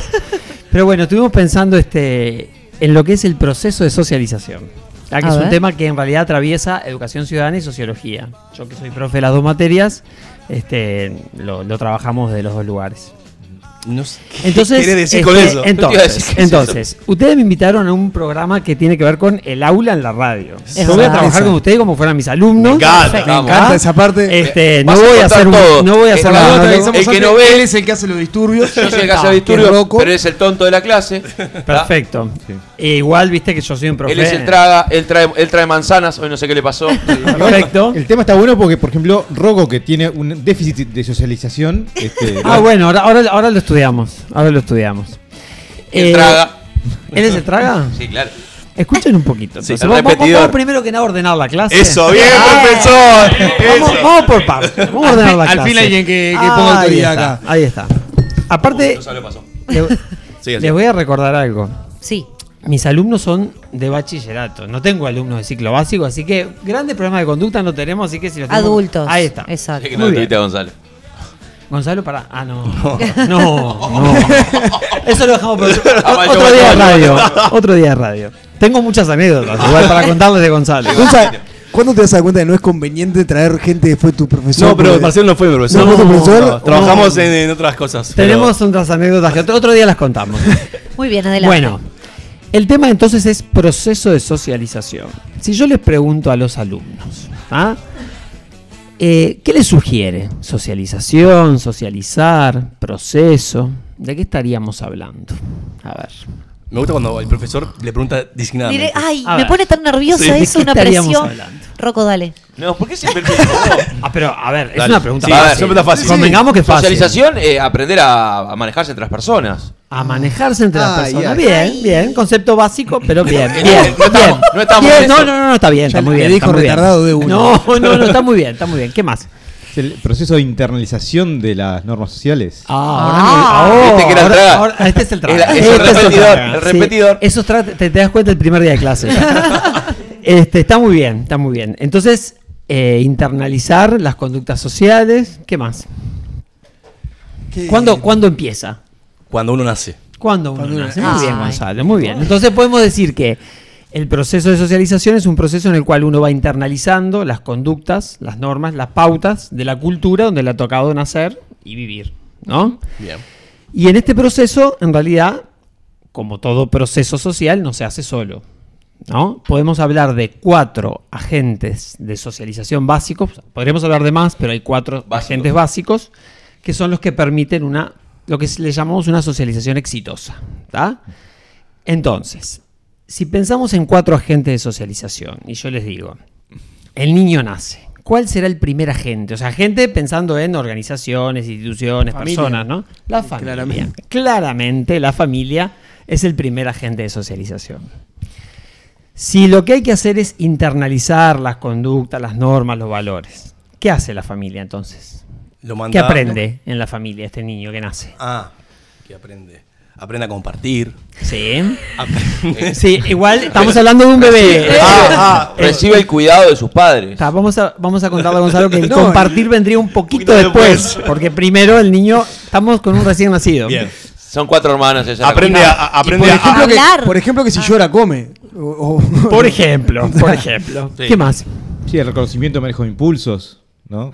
[SPEAKER 9] Pero bueno, estuvimos pensando este, en lo que es el proceso de socialización. Ah, que
[SPEAKER 1] A
[SPEAKER 9] es
[SPEAKER 1] ver.
[SPEAKER 9] un tema que en realidad atraviesa educación ciudadana y sociología. Yo que soy profe de las dos materias, este, lo, lo trabajamos de los dos lugares.
[SPEAKER 6] No sé qué
[SPEAKER 9] Entonces,
[SPEAKER 6] querés decir con
[SPEAKER 9] este,
[SPEAKER 6] eso.
[SPEAKER 9] Entonces,
[SPEAKER 6] ¿Qué te iba a decir?
[SPEAKER 9] entonces, ustedes me invitaron a un programa que tiene que ver con el aula en la radio. Yo voy a
[SPEAKER 1] verdad.
[SPEAKER 9] trabajar con ustedes como fueran mis alumnos.
[SPEAKER 6] Me encanta,
[SPEAKER 9] ¿Ah?
[SPEAKER 6] vamos.
[SPEAKER 3] Canta esa parte.
[SPEAKER 9] Este, no
[SPEAKER 2] Vas a
[SPEAKER 9] voy a
[SPEAKER 2] contar
[SPEAKER 9] hacer un-
[SPEAKER 2] todo.
[SPEAKER 9] no voy a
[SPEAKER 2] Eh,
[SPEAKER 9] hacer
[SPEAKER 3] Por la
[SPEAKER 9] nada,
[SPEAKER 3] nota
[SPEAKER 9] no-
[SPEAKER 3] que avisamos
[SPEAKER 2] el que
[SPEAKER 3] antes,
[SPEAKER 2] no
[SPEAKER 9] <laughs>
[SPEAKER 2] ve-
[SPEAKER 3] él es el que hace los
[SPEAKER 2] <laughs>
[SPEAKER 3] disturbios.
[SPEAKER 2] Yo soy el que hace
[SPEAKER 3] Que
[SPEAKER 2] disturbios,
[SPEAKER 3] Rocco-
[SPEAKER 2] pero es el tonto de la
[SPEAKER 6] <laughs>
[SPEAKER 2] clase.
[SPEAKER 9] Perfecto. E igual, viste que yo soy un profe.
[SPEAKER 2] Ah. Él es el traga, él trae, él trae manzanas, hoy no sé qué le
[SPEAKER 6] <laughs>
[SPEAKER 2] pasó.
[SPEAKER 9] Perfecto.
[SPEAKER 7] El tema está bueno porque, por ejemplo, Rogo, que tiene un déficit de socialización. este,
[SPEAKER 9] <laughs> Ah, bueno, ahora, ahora, ahora lo estudiamos. Ahora lo estudiamos.
[SPEAKER 2] Él
[SPEAKER 9] Eh,
[SPEAKER 2] traga.
[SPEAKER 9] ¿Él es el traga?
[SPEAKER 2] Sí, claro.
[SPEAKER 9] Escuchen un poquito.
[SPEAKER 6] Sí,
[SPEAKER 9] entonces.
[SPEAKER 6] el
[SPEAKER 9] vamos, vamos-
[SPEAKER 6] repetidor.
[SPEAKER 9] vamos primero que nada a ordenar la clase. Ah.
[SPEAKER 6] Eso, bien,
[SPEAKER 9] <laughs> Vamos-
[SPEAKER 6] profesor.
[SPEAKER 9] Vamos, por partes. Vamos a ordenar la
[SPEAKER 3] Al fin-
[SPEAKER 9] clase.
[SPEAKER 3] al fin alguien que- que ponga
[SPEAKER 9] Ahí
[SPEAKER 3] autoridad
[SPEAKER 9] está,
[SPEAKER 3] acá.
[SPEAKER 9] Ahí está. Aparte, Eh, le-
[SPEAKER 6] <laughs> Sigue, sigue.
[SPEAKER 9] les voy a recordar algo.
[SPEAKER 1] Sí.
[SPEAKER 9] Mis alumnos son de bachillerato. No tengo alumnos de ciclo básico, así que grandes problemas de conducta no tenemos, así que si los tenemos-
[SPEAKER 1] Adultos.
[SPEAKER 9] Ahí está.
[SPEAKER 1] Exacto.
[SPEAKER 9] Muy bien.
[SPEAKER 2] Gonzalo.
[SPEAKER 9] Gonzalo, pará. Ah,
[SPEAKER 6] <laughs>
[SPEAKER 9] no. No, no. Eso lo dejamos para otro,
[SPEAKER 2] Ah, vale,
[SPEAKER 9] otro
[SPEAKER 2] yo-
[SPEAKER 9] día de
[SPEAKER 2] yo-
[SPEAKER 6] <laughs>
[SPEAKER 9] radio. Otro día de radio. Tengo muchas anécdotas igual para contarles de
[SPEAKER 3] <laughs>
[SPEAKER 9] Gonzalo.
[SPEAKER 3] Gonza, ¿Cuándo te vas a dar cuenta que no es conveniente traer gente después de tu profesor?
[SPEAKER 6] No, pero
[SPEAKER 3] Porque-
[SPEAKER 6] Marcelo no fue mi profesor.
[SPEAKER 3] ¿No fue tu profesor?
[SPEAKER 6] No, Trabajamos
[SPEAKER 3] No.
[SPEAKER 6] en, en otras cosas. pero-
[SPEAKER 9] Tenemos otras anécdotas que otro, otro día las contamos.
[SPEAKER 1] Muy bien, adelante.
[SPEAKER 9] Bueno, el tema entonces es proceso de socialización. Si yo les pregunto a los alumnos, ¿ah? Eh, ¿qué les sugiere? Socialización, socializar, proceso. ¿De qué estaríamos hablando? A ver.
[SPEAKER 6] Me gusta cuando el profesor le pregunta designadamente.
[SPEAKER 1] Diré- ay,
[SPEAKER 9] A
[SPEAKER 1] me
[SPEAKER 9] ver.
[SPEAKER 1] pone tan nerviosa
[SPEAKER 9] Sí. ¿De
[SPEAKER 1] eso,
[SPEAKER 9] qué
[SPEAKER 1] una
[SPEAKER 9] estaríamos
[SPEAKER 1] presión.
[SPEAKER 9] hablando?
[SPEAKER 1] Rocco, dale.
[SPEAKER 2] No, ¿por qué
[SPEAKER 1] <laughs>
[SPEAKER 2] siempre el mismo?
[SPEAKER 9] Ah, pero a ver, es
[SPEAKER 6] Dale.
[SPEAKER 9] una pregunta
[SPEAKER 6] Sí,
[SPEAKER 2] a ver,
[SPEAKER 6] es una pregunta fácil.
[SPEAKER 9] Convengamos que es fácil.
[SPEAKER 2] Socialización, eh, aprender a, a manejarse entre las personas.
[SPEAKER 9] A manejarse entre las
[SPEAKER 3] Ay,
[SPEAKER 9] personas.
[SPEAKER 3] ay.
[SPEAKER 9] Bien,
[SPEAKER 1] Ay.
[SPEAKER 9] bien. Concepto básico, pero bien.
[SPEAKER 2] No,
[SPEAKER 3] <laughs>
[SPEAKER 9] bien,
[SPEAKER 2] no estamos-
[SPEAKER 9] bien.
[SPEAKER 2] no estamos en
[SPEAKER 9] Bien,
[SPEAKER 2] eso.
[SPEAKER 9] No, no, no, no, está bien. Está
[SPEAKER 3] Ya
[SPEAKER 9] muy
[SPEAKER 3] le
[SPEAKER 9] bien.
[SPEAKER 3] dijo
[SPEAKER 9] está muy bien.
[SPEAKER 3] retardado de una.
[SPEAKER 9] No, no, no, está muy bien, está muy bien. ¿Qué más?
[SPEAKER 7] Es el proceso de internalización de las normas sociales.
[SPEAKER 9] Ah, ahora,
[SPEAKER 2] "Oh, Viste que era el
[SPEAKER 9] ahora-
[SPEAKER 2] traga.
[SPEAKER 9] ahora- este es el traga.
[SPEAKER 2] Era- es el
[SPEAKER 9] Este
[SPEAKER 2] repetidor,
[SPEAKER 9] traga.
[SPEAKER 2] el repetidor.
[SPEAKER 9] Eso tra- te, te das cuenta el primer día de clase.
[SPEAKER 2] <laughs>
[SPEAKER 9] ya. este, está muy bien, está muy bien. Entonces, eh, internalizar las conductas sociales. ¿Qué más?
[SPEAKER 3] ¿Qué-
[SPEAKER 9] ¿Cuándo, ¿cuándo empieza?
[SPEAKER 6] Cuando uno nace.
[SPEAKER 9] Cuando uno
[SPEAKER 3] Cuando uno
[SPEAKER 9] nace.
[SPEAKER 1] nace.
[SPEAKER 9] Muy bien,
[SPEAKER 1] Ay.
[SPEAKER 9] Gonzalo, muy bien. Entonces podemos decir que el proceso de socialización es un proceso en el cual uno va internalizando las conductas, las normas, las pautas de la cultura donde le ha tocado nacer y vivir, ¿no?
[SPEAKER 6] Bien.
[SPEAKER 9] Y en este proceso, en realidad, como todo proceso social, no se hace solo. ¿no? Podemos hablar de cuatro agentes de socialización básicos. Podríamos hablar de más, pero hay cuatro
[SPEAKER 2] Básicos.
[SPEAKER 9] agentes básicos que son los que permiten una, lo que le llamamos una socialización exitosa. ¿tá? Entonces, si pensamos en cuatro agentes de socialización, y yo les digo, el niño nace. ¿Cuál será el primer agente? O sea, agente pensando en organizaciones, instituciones,
[SPEAKER 3] Familia.
[SPEAKER 9] personas, ¿no? La familia.
[SPEAKER 3] Claramente.
[SPEAKER 9] Claramente. la familia es el primer agente de socialización. Si lo que hay que hacer es internalizar las conductas, las normas, los valores, ¿qué hace la familia entonces?
[SPEAKER 6] Lo manda.
[SPEAKER 9] ¿Qué aprende en la familia este niño que nace?
[SPEAKER 6] Ah, ¿qué aprende? Aprende a compartir.
[SPEAKER 9] Sí.
[SPEAKER 6] Aprende.
[SPEAKER 9] Sí, igual estamos hablando de
[SPEAKER 6] <laughs>
[SPEAKER 9] un bebé. Eh,
[SPEAKER 2] Ah, ah, recibe el cuidado de sus padres.
[SPEAKER 9] Está, vamos, a, vamos a contarle a Gonzalo que el
[SPEAKER 6] <laughs>
[SPEAKER 3] No,
[SPEAKER 9] compartir vendría un poquito después, Porque primero el niño, estamos con un recién nacido.
[SPEAKER 6] Bien.
[SPEAKER 2] Son cuatro hermanos. ella.
[SPEAKER 6] Aprende a, a- aprende
[SPEAKER 3] Por
[SPEAKER 6] a- Ah,
[SPEAKER 3] ejemplo,
[SPEAKER 1] Hablar.
[SPEAKER 3] que, por ejemplo, que si llora, come. O- o-
[SPEAKER 9] <laughs> Por ejemplo, por ejemplo.
[SPEAKER 6] Sí.
[SPEAKER 9] ¿Qué más?
[SPEAKER 7] Sí, el reconocimiento de manejo de impulsos, ¿no?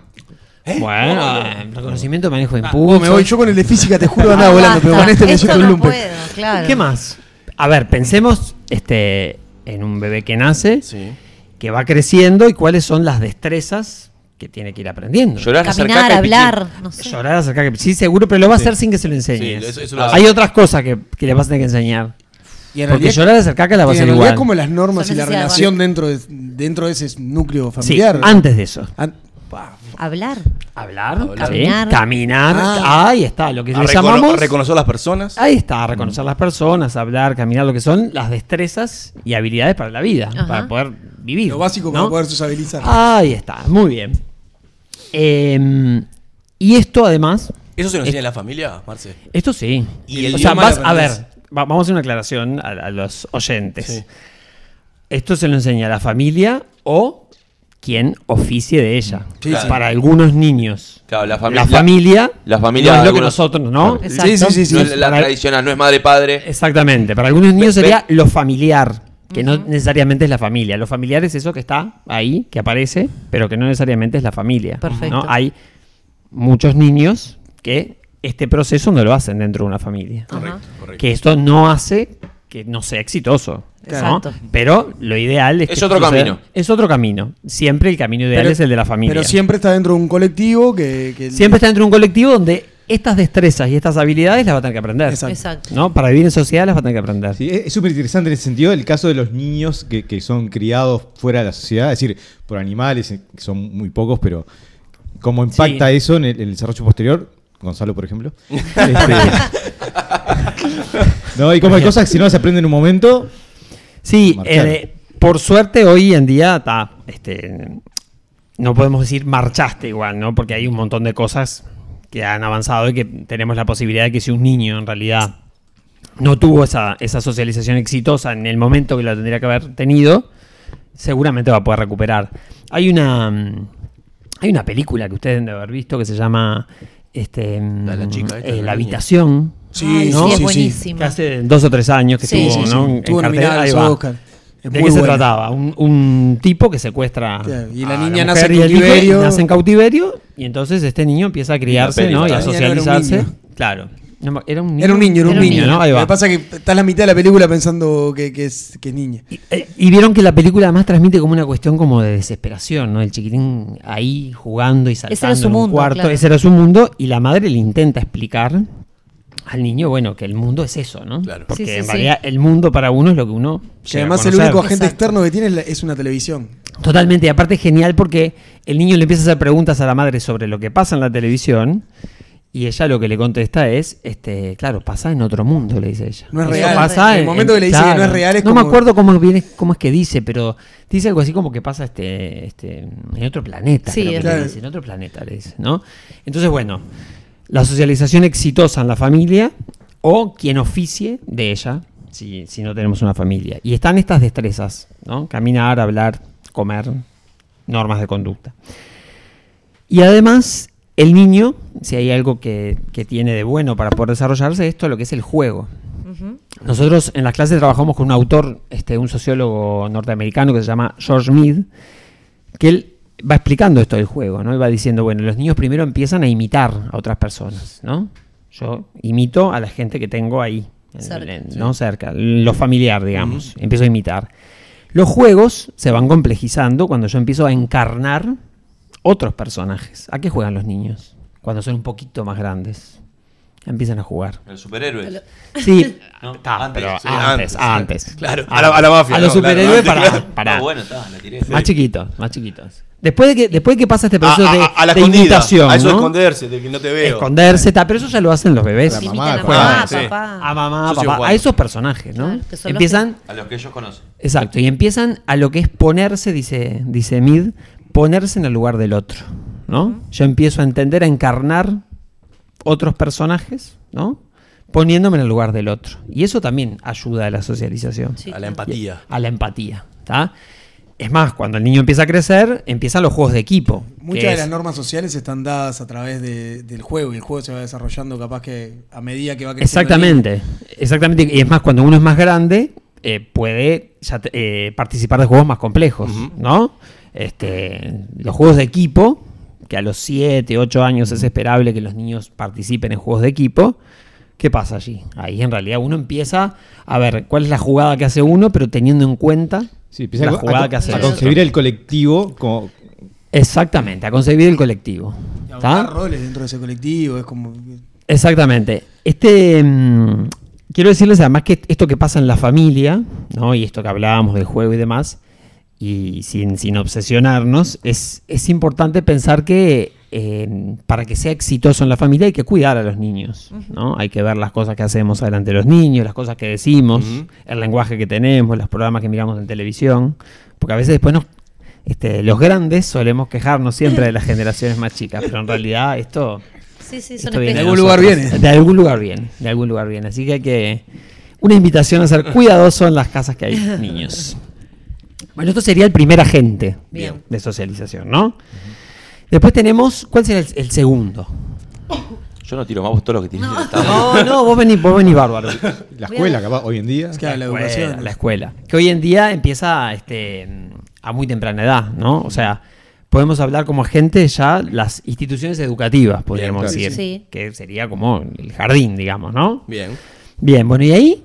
[SPEAKER 9] Bueno, reconocimiento, manejo de
[SPEAKER 3] Vos,
[SPEAKER 9] impulsos.
[SPEAKER 3] Ah, me voy yo con el de física, te juro, andaba
[SPEAKER 1] Ah,
[SPEAKER 3] volando, pero
[SPEAKER 1] basta.
[SPEAKER 3] con este me
[SPEAKER 1] Esto
[SPEAKER 3] siento un
[SPEAKER 1] no
[SPEAKER 3] lumpen.
[SPEAKER 1] puedo, claro.
[SPEAKER 9] ¿Qué más? A ver, pensemos este, en un bebé que nace,
[SPEAKER 6] Sí.
[SPEAKER 9] que va creciendo y cuáles son las destrezas que tiene que ir aprendiendo.
[SPEAKER 2] Llorar,
[SPEAKER 1] Caminar,
[SPEAKER 2] acercarte y pichín.
[SPEAKER 1] hablar, no sé.
[SPEAKER 9] Llorar, acercar que sí, seguro, pero lo va a hacer sin que se lo enseñes.
[SPEAKER 6] Sí, eso- eso lo hace.
[SPEAKER 9] Hay otras cosas que, que le vas a tener que enseñar.
[SPEAKER 3] Y en
[SPEAKER 9] Porque
[SPEAKER 3] realidad-
[SPEAKER 9] llorar, acercar que la va a
[SPEAKER 3] y en
[SPEAKER 9] hacer
[SPEAKER 3] realidad
[SPEAKER 9] igual.
[SPEAKER 3] como las normas
[SPEAKER 1] Son
[SPEAKER 3] y la
[SPEAKER 1] necesidades
[SPEAKER 3] relación dentro de, dentro de ese núcleo
[SPEAKER 9] Sí,
[SPEAKER 3] familiar.
[SPEAKER 9] antes de eso.
[SPEAKER 3] An-
[SPEAKER 1] Hablar.
[SPEAKER 9] Hablar,
[SPEAKER 1] Caminar.
[SPEAKER 9] caminar. Caminar.
[SPEAKER 3] Ah.
[SPEAKER 9] Ahí está, lo que
[SPEAKER 6] a
[SPEAKER 9] le
[SPEAKER 6] recono-
[SPEAKER 9] llamamos.
[SPEAKER 6] reconocer a las personas. Mm.
[SPEAKER 9] Ahí está, reconocer las personas, hablar, caminar, lo que son las destrezas y habilidades para la vida,
[SPEAKER 1] Ajá.
[SPEAKER 9] para poder vivir.
[SPEAKER 3] lo básico para
[SPEAKER 9] ¿no?
[SPEAKER 3] poder sociabilizar.
[SPEAKER 9] Ahí está, muy bien. Eh, y esto además,
[SPEAKER 6] ¿Eso se lo enseña en la familia, Marce?
[SPEAKER 9] esto sí.
[SPEAKER 6] Y el
[SPEAKER 9] o sea,
[SPEAKER 6] idioma
[SPEAKER 9] vas,
[SPEAKER 6] lo
[SPEAKER 9] a ver,
[SPEAKER 6] aprendés.
[SPEAKER 9] va- vamos a hacer una aclaración a, a los oyentes.
[SPEAKER 6] Sí.
[SPEAKER 9] Esto se lo enseña a la familia o quien oficie de ella.
[SPEAKER 3] Sí, sí.
[SPEAKER 9] Para algunos niños.
[SPEAKER 2] Claro, la
[SPEAKER 9] la
[SPEAKER 2] familia.
[SPEAKER 9] familia,
[SPEAKER 2] la familia
[SPEAKER 9] no es lo que
[SPEAKER 2] algunos-
[SPEAKER 9] nosotros, ¿no?
[SPEAKER 1] Claro.
[SPEAKER 3] Sí, sí, sí, sí.
[SPEAKER 2] no es la
[SPEAKER 9] Para-
[SPEAKER 2] tradicional, no es madre-padre.
[SPEAKER 9] Exactamente. Para algunos niños
[SPEAKER 2] Ve-
[SPEAKER 9] sería lo familiar, que no necesariamente es la familia. Lo familiar es eso que está ahí, que aparece, pero que no necesariamente es la familia.
[SPEAKER 1] Perfecto.
[SPEAKER 9] ¿no? Hay muchos niños que este proceso no lo hacen dentro de una familia.
[SPEAKER 1] Ajá.
[SPEAKER 9] Que esto no hace que no sea exitoso. ¿no?
[SPEAKER 1] Exacto.
[SPEAKER 9] Pero lo ideal es que
[SPEAKER 2] Es otro
[SPEAKER 9] suceda-
[SPEAKER 2] camino.
[SPEAKER 9] Es otro camino. Siempre el camino ideal es el de la familia.
[SPEAKER 3] Pero siempre está dentro de un colectivo que. que-
[SPEAKER 9] Siempre está dentro de un colectivo donde estas destrezas y estas habilidades las va a tener que aprender.
[SPEAKER 3] Exacto.
[SPEAKER 1] Exacto.
[SPEAKER 9] ¿no? Para vivir en sociedad las va a tener que aprender.
[SPEAKER 7] Sí, es es súper interesante en ese sentido el caso de los niños que, que son criados fuera de la sociedad, es decir, por animales, eh, que son muy pocos, pero cómo impacta
[SPEAKER 9] Sí.
[SPEAKER 7] eso en el, en el desarrollo posterior, Gonzalo,
[SPEAKER 9] <laughs>
[SPEAKER 7] por ejemplo. Este, no, y cómo hay cosas que si no las aprenden en un momento,
[SPEAKER 9] Sí,
[SPEAKER 7] Marchar.
[SPEAKER 9] eh, por suerte hoy en día está, este, no podemos decir marchaste igual, ¿no? Porque hay un montón de cosas que han avanzado y que tenemos la posibilidad de que si un niño en realidad no tuvo esa, esa socialización exitosa en el momento que la tendría que haber tenido, seguramente va a poder recuperar. Hay una mm, hay una película que ustedes deben de haber visto que se llama este, mm,
[SPEAKER 6] La- la chica esta,
[SPEAKER 9] eh,
[SPEAKER 6] la
[SPEAKER 9] La
[SPEAKER 6] niña.
[SPEAKER 9] habitación.
[SPEAKER 1] Sí, Ay, sí, es buenísima.
[SPEAKER 9] Que hace dos o tres años que
[SPEAKER 1] Sí,
[SPEAKER 9] estuvo,
[SPEAKER 1] sí, sí.
[SPEAKER 9] ¿no? En
[SPEAKER 1] Estuvo
[SPEAKER 9] cartel-
[SPEAKER 1] nominada
[SPEAKER 9] ahí
[SPEAKER 1] a los
[SPEAKER 9] va.
[SPEAKER 1] Oscar.
[SPEAKER 9] ¿De
[SPEAKER 1] Es
[SPEAKER 9] qué
[SPEAKER 1] muy
[SPEAKER 9] se
[SPEAKER 1] buena.
[SPEAKER 9] trataba? Un, un tipo que secuestra.
[SPEAKER 1] Claro,
[SPEAKER 9] Ah, y
[SPEAKER 1] la niña nace en
[SPEAKER 3] cautiverio.
[SPEAKER 9] Nace en cautiverio y entonces este niño empieza a criarse,
[SPEAKER 3] peli
[SPEAKER 9] ¿no? Y a
[SPEAKER 3] también. Era un
[SPEAKER 9] socializarse.
[SPEAKER 3] niño.
[SPEAKER 9] Claro. No me- Era un niño.
[SPEAKER 3] Era un niño, era un niño.
[SPEAKER 9] ¿no? Ahí
[SPEAKER 3] Lo
[SPEAKER 9] va.
[SPEAKER 3] que pasa es que estás la mitad de la película pensando que, que es, que es niña.
[SPEAKER 9] Eh, Y vieron que la película además transmite como una cuestión como de desesperación, ¿no? El chiquitín ahí jugando y saltando
[SPEAKER 1] era su
[SPEAKER 9] en un
[SPEAKER 1] mundo,
[SPEAKER 9] cuarto,
[SPEAKER 1] claro.
[SPEAKER 9] ese era su mundo y la madre le intenta explicar al niño, bueno, que el mundo es eso, ¿no? Porque
[SPEAKER 3] Sí, sí,
[SPEAKER 9] en
[SPEAKER 3] sí.
[SPEAKER 9] realidad el mundo para uno es lo que uno
[SPEAKER 3] Que
[SPEAKER 9] llega a
[SPEAKER 3] además el
[SPEAKER 9] conocer.
[SPEAKER 3] único agente externo que tiene es la- es una televisión.
[SPEAKER 9] Totalmente, y aparte es genial porque el niño le empieza a hacer preguntas a la madre sobre lo que pasa en la televisión y ella lo que le contesta es, este, claro, pasa en otro mundo, le dice ella.
[SPEAKER 3] No es
[SPEAKER 9] Eso
[SPEAKER 3] real.
[SPEAKER 9] pasa
[SPEAKER 3] El
[SPEAKER 9] en-
[SPEAKER 3] momento
[SPEAKER 9] en-
[SPEAKER 3] que le dice que no es real es
[SPEAKER 9] No me
[SPEAKER 3] como-
[SPEAKER 9] acuerdo cómo, viene, cómo es que dice, pero dice algo así como que pasa este, este, en otro planeta.
[SPEAKER 1] Sí,
[SPEAKER 9] creo que
[SPEAKER 1] es
[SPEAKER 9] le
[SPEAKER 1] verdad.
[SPEAKER 9] dice, en otro planeta, le dice, ¿no? Entonces, bueno, la socialización exitosa en la familia o quien oficie de ella, si, si no tenemos una familia. Y están estas destrezas, ¿no? Caminar, hablar, comer, normas de conducta. Y además, el niño, si hay algo que, que tiene de bueno para poder desarrollarse, esto es lo que es el juego. Nosotros en las clases trabajamos con un autor, este, un sociólogo norteamericano que se llama George Mead, que él va explicando esto del juego, ¿no? Y va diciendo, bueno, los niños primero empiezan a imitar a otras personas, ¿no? Yo imito a la gente que tengo ahí, en-
[SPEAKER 1] Cerca.
[SPEAKER 9] en- ¿no? Cerca, lo familiar, digamos, empiezo a imitar. Los juegos se van complejizando cuando yo empiezo a encarnar otros personajes. ¿A qué juegan los niños? Cuando son un poquito más grandes. Empiezan a jugar.
[SPEAKER 2] El superhéroe.
[SPEAKER 9] Sí,
[SPEAKER 2] <laughs> No,
[SPEAKER 9] ta,
[SPEAKER 2] antes,
[SPEAKER 9] pero
[SPEAKER 2] sí,
[SPEAKER 9] antes,
[SPEAKER 2] antes,
[SPEAKER 9] <laughs> antes.
[SPEAKER 6] Claro, a la- a la mafia,
[SPEAKER 9] A los
[SPEAKER 6] no, claro,
[SPEAKER 9] superhéroes
[SPEAKER 6] antes,
[SPEAKER 9] para,
[SPEAKER 6] claro.
[SPEAKER 9] para-
[SPEAKER 2] Ah, bueno, está, la tiré.
[SPEAKER 9] más chiquitos, más chiquitos. Después de que después de que pasa este
[SPEAKER 6] A,
[SPEAKER 9] proceso
[SPEAKER 6] a-
[SPEAKER 9] de,
[SPEAKER 6] a- a la
[SPEAKER 9] de
[SPEAKER 6] escondida,
[SPEAKER 9] imitación,
[SPEAKER 6] a eso de
[SPEAKER 9] ¿no?
[SPEAKER 6] esconderse, de que no te veo.
[SPEAKER 9] esconderse, ta, pero eso ya lo hacen los bebés.
[SPEAKER 7] A la
[SPEAKER 1] Imitan a
[SPEAKER 7] Mamá,
[SPEAKER 1] mamá,
[SPEAKER 6] sí.
[SPEAKER 1] papá.
[SPEAKER 9] A mamá,
[SPEAKER 6] Yo soy
[SPEAKER 9] papá,
[SPEAKER 6] Juan.
[SPEAKER 9] a esos personajes, ¿no?
[SPEAKER 1] Claro, que son los
[SPEAKER 9] Empiezan
[SPEAKER 2] A los que ellos conocen.
[SPEAKER 9] Exacto, y empiezan a lo que es ponerse, dice, dice Mid, ponerse en el lugar del otro, ¿no? Yo empiezo a entender, a encarnar otros personajes, ¿no? Poniéndome en el lugar del otro. Y eso también ayuda a la socialización.
[SPEAKER 1] Sí,
[SPEAKER 6] A la
[SPEAKER 1] claro.
[SPEAKER 6] empatía.
[SPEAKER 9] A la empatía, ¿tá? Es más, cuando el niño empieza a crecer, empiezan los juegos de equipo. que
[SPEAKER 3] Muchas de
[SPEAKER 9] es-
[SPEAKER 3] las normas sociales están dadas a través de- del juego y el juego se va desarrollando capaz que a medida que va creciendo. el niño.
[SPEAKER 9] Exactamente, exactamente. Y es más, cuando uno es más grande, eh, puede ya te- eh, participar de juegos más complejos, ¿no? Este, los juegos de equipo, que a los 7, 8 años es esperable que los niños participen en juegos de equipo. ¿Qué pasa allí? Ahí en realidad uno empieza a ver cuál es la jugada que hace uno, pero teniendo en cuenta
[SPEAKER 7] Sí, empieza
[SPEAKER 9] la
[SPEAKER 7] a-
[SPEAKER 9] jugada
[SPEAKER 7] a,
[SPEAKER 9] que hace
[SPEAKER 7] a
[SPEAKER 9] el otro.
[SPEAKER 7] concebir el colectivo como
[SPEAKER 9] Exactamente, a concebir el colectivo.
[SPEAKER 3] Y
[SPEAKER 9] ¿tá?
[SPEAKER 3] adoptar roles dentro de ese colectivo es como.
[SPEAKER 9] Exactamente. Este mm, quiero decirles además que esto que pasa en la familia, ¿no? Y esto que hablábamos del juego y demás, y sin, sin obsesionarnos, es, es importante pensar que eh, para que sea exitoso en la familia hay que cuidar a los niños, ¿no? Hay que ver las cosas que hacemos adelante de los niños, las cosas que decimos, el lenguaje que tenemos, los programas que miramos en televisión, porque a veces después nos... Este, los grandes solemos quejarnos siempre de las generaciones más chicas, pero en realidad esto
[SPEAKER 1] Sí, sí, son
[SPEAKER 9] esto viene
[SPEAKER 1] espejos.
[SPEAKER 9] de
[SPEAKER 3] algún lugar
[SPEAKER 9] nosotros.
[SPEAKER 3] viene.
[SPEAKER 9] De algún lugar viene, de algún lugar viene. Así que hay que. Una invitación a ser cuidadoso en las casas que hay
[SPEAKER 3] <laughs>
[SPEAKER 9] niños. Bueno, esto sería el primer agente
[SPEAKER 1] Bien.
[SPEAKER 9] de socialización, ¿no? Después tenemos. ¿Cuál será el, el segundo?
[SPEAKER 2] Yo no tiro más, vos todo lo que tiré. está bueno.
[SPEAKER 9] No, no, vos venís, vos venís
[SPEAKER 2] <laughs>
[SPEAKER 9] bárbaro.
[SPEAKER 7] la escuela, capaz, hoy en día.
[SPEAKER 3] Es que la
[SPEAKER 9] Escuela,
[SPEAKER 3] educación.
[SPEAKER 9] la escuela. Que hoy en día empieza este, a muy temprana edad, ¿no? O sea, podemos hablar como agente ya las instituciones educativas, podríamos
[SPEAKER 7] claro.
[SPEAKER 9] decir.
[SPEAKER 1] Sí.
[SPEAKER 9] Que sería como el jardín, digamos, ¿no?
[SPEAKER 6] Bien.
[SPEAKER 9] Bien, bueno, ¿y ahí?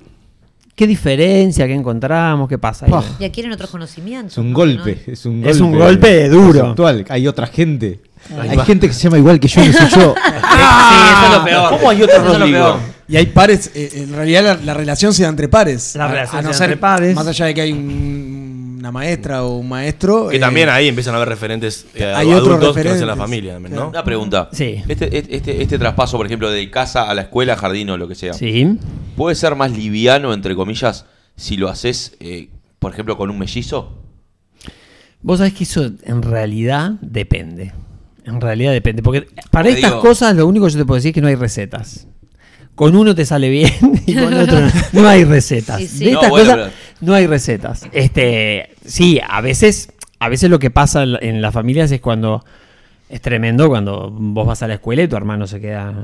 [SPEAKER 9] ¿Qué diferencia? ¿Qué encontramos? ¿Qué pasa? ahí?
[SPEAKER 7] Pah.
[SPEAKER 1] Y adquieren otros conocimientos.
[SPEAKER 7] Es un
[SPEAKER 1] ¿no?
[SPEAKER 7] golpe,
[SPEAKER 1] ¿No?
[SPEAKER 7] es un golpe.
[SPEAKER 9] Es un golpe duro.
[SPEAKER 7] conceptual. Hay otra gente. Hay gente que se llama igual que yo, no soy
[SPEAKER 3] <laughs>
[SPEAKER 9] <laughs>
[SPEAKER 7] yo.
[SPEAKER 9] Sí, eso es lo peor.
[SPEAKER 2] ¿Cómo hay otro
[SPEAKER 9] Eso es lo
[SPEAKER 2] Rodrigo?
[SPEAKER 9] peor.
[SPEAKER 3] Y hay pares, eh, en realidad la, la relación se da entre pares.
[SPEAKER 9] La
[SPEAKER 3] A-
[SPEAKER 9] relación
[SPEAKER 3] a no
[SPEAKER 9] se da
[SPEAKER 3] ser
[SPEAKER 9] entre pares.
[SPEAKER 3] Más allá de que hay un- una maestra o un maestro.
[SPEAKER 6] Que
[SPEAKER 3] eh,
[SPEAKER 6] también ahí empiezan a haber referentes eh,
[SPEAKER 3] hay otros
[SPEAKER 6] adultos que no sean la
[SPEAKER 3] referentes.
[SPEAKER 6] familia también, ¿no?
[SPEAKER 2] Una pregunta.
[SPEAKER 9] Sí.
[SPEAKER 2] Este, este, este, este traspaso, por ejemplo, de casa a la escuela, jardín o lo que sea,
[SPEAKER 9] Sí.
[SPEAKER 2] ¿puede ser más liviano, entre comillas, si lo haces eh, por ejemplo, con un mellizo?
[SPEAKER 9] Vos sabés que eso en realidad depende. En realidad depende. Porque para
[SPEAKER 2] Te
[SPEAKER 9] estas
[SPEAKER 2] digo-
[SPEAKER 9] cosas lo único que yo te puedo decir es que no hay recetas. Con uno te sale bien <laughs> y con otro
[SPEAKER 2] <laughs>
[SPEAKER 9] no. No hay recetas.
[SPEAKER 1] Sí, sí.
[SPEAKER 9] De
[SPEAKER 2] No,
[SPEAKER 9] estas
[SPEAKER 2] bueno,
[SPEAKER 9] cosas
[SPEAKER 2] pero-
[SPEAKER 9] no hay recetas. Este, sí, a veces, a veces lo que pasa en la- en las familias es cuando es tremendo cuando vos vas a la escuela y tu hermano se queda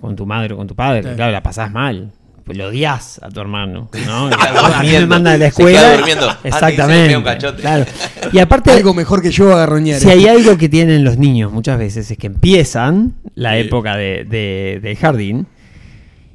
[SPEAKER 9] con tu madre o con tu padre. Claro, la pasás mal. Pues lo odias a tu hermano.
[SPEAKER 2] <laughs>
[SPEAKER 9] ¿no? a mí me
[SPEAKER 2] durmiendo.
[SPEAKER 9] manda a la
[SPEAKER 2] Se queda
[SPEAKER 9] escuela.
[SPEAKER 2] durmiendo. Antes que se le
[SPEAKER 9] Exactamente.
[SPEAKER 2] pegue un cachote.
[SPEAKER 9] claro. Y aparte,
[SPEAKER 3] Algo mejor que yo agarroñar.
[SPEAKER 9] si hay algo que tienen los niños muchas veces es que empiezan la época de, de- del jardín.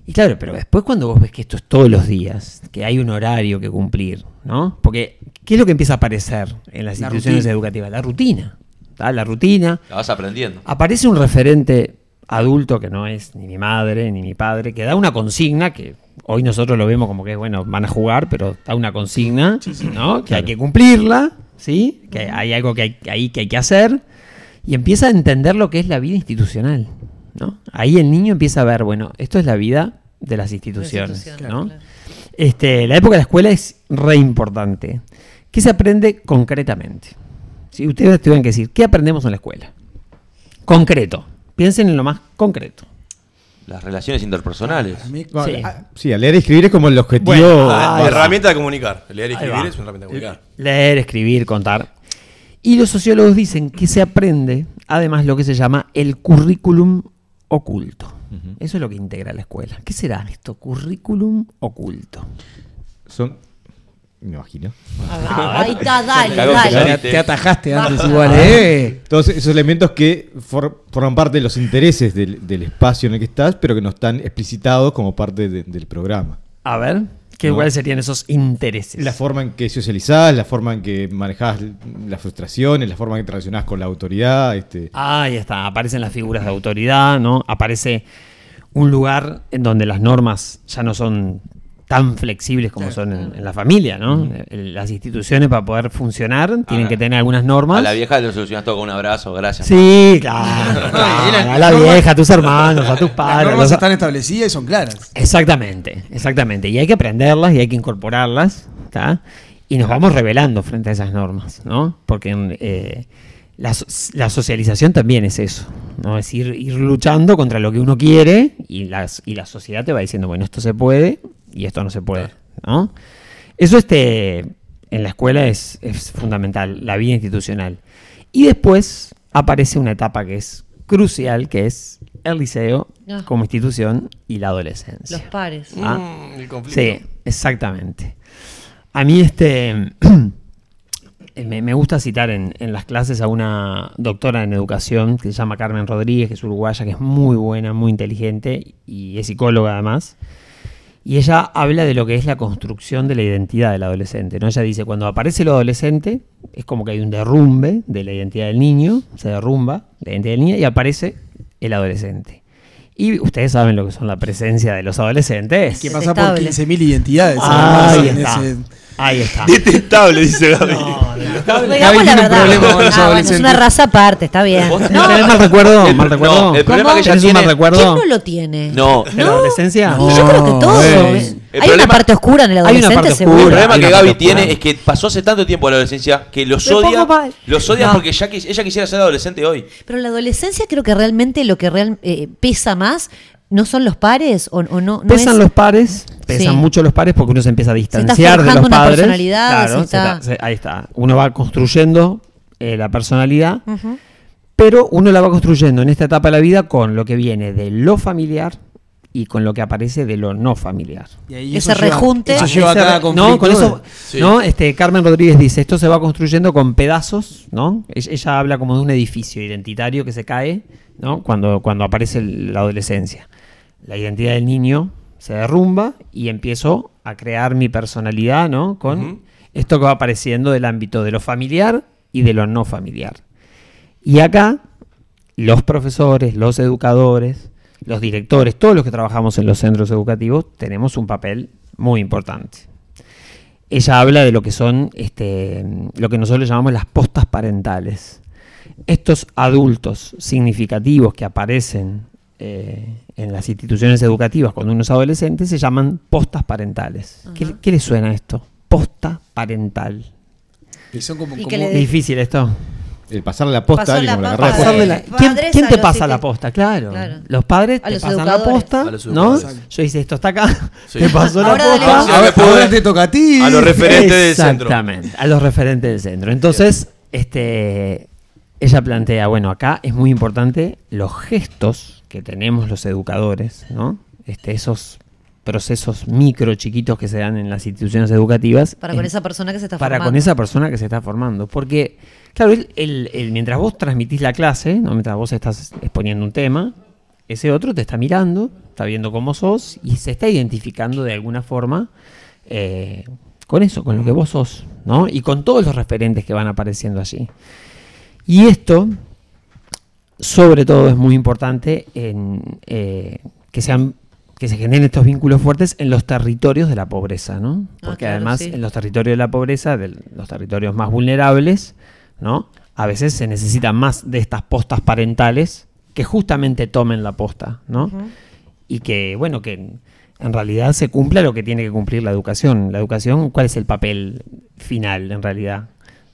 [SPEAKER 9] Y claro, pero después cuando vos ves que esto es todos los días, que hay un horario que cumplir, ¿no? Porque, ¿qué es lo que empieza a aparecer en las
[SPEAKER 3] La
[SPEAKER 9] instituciones
[SPEAKER 3] rutina.
[SPEAKER 9] educativas? La rutina. ¿tá? La rutina.
[SPEAKER 2] La vas aprendiendo.
[SPEAKER 9] Aparece un referente adulto que no es ni mi madre ni mi padre, que da una consigna que hoy nosotros lo vemos como que, bueno, van a jugar, pero da una consigna, ¿no? Que hay que cumplirla, ¿sí? Que hay algo que hay, que hay- que hay que hacer. Y empieza a entender lo que es la vida institucional, ¿no? Ahí el niño empieza a ver, bueno, esto es la vida de las instituciones,
[SPEAKER 1] instituciones,
[SPEAKER 9] ¿no?
[SPEAKER 1] claro.
[SPEAKER 9] Este, la época de la escuela es re importante. ¿Qué se aprende concretamente? Si ustedes tuvieran que decir, ¿qué aprendemos en la escuela? Concreto. Piensen en lo más concreto.
[SPEAKER 2] Las relaciones interpersonales.
[SPEAKER 9] Sí.
[SPEAKER 7] Ah, sí, a leer y escribir es como el objetivo.
[SPEAKER 6] Ah,
[SPEAKER 7] básico.
[SPEAKER 6] herramienta de comunicar. Leer y
[SPEAKER 9] Ahí
[SPEAKER 6] escribir
[SPEAKER 9] va.
[SPEAKER 6] es una herramienta de
[SPEAKER 3] Eh,
[SPEAKER 6] comunicar.
[SPEAKER 9] Leer, escribir, contar. Y los sociólogos dicen que se aprende, además, lo que se llama el currículum oculto. Eso es lo que integra la escuela. ¿Qué será esto? Currículum oculto.
[SPEAKER 7] Son. Me imagino.
[SPEAKER 9] Ah.
[SPEAKER 1] Ah, Ahí está, dale,
[SPEAKER 2] Cagó,
[SPEAKER 1] dale.
[SPEAKER 2] cagó.
[SPEAKER 3] Te, te atajaste antes
[SPEAKER 1] Basta.
[SPEAKER 3] igual, ¿eh?
[SPEAKER 7] Todos esos elementos que for- forman parte de los intereses del, del espacio en el que estás, pero que no están explicitados como parte de- del programa.
[SPEAKER 9] A ver, ¿qué
[SPEAKER 7] No.
[SPEAKER 9] cuáles serían esos intereses?
[SPEAKER 7] La forma en que socializás, la forma en que manejás las frustraciones, la forma en que te relacionás con la autoridad. Este,
[SPEAKER 9] Ahí está, aparecen las figuras de autoridad, ¿no? Aparece un lugar en donde las normas ya no son tan flexibles como son en, en la familia, ¿no? El- Las instituciones para poder funcionar tienen
[SPEAKER 2] Ah,
[SPEAKER 9] que tener algunas normas.
[SPEAKER 2] A la vieja le solucionas todo con un abrazo, gracias.
[SPEAKER 9] Sí,
[SPEAKER 3] <laughs>
[SPEAKER 9] claro.
[SPEAKER 3] No, y las
[SPEAKER 9] claro, a la
[SPEAKER 3] normas-
[SPEAKER 9] vieja, a tus hermanos, a tus
[SPEAKER 3] Las
[SPEAKER 9] padres.
[SPEAKER 3] normas
[SPEAKER 9] los-
[SPEAKER 3] están establecidas y son claras.
[SPEAKER 9] Exactamente, exactamente. Y hay que aprenderlas y hay que incorporarlas, ¿tá? Y nos vamos revelando frente a esas normas, ¿no? Porque eh, la, so- la socialización también es eso, ¿no? Es ir, ir luchando contra lo que uno quiere y, las, y la sociedad te va diciendo, bueno, esto se puede y esto no se puede, ¿no? Eso este, en la escuela es, es fundamental, la vida institucional. Y después aparece una etapa que es crucial, que es el liceo
[SPEAKER 1] Ah.
[SPEAKER 9] como institución y la
[SPEAKER 1] Los
[SPEAKER 9] adolescencia.
[SPEAKER 1] pares.
[SPEAKER 9] Ah.
[SPEAKER 6] Mm, el conflicto.
[SPEAKER 9] Sí, exactamente. A mí este <clears throat> eh, me, me gusta citar en, en las clases a una doctora en educación que se llama Carmen Rodríguez, que es uruguaya, que es muy buena, muy inteligente y es psicóloga además. Y ella habla de lo que es la construcción de la identidad del adolescente. ¿no? Ella dice, cuando aparece el adolescente, es como que hay un derrumbe de la identidad del niño, se derrumba la identidad del niño y aparece el adolescente. Y ustedes saben lo que son la presencia de los adolescentes.
[SPEAKER 3] Que pasa por
[SPEAKER 1] Detestable.
[SPEAKER 3] 15.000 identidades. además,
[SPEAKER 9] Ahí
[SPEAKER 3] en
[SPEAKER 9] está.
[SPEAKER 3] ese-
[SPEAKER 9] Ahí está.
[SPEAKER 6] Detestable, dice Gaby.
[SPEAKER 3] <laughs>
[SPEAKER 1] Digamos la
[SPEAKER 3] tiene un
[SPEAKER 1] verdad.
[SPEAKER 3] problema con los
[SPEAKER 1] Ah, bueno, es
[SPEAKER 3] adolescentes.
[SPEAKER 1] una raza aparte, está bien.
[SPEAKER 2] Vos
[SPEAKER 1] No,
[SPEAKER 2] <laughs>
[SPEAKER 9] ¿Tenés mal recuerdo?
[SPEAKER 2] El-
[SPEAKER 9] ¿Mal
[SPEAKER 2] no,
[SPEAKER 9] recuerdo?
[SPEAKER 2] el problema
[SPEAKER 1] ¿Cómo?
[SPEAKER 2] que ella
[SPEAKER 9] ¿Tenés un mal
[SPEAKER 2] tiene-
[SPEAKER 1] ¿Quién
[SPEAKER 9] recuerdo?
[SPEAKER 1] no lo tiene?
[SPEAKER 2] No,
[SPEAKER 9] ¿En la adolescencia?
[SPEAKER 1] Y yo creo que todos.
[SPEAKER 3] No,
[SPEAKER 1] eh.
[SPEAKER 3] el
[SPEAKER 1] Hay una
[SPEAKER 2] problema-
[SPEAKER 1] parte oscura en el
[SPEAKER 9] Hay una
[SPEAKER 1] adolescente,
[SPEAKER 9] parte
[SPEAKER 2] El
[SPEAKER 1] seguro.
[SPEAKER 9] oscura.
[SPEAKER 2] problema
[SPEAKER 9] Hay
[SPEAKER 2] que
[SPEAKER 9] una
[SPEAKER 2] Gaby
[SPEAKER 9] parte
[SPEAKER 2] tiene
[SPEAKER 9] oscura.
[SPEAKER 2] es que pasó hace tanto tiempo la adolescencia que los
[SPEAKER 9] Me
[SPEAKER 2] odia.
[SPEAKER 9] pongo mal.
[SPEAKER 2] Los odia
[SPEAKER 9] No.
[SPEAKER 2] porque ya quis- ella quisiera ser adolescente hoy.
[SPEAKER 1] Pero en la adolescencia creo que realmente lo que real, eh, pesa más no son los pares o, o no, no
[SPEAKER 9] Pesan
[SPEAKER 1] es-
[SPEAKER 9] los pares, pesan
[SPEAKER 1] Sí.
[SPEAKER 9] mucho los pares porque uno se empieza a
[SPEAKER 1] está
[SPEAKER 9] distanciar de
[SPEAKER 1] forjando
[SPEAKER 9] los
[SPEAKER 1] una
[SPEAKER 9] padres.
[SPEAKER 1] personalidad,
[SPEAKER 9] Claro,
[SPEAKER 1] se
[SPEAKER 9] se
[SPEAKER 1] está-
[SPEAKER 9] ta- se- ahí está. Uno va construyendo eh, la personalidad,
[SPEAKER 1] Ujú.
[SPEAKER 9] pero uno la va construyendo en esta etapa de la vida con lo que viene de lo familiar y con lo que aparece de lo no familiar.
[SPEAKER 3] Y ahí
[SPEAKER 1] Ese
[SPEAKER 3] eso lleva-
[SPEAKER 1] rejunte.
[SPEAKER 3] Eso
[SPEAKER 1] Ah,
[SPEAKER 3] lleva a
[SPEAKER 9] Ese-
[SPEAKER 3] cada conflicto.
[SPEAKER 9] No, con eso.
[SPEAKER 6] Sí.
[SPEAKER 9] No, este, Carmen Rodríguez dice: esto se va construyendo con pedazos, ¿no? E- Ella habla como de un edificio identitario que se cae, ¿no? Cuando, cuando aparece el- la adolescencia. La identidad del niño se derrumba y empiezo a crear mi personalidad, ¿no? Con esto que va apareciendo del ámbito de lo familiar y de lo no familiar. Y acá, los profesores, los educadores, los directores, todos los que trabajamos en los centros educativos, tenemos un papel muy importante. Ella habla de lo que son este, lo que nosotros le llamamos las postas parentales. Estos adultos significativos que aparecen eh, en las instituciones educativas cuando uno es adolescente se llaman postas parentales. ¿Qué,
[SPEAKER 1] Ajá.
[SPEAKER 9] qué le suena a esto? posta parental.
[SPEAKER 3] Y son como,
[SPEAKER 1] Y que
[SPEAKER 3] como-
[SPEAKER 1] le-
[SPEAKER 9] Difícil esto.
[SPEAKER 7] El pasar la posta
[SPEAKER 1] Pasar
[SPEAKER 7] a alguien
[SPEAKER 1] la
[SPEAKER 7] como la
[SPEAKER 1] papa
[SPEAKER 7] agarrás.
[SPEAKER 1] de-
[SPEAKER 9] Pasarle la- ¿Quién,
[SPEAKER 1] padres
[SPEAKER 9] quién
[SPEAKER 1] a
[SPEAKER 9] te
[SPEAKER 1] los
[SPEAKER 9] pasa la
[SPEAKER 1] que-
[SPEAKER 9] posta? Claro.
[SPEAKER 1] Claro.
[SPEAKER 9] Los padres
[SPEAKER 1] A
[SPEAKER 9] te
[SPEAKER 1] los
[SPEAKER 9] pasan la
[SPEAKER 1] educadores.
[SPEAKER 9] posta,
[SPEAKER 6] A los
[SPEAKER 9] ¿no?
[SPEAKER 6] educadores.
[SPEAKER 9] Yo hice esto está acá, <laughs>
[SPEAKER 6] Sí.
[SPEAKER 9] te pasó
[SPEAKER 1] Ahora
[SPEAKER 9] la
[SPEAKER 1] dale
[SPEAKER 9] posta.
[SPEAKER 1] vos.
[SPEAKER 6] Ahora
[SPEAKER 3] Ahora,
[SPEAKER 6] me pude-
[SPEAKER 3] te toca a ti.
[SPEAKER 6] A los referentes del centro.
[SPEAKER 9] Exactamente, a los referentes del centro. Entonces, este, ella plantea, bueno, acá es muy importante los gestos que tenemos los educadores, ¿no? Este, esos procesos micro chiquitos que se dan en las instituciones educativas.
[SPEAKER 1] Para con
[SPEAKER 9] en-
[SPEAKER 1] esa persona que se está
[SPEAKER 9] para
[SPEAKER 1] formando.
[SPEAKER 9] con esa persona que se está formando. Porque, claro, el, el- el- mientras vos transmitís la clase, ¿no? mientras vos estás exponiendo un tema, ese otro te está mirando, está viendo cómo sos y se está identificando de alguna forma eh, con eso, con lo que vos sos, ¿no? Y con todos los referentes que van apareciendo allí. Y esto, sobre todo, es muy importante en, eh, que sean que se generen estos vínculos fuertes en los territorios de la pobreza, ¿no?
[SPEAKER 1] Ah,
[SPEAKER 9] Porque
[SPEAKER 1] claro,
[SPEAKER 9] además
[SPEAKER 1] sí.
[SPEAKER 9] en los territorios de la pobreza, de los territorios más vulnerables, ¿no? A veces se necesita más de estas postas parentales que justamente tomen la posta, ¿no? y que, bueno, que en en realidad se cumpla lo que tiene que cumplir la educación. La educación, ¿cuál es el papel final en realidad?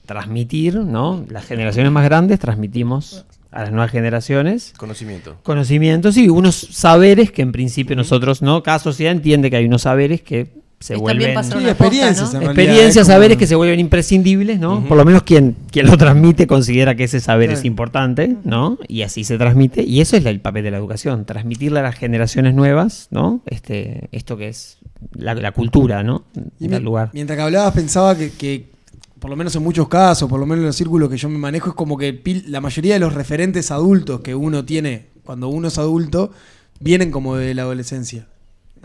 [SPEAKER 9] Transmitir, ¿no? Las generaciones más grandes transmitimos a las nuevas generaciones
[SPEAKER 6] Conocimiento.
[SPEAKER 9] conocimientos y unos saberes que en principio nosotros, ¿no? Cada sociedad entiende que hay unos saberes que se
[SPEAKER 1] Es también
[SPEAKER 9] vuelven
[SPEAKER 1] pasar
[SPEAKER 3] Sí,
[SPEAKER 1] una
[SPEAKER 3] experiencias,
[SPEAKER 1] posta,
[SPEAKER 3] en realidad,
[SPEAKER 9] experiencias,
[SPEAKER 3] es como-
[SPEAKER 9] saberes que se vuelven imprescindibles, ¿no? Por lo menos quien, quien lo transmite considera que ese saber es importante, ¿no? Y así se transmite. Y eso es la- el papel de la educación, transmitirle a las generaciones nuevas, ¿no? Este, esto que es la, la cultura, ¿no?
[SPEAKER 3] Y
[SPEAKER 9] En
[SPEAKER 3] mi-
[SPEAKER 9] tal lugar.
[SPEAKER 3] Mientras que hablabas, pensaba que, que, por lo menos en muchos casos, por lo menos en los círculos que yo me manejo, es como que pil- la mayoría de los referentes adultos que uno tiene cuando uno es adulto vienen como de la adolescencia.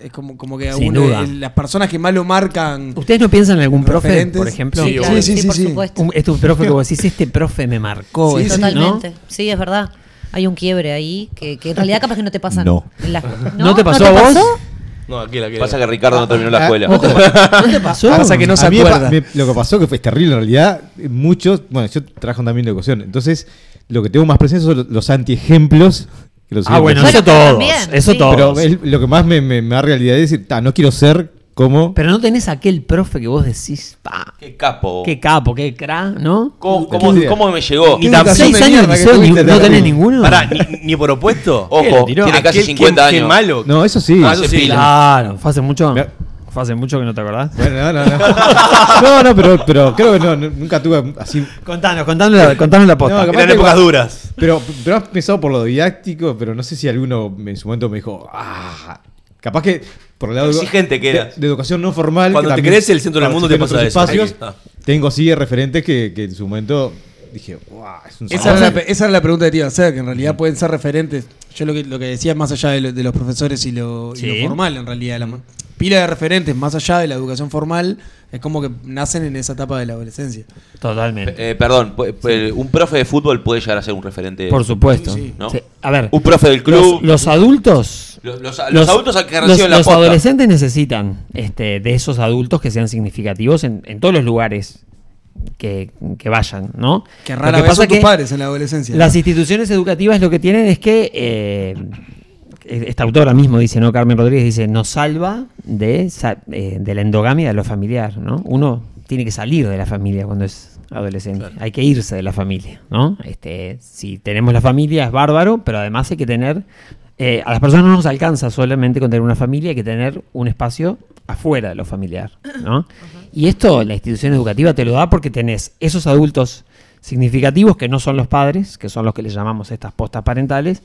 [SPEAKER 3] Es como, como que a
[SPEAKER 9] Sin
[SPEAKER 3] uno-
[SPEAKER 9] duda.
[SPEAKER 3] eh, las personas que más lo marcan.
[SPEAKER 9] ¿Ustedes no piensan en algún profe,
[SPEAKER 3] Referentes.
[SPEAKER 9] por ejemplo?
[SPEAKER 1] Sí,
[SPEAKER 6] Sí,
[SPEAKER 1] claro,
[SPEAKER 6] obvio.
[SPEAKER 1] sí,
[SPEAKER 3] Sí, sí,
[SPEAKER 1] por
[SPEAKER 3] sí.
[SPEAKER 1] supuesto.
[SPEAKER 9] Un- este es un
[SPEAKER 3] <laughs>
[SPEAKER 9] profe que vos decís, este profe me marcó.
[SPEAKER 3] Sí,
[SPEAKER 9] este, ¿no?
[SPEAKER 1] Totalmente. Sí, es verdad. Hay un quiebre ahí que, que en realidad capaz que no te pasan.
[SPEAKER 7] No.
[SPEAKER 1] las-
[SPEAKER 9] ¿No te pasó a vos?
[SPEAKER 6] No, aquí la
[SPEAKER 2] Pasa que Ricardo no terminó la
[SPEAKER 7] Ah,
[SPEAKER 2] escuela.
[SPEAKER 6] <laughs>
[SPEAKER 7] ojo.
[SPEAKER 9] ¿No te pasó?
[SPEAKER 3] Pasa que no se
[SPEAKER 7] A mí me pa-
[SPEAKER 3] acuerda.
[SPEAKER 7] me- lo que pasó que fue terrible en realidad. Muchos, bueno, yo trabajo también de educación. Entonces, lo que tengo más presente son los, los antiejemplos. que los
[SPEAKER 9] Ah, bueno,
[SPEAKER 7] ejemplos.
[SPEAKER 1] Bueno,
[SPEAKER 9] eso
[SPEAKER 1] pero
[SPEAKER 9] todos.
[SPEAKER 1] también,
[SPEAKER 9] eso
[SPEAKER 1] sí.
[SPEAKER 9] todos.
[SPEAKER 7] Pero es lo que más me, me, me da realidad es decir, "Ta, no quiero ser como.
[SPEAKER 9] Pero no tenés aquel profe que vos decís, pa,
[SPEAKER 2] Qué capo.
[SPEAKER 9] qué capo, qué cra, ¿no?
[SPEAKER 2] ¿Cómo, cómo- cómo me llegó?
[SPEAKER 9] Y
[SPEAKER 3] Qué
[SPEAKER 9] tan
[SPEAKER 3] educación
[SPEAKER 9] seis
[SPEAKER 3] de
[SPEAKER 9] años de
[SPEAKER 3] mierda que
[SPEAKER 9] liceo,
[SPEAKER 3] tuviste,
[SPEAKER 9] ni- no
[SPEAKER 3] terrible.
[SPEAKER 9] tenés ninguno.
[SPEAKER 6] Pará, ni, ni por opuesto.
[SPEAKER 2] Ojo,
[SPEAKER 9] tiró?
[SPEAKER 3] Ah,
[SPEAKER 2] tiene casi
[SPEAKER 6] Aquel
[SPEAKER 2] 50
[SPEAKER 6] que- que
[SPEAKER 2] años.
[SPEAKER 6] malo.
[SPEAKER 7] No, eso sí.
[SPEAKER 6] Ah, eso sí.
[SPEAKER 9] Claro, fue hace mucho.
[SPEAKER 7] Mira.
[SPEAKER 9] Fue hace mucho que no te acordás.
[SPEAKER 7] Bueno, no, no, no.
[SPEAKER 9] <laughs>
[SPEAKER 7] No, no, pero, pero creo que no, no, nunca tuve así.
[SPEAKER 9] Contanos, contanos la, contanos la posta.
[SPEAKER 7] No, capaz
[SPEAKER 6] Eran
[SPEAKER 7] que-
[SPEAKER 6] épocas duras.
[SPEAKER 7] Pero, pero has pensado por lo didáctico, pero no sé si alguno en su momento me dijo, ah, capaz que por el lado de-
[SPEAKER 6] Exigente que
[SPEAKER 7] de,
[SPEAKER 6] eras.
[SPEAKER 7] de educación no formal.
[SPEAKER 6] Cuando
[SPEAKER 7] que
[SPEAKER 6] te
[SPEAKER 7] también
[SPEAKER 6] crees el centro del mundo te
[SPEAKER 7] participé en
[SPEAKER 6] pasa
[SPEAKER 7] otros
[SPEAKER 6] eso.
[SPEAKER 7] espacios, Tengo sí referentes que, que en su momento dije, wow, es un
[SPEAKER 3] Esa,
[SPEAKER 9] Ah,
[SPEAKER 7] sabor".
[SPEAKER 3] era la, pe- esa era la pregunta que te iba a hacer, que en
[SPEAKER 9] Mm.
[SPEAKER 3] realidad pueden ser referentes. Yo lo que, lo que decía es más allá de, lo- de los profesores y lo, y
[SPEAKER 9] Sí.
[SPEAKER 3] lo formal, en realidad. La ma- pila de referentes más allá de la educación formal es como que nacen en esa etapa de la adolescencia.
[SPEAKER 9] Totalmente.
[SPEAKER 2] Eh, perdón, pu- pu- un profe de fútbol puede llegar a ser un referente.
[SPEAKER 9] Por supuesto.
[SPEAKER 3] Sí, sí.
[SPEAKER 2] ¿No?
[SPEAKER 9] Sí, A ver,
[SPEAKER 2] Un profe del club.
[SPEAKER 9] los, los adultos.
[SPEAKER 2] Los- los- los adultos a que
[SPEAKER 9] los-
[SPEAKER 2] reciben la
[SPEAKER 9] los
[SPEAKER 2] posta.
[SPEAKER 6] Ah,
[SPEAKER 9] adolescentes necesitan este, de esos adultos que sean significativos en, en todos los lugares que, que vayan, ¿no?
[SPEAKER 3] Que
[SPEAKER 9] Lo
[SPEAKER 3] rara vez
[SPEAKER 9] pasa
[SPEAKER 3] son tus
[SPEAKER 9] que-
[SPEAKER 3] padres en la adolescencia.
[SPEAKER 9] Las instituciones educativas lo que tienen es que eh, e-, esta autora mismo dice, ¿no? Carmen Rodríguez dice, nos salva de, sa- eh, de la endogamia de lo familiar, ¿no? Uno tiene que salir de la familia cuando es adolescente. Hay que irse de la familia, ¿no? Este, si tenemos la familia es bárbaro, pero además hay que tener... eh, a las personas no nos alcanza solamente con tener una familia, hay que tener un espacio afuera de lo familiar, ¿no? Y esto la institución educativa te lo da porque tenés esos adultos significativos que no son los padres, que son los que les llamamos estas postas parentales.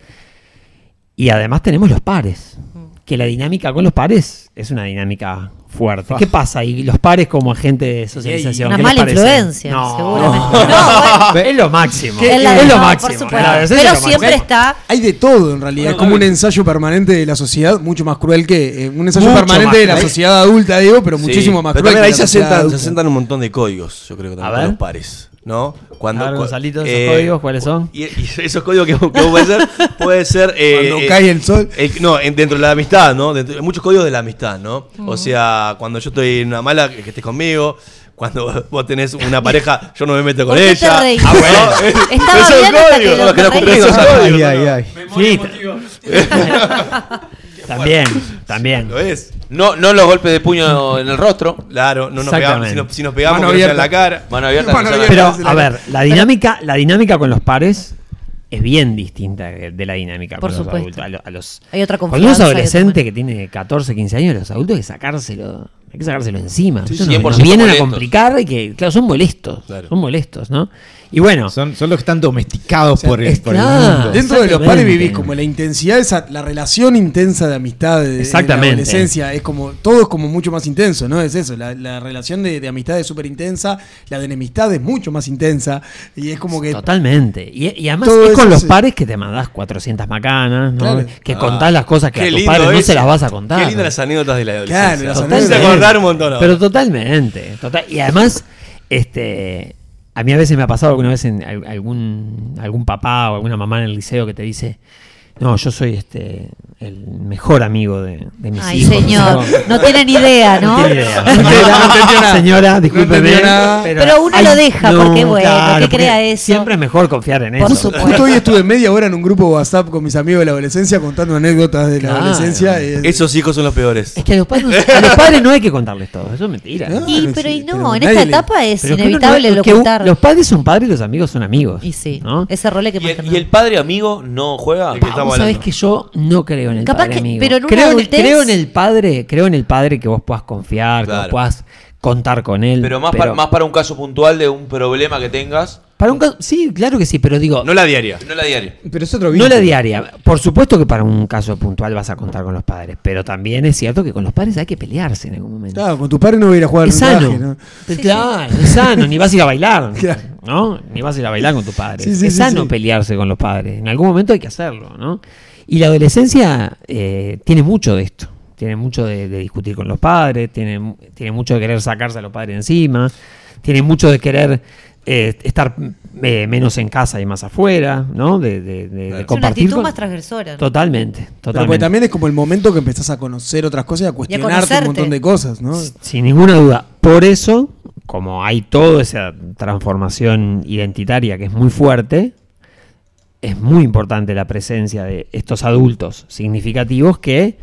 [SPEAKER 9] Y además tenemos los pares, que la dinámica con los pares es una dinámica fuerte. ¿Qué pasa ahí? Los pares como agente de socialización.
[SPEAKER 1] Una
[SPEAKER 9] ¿qué les
[SPEAKER 1] mala
[SPEAKER 9] parece?
[SPEAKER 1] influencia,
[SPEAKER 9] No.
[SPEAKER 1] seguramente.
[SPEAKER 9] <laughs> No,
[SPEAKER 1] No,
[SPEAKER 9] es lo máximo.
[SPEAKER 1] Es, la-
[SPEAKER 9] lo
[SPEAKER 1] no,
[SPEAKER 9] máximo.
[SPEAKER 1] Por
[SPEAKER 9] La
[SPEAKER 1] supuesto.
[SPEAKER 9] adolescencia
[SPEAKER 1] Pero
[SPEAKER 9] es lo
[SPEAKER 1] siempre
[SPEAKER 9] máximo.
[SPEAKER 1] está.
[SPEAKER 3] Hay de todo en realidad, es como un ensayo permanente de la sociedad, mucho más cruel que eh, un ensayo
[SPEAKER 9] Mucho más
[SPEAKER 3] permanente de la
[SPEAKER 9] cruel.
[SPEAKER 3] sociedad adulta, digo, pero
[SPEAKER 2] Sí,
[SPEAKER 3] muchísimo más
[SPEAKER 6] Pero
[SPEAKER 3] cruel.
[SPEAKER 6] también
[SPEAKER 3] que
[SPEAKER 6] ahí
[SPEAKER 3] la
[SPEAKER 6] se
[SPEAKER 3] sociedad
[SPEAKER 6] asentan, se
[SPEAKER 3] adulta.
[SPEAKER 6] asentan un montón de códigos, yo creo que
[SPEAKER 9] A
[SPEAKER 6] también
[SPEAKER 9] ver.
[SPEAKER 6] con los pares, ¿no? Cuando,
[SPEAKER 9] A ver,
[SPEAKER 6] cua-
[SPEAKER 9] Gonzalito,
[SPEAKER 2] eh,
[SPEAKER 9] ¿esos códigos cuáles son?
[SPEAKER 6] Y, y esos códigos que, que vos puede ser, puede ser... eh,
[SPEAKER 3] Cuando
[SPEAKER 6] eh,
[SPEAKER 3] cae el sol.
[SPEAKER 6] el- no, en- dentro de la amistad, ¿no? Dentro- hay muchos códigos de la amistad, ¿no? O sea, cuando yo estoy en una mala, que estés conmigo. Cuando <laughs> vos tenés una pareja, yo no me meto
[SPEAKER 1] ¿Por
[SPEAKER 6] con
[SPEAKER 1] qué te
[SPEAKER 6] ella.
[SPEAKER 1] reís?
[SPEAKER 6] Ah, bueno.
[SPEAKER 1] Estaba
[SPEAKER 6] Esos
[SPEAKER 1] bien hasta que
[SPEAKER 6] códigos,
[SPEAKER 1] lo
[SPEAKER 6] los que no
[SPEAKER 1] reís.
[SPEAKER 6] cumplís esos
[SPEAKER 7] Ay,
[SPEAKER 6] códigos,
[SPEAKER 7] ay,
[SPEAKER 6] ¿no?
[SPEAKER 7] ay.
[SPEAKER 9] Sí, También, <laughs> también.
[SPEAKER 6] Lo es.
[SPEAKER 2] No, no los golpes
[SPEAKER 9] <laughs>
[SPEAKER 2] de puño en el rostro.
[SPEAKER 6] Claro, <laughs> no nos pegamos.
[SPEAKER 9] Exactamente.
[SPEAKER 6] Si nos, si nos pegamos,
[SPEAKER 3] Mano
[SPEAKER 6] que nos sea en
[SPEAKER 3] abierta.
[SPEAKER 6] la cara.
[SPEAKER 2] Mano abierta.
[SPEAKER 3] Mano
[SPEAKER 2] no sea la-
[SPEAKER 3] abierta.
[SPEAKER 9] Pero, a ver, la dinámica, la dinámica con los pares es bien distinta de, de la dinámica
[SPEAKER 1] Por
[SPEAKER 9] con
[SPEAKER 1] supuesto.
[SPEAKER 9] los adultos. A lo- a los-
[SPEAKER 1] Hay otra
[SPEAKER 9] cuando uno es
[SPEAKER 1] confianza, hay
[SPEAKER 9] adolescente
[SPEAKER 1] otra-
[SPEAKER 9] que tiene 14, 15 años, los adultos hay que sacárselo, hay que sacárselo encima.
[SPEAKER 2] Sí,
[SPEAKER 9] Ellos nos-
[SPEAKER 2] 100%
[SPEAKER 9] nos vienen
[SPEAKER 2] molestos.
[SPEAKER 9] a complicar y que, claro, son molestos.
[SPEAKER 6] Claro.
[SPEAKER 9] Son molestos, ¿no? Y bueno,
[SPEAKER 7] Son, son los que están domesticados por, el,
[SPEAKER 9] es-
[SPEAKER 7] por el
[SPEAKER 9] claro.
[SPEAKER 7] mundo.
[SPEAKER 3] Dentro de los
[SPEAKER 9] Exactamente.
[SPEAKER 3] pares vivís como la intensidad, esa, la relación intensa de amistad de, de
[SPEAKER 9] Exactamente.
[SPEAKER 3] la adolescencia. Es como, todo es como mucho más intenso, ¿no? Es eso, la, la relación de, de amistad es súper intensa, la de enemistad es mucho más intensa. Y es como que
[SPEAKER 9] Totalmente. Y, y además
[SPEAKER 3] Todo
[SPEAKER 9] es con
[SPEAKER 3] eso Ah.
[SPEAKER 9] los
[SPEAKER 3] se-
[SPEAKER 9] pares que te mandás 400 macanas, ¿no?
[SPEAKER 3] Claro.
[SPEAKER 9] que contás las cosas que a tus padres no
[SPEAKER 6] es.
[SPEAKER 9] se las vas a contar.
[SPEAKER 6] Qué lindas las anécdotas de la adolescencia.
[SPEAKER 3] Claro, las
[SPEAKER 6] Me hice
[SPEAKER 3] anécdotas.
[SPEAKER 6] acordar un montón. ahora.
[SPEAKER 9] Pero totalmente. total- y además, este, a mí a veces me ha pasado alguna vez en al- algún, algún papá o alguna mamá en el liceo que te dice, no, yo soy este el mejor amigo de, de mis
[SPEAKER 1] Ay,
[SPEAKER 9] hijos. <laughs>
[SPEAKER 1] señor. No tienen idea, ¿no?
[SPEAKER 9] No tiene idea.
[SPEAKER 3] No entendió nada.
[SPEAKER 9] Señora,
[SPEAKER 3] No
[SPEAKER 9] discúlpeme.
[SPEAKER 3] entendió nada.
[SPEAKER 1] Pero uno lo deja, porque bueno, que
[SPEAKER 9] porque
[SPEAKER 1] crea eso.
[SPEAKER 9] Siempre es mejor confiar en
[SPEAKER 1] Por
[SPEAKER 9] eso.
[SPEAKER 1] supuesto.
[SPEAKER 3] Justo hoy estuve media hora en un grupo WhatsApp con mis amigos de la adolescencia contando anécdotas de la
[SPEAKER 9] Claro.
[SPEAKER 3] adolescencia. eh. y es-
[SPEAKER 6] Esos hijos son los peores.
[SPEAKER 9] Es que a los, padres, <laughs>
[SPEAKER 6] <laughs>
[SPEAKER 9] a los padres no hay que contarles todo, eso es mentira.
[SPEAKER 3] No,
[SPEAKER 1] Y,
[SPEAKER 3] no
[SPEAKER 1] pero y
[SPEAKER 3] existe,
[SPEAKER 1] no, en
[SPEAKER 3] nadie
[SPEAKER 1] esta
[SPEAKER 3] le-
[SPEAKER 1] etapa es
[SPEAKER 9] Pero es que uno
[SPEAKER 1] inevitable
[SPEAKER 9] no-
[SPEAKER 1] lo
[SPEAKER 9] es que un-
[SPEAKER 1] ocultar.
[SPEAKER 9] Los padres son padres y los amigos son amigos.
[SPEAKER 1] Y sí,
[SPEAKER 9] ¿no?
[SPEAKER 1] ese rol hay que
[SPEAKER 2] ¿Y el,
[SPEAKER 1] mantener.
[SPEAKER 2] y el padre amigo no juega?
[SPEAKER 6] El que estamos
[SPEAKER 9] Vos sabés
[SPEAKER 6] hablando.
[SPEAKER 9] que yo no creo en el
[SPEAKER 1] Capaz
[SPEAKER 9] padre
[SPEAKER 1] que-
[SPEAKER 9] amigo.
[SPEAKER 1] pero en una
[SPEAKER 9] creo,
[SPEAKER 1] adultez-
[SPEAKER 9] creo en el padre, creo en el padre que vos puedas confiar, que
[SPEAKER 6] Claro.
[SPEAKER 9] vos puedas contar con él.
[SPEAKER 2] Pero más, Para, más para un caso puntual de un problema que tengas.
[SPEAKER 9] para un caso, sí, claro que sí, pero digo,
[SPEAKER 6] No la diaria.
[SPEAKER 2] No la diaria.
[SPEAKER 7] Pero es otro
[SPEAKER 9] no
[SPEAKER 7] vínculo.
[SPEAKER 9] la diaria. Por supuesto que para un caso puntual vas a contar con los padres, pero también es cierto que con los padres hay que pelearse en algún momento.
[SPEAKER 3] Claro, con tu padre no voy a ir a jugar
[SPEAKER 9] Es
[SPEAKER 3] al
[SPEAKER 9] sano.
[SPEAKER 3] mensaje, ¿no?
[SPEAKER 9] Pero Claro, es sano, ni vas a ir a bailar,
[SPEAKER 3] <laughs> Claro.
[SPEAKER 9] ¿no? Ni vas a ir a bailar con tu padre.
[SPEAKER 3] Sí, sí,
[SPEAKER 9] es
[SPEAKER 3] sí,
[SPEAKER 9] sano
[SPEAKER 3] sí.
[SPEAKER 9] pelearse con los padres. En algún momento hay que hacerlo, ¿no? Y la adolescencia eh, tiene mucho de esto. Tiene mucho de, de discutir con los padres, tiene, mu- tiene mucho de querer sacarse a los padres encima, tiene mucho de querer eh, estar eh, menos en casa y más afuera, ¿no? De, de- de- de
[SPEAKER 1] es una
[SPEAKER 9] compartir.
[SPEAKER 1] actitud
[SPEAKER 9] con-
[SPEAKER 1] más transgresora. ¿no?
[SPEAKER 9] Totalmente,
[SPEAKER 3] Pero porque
[SPEAKER 9] totalmente.
[SPEAKER 3] también es como el momento que empezás a conocer otras cosas y a cuestionarte un
[SPEAKER 1] conocerte.
[SPEAKER 3] montón de cosas, ¿no?
[SPEAKER 9] Sin ninguna duda. Por eso, como hay toda esa transformación identitaria que es muy fuerte, es muy importante la presencia de estos adultos significativos que,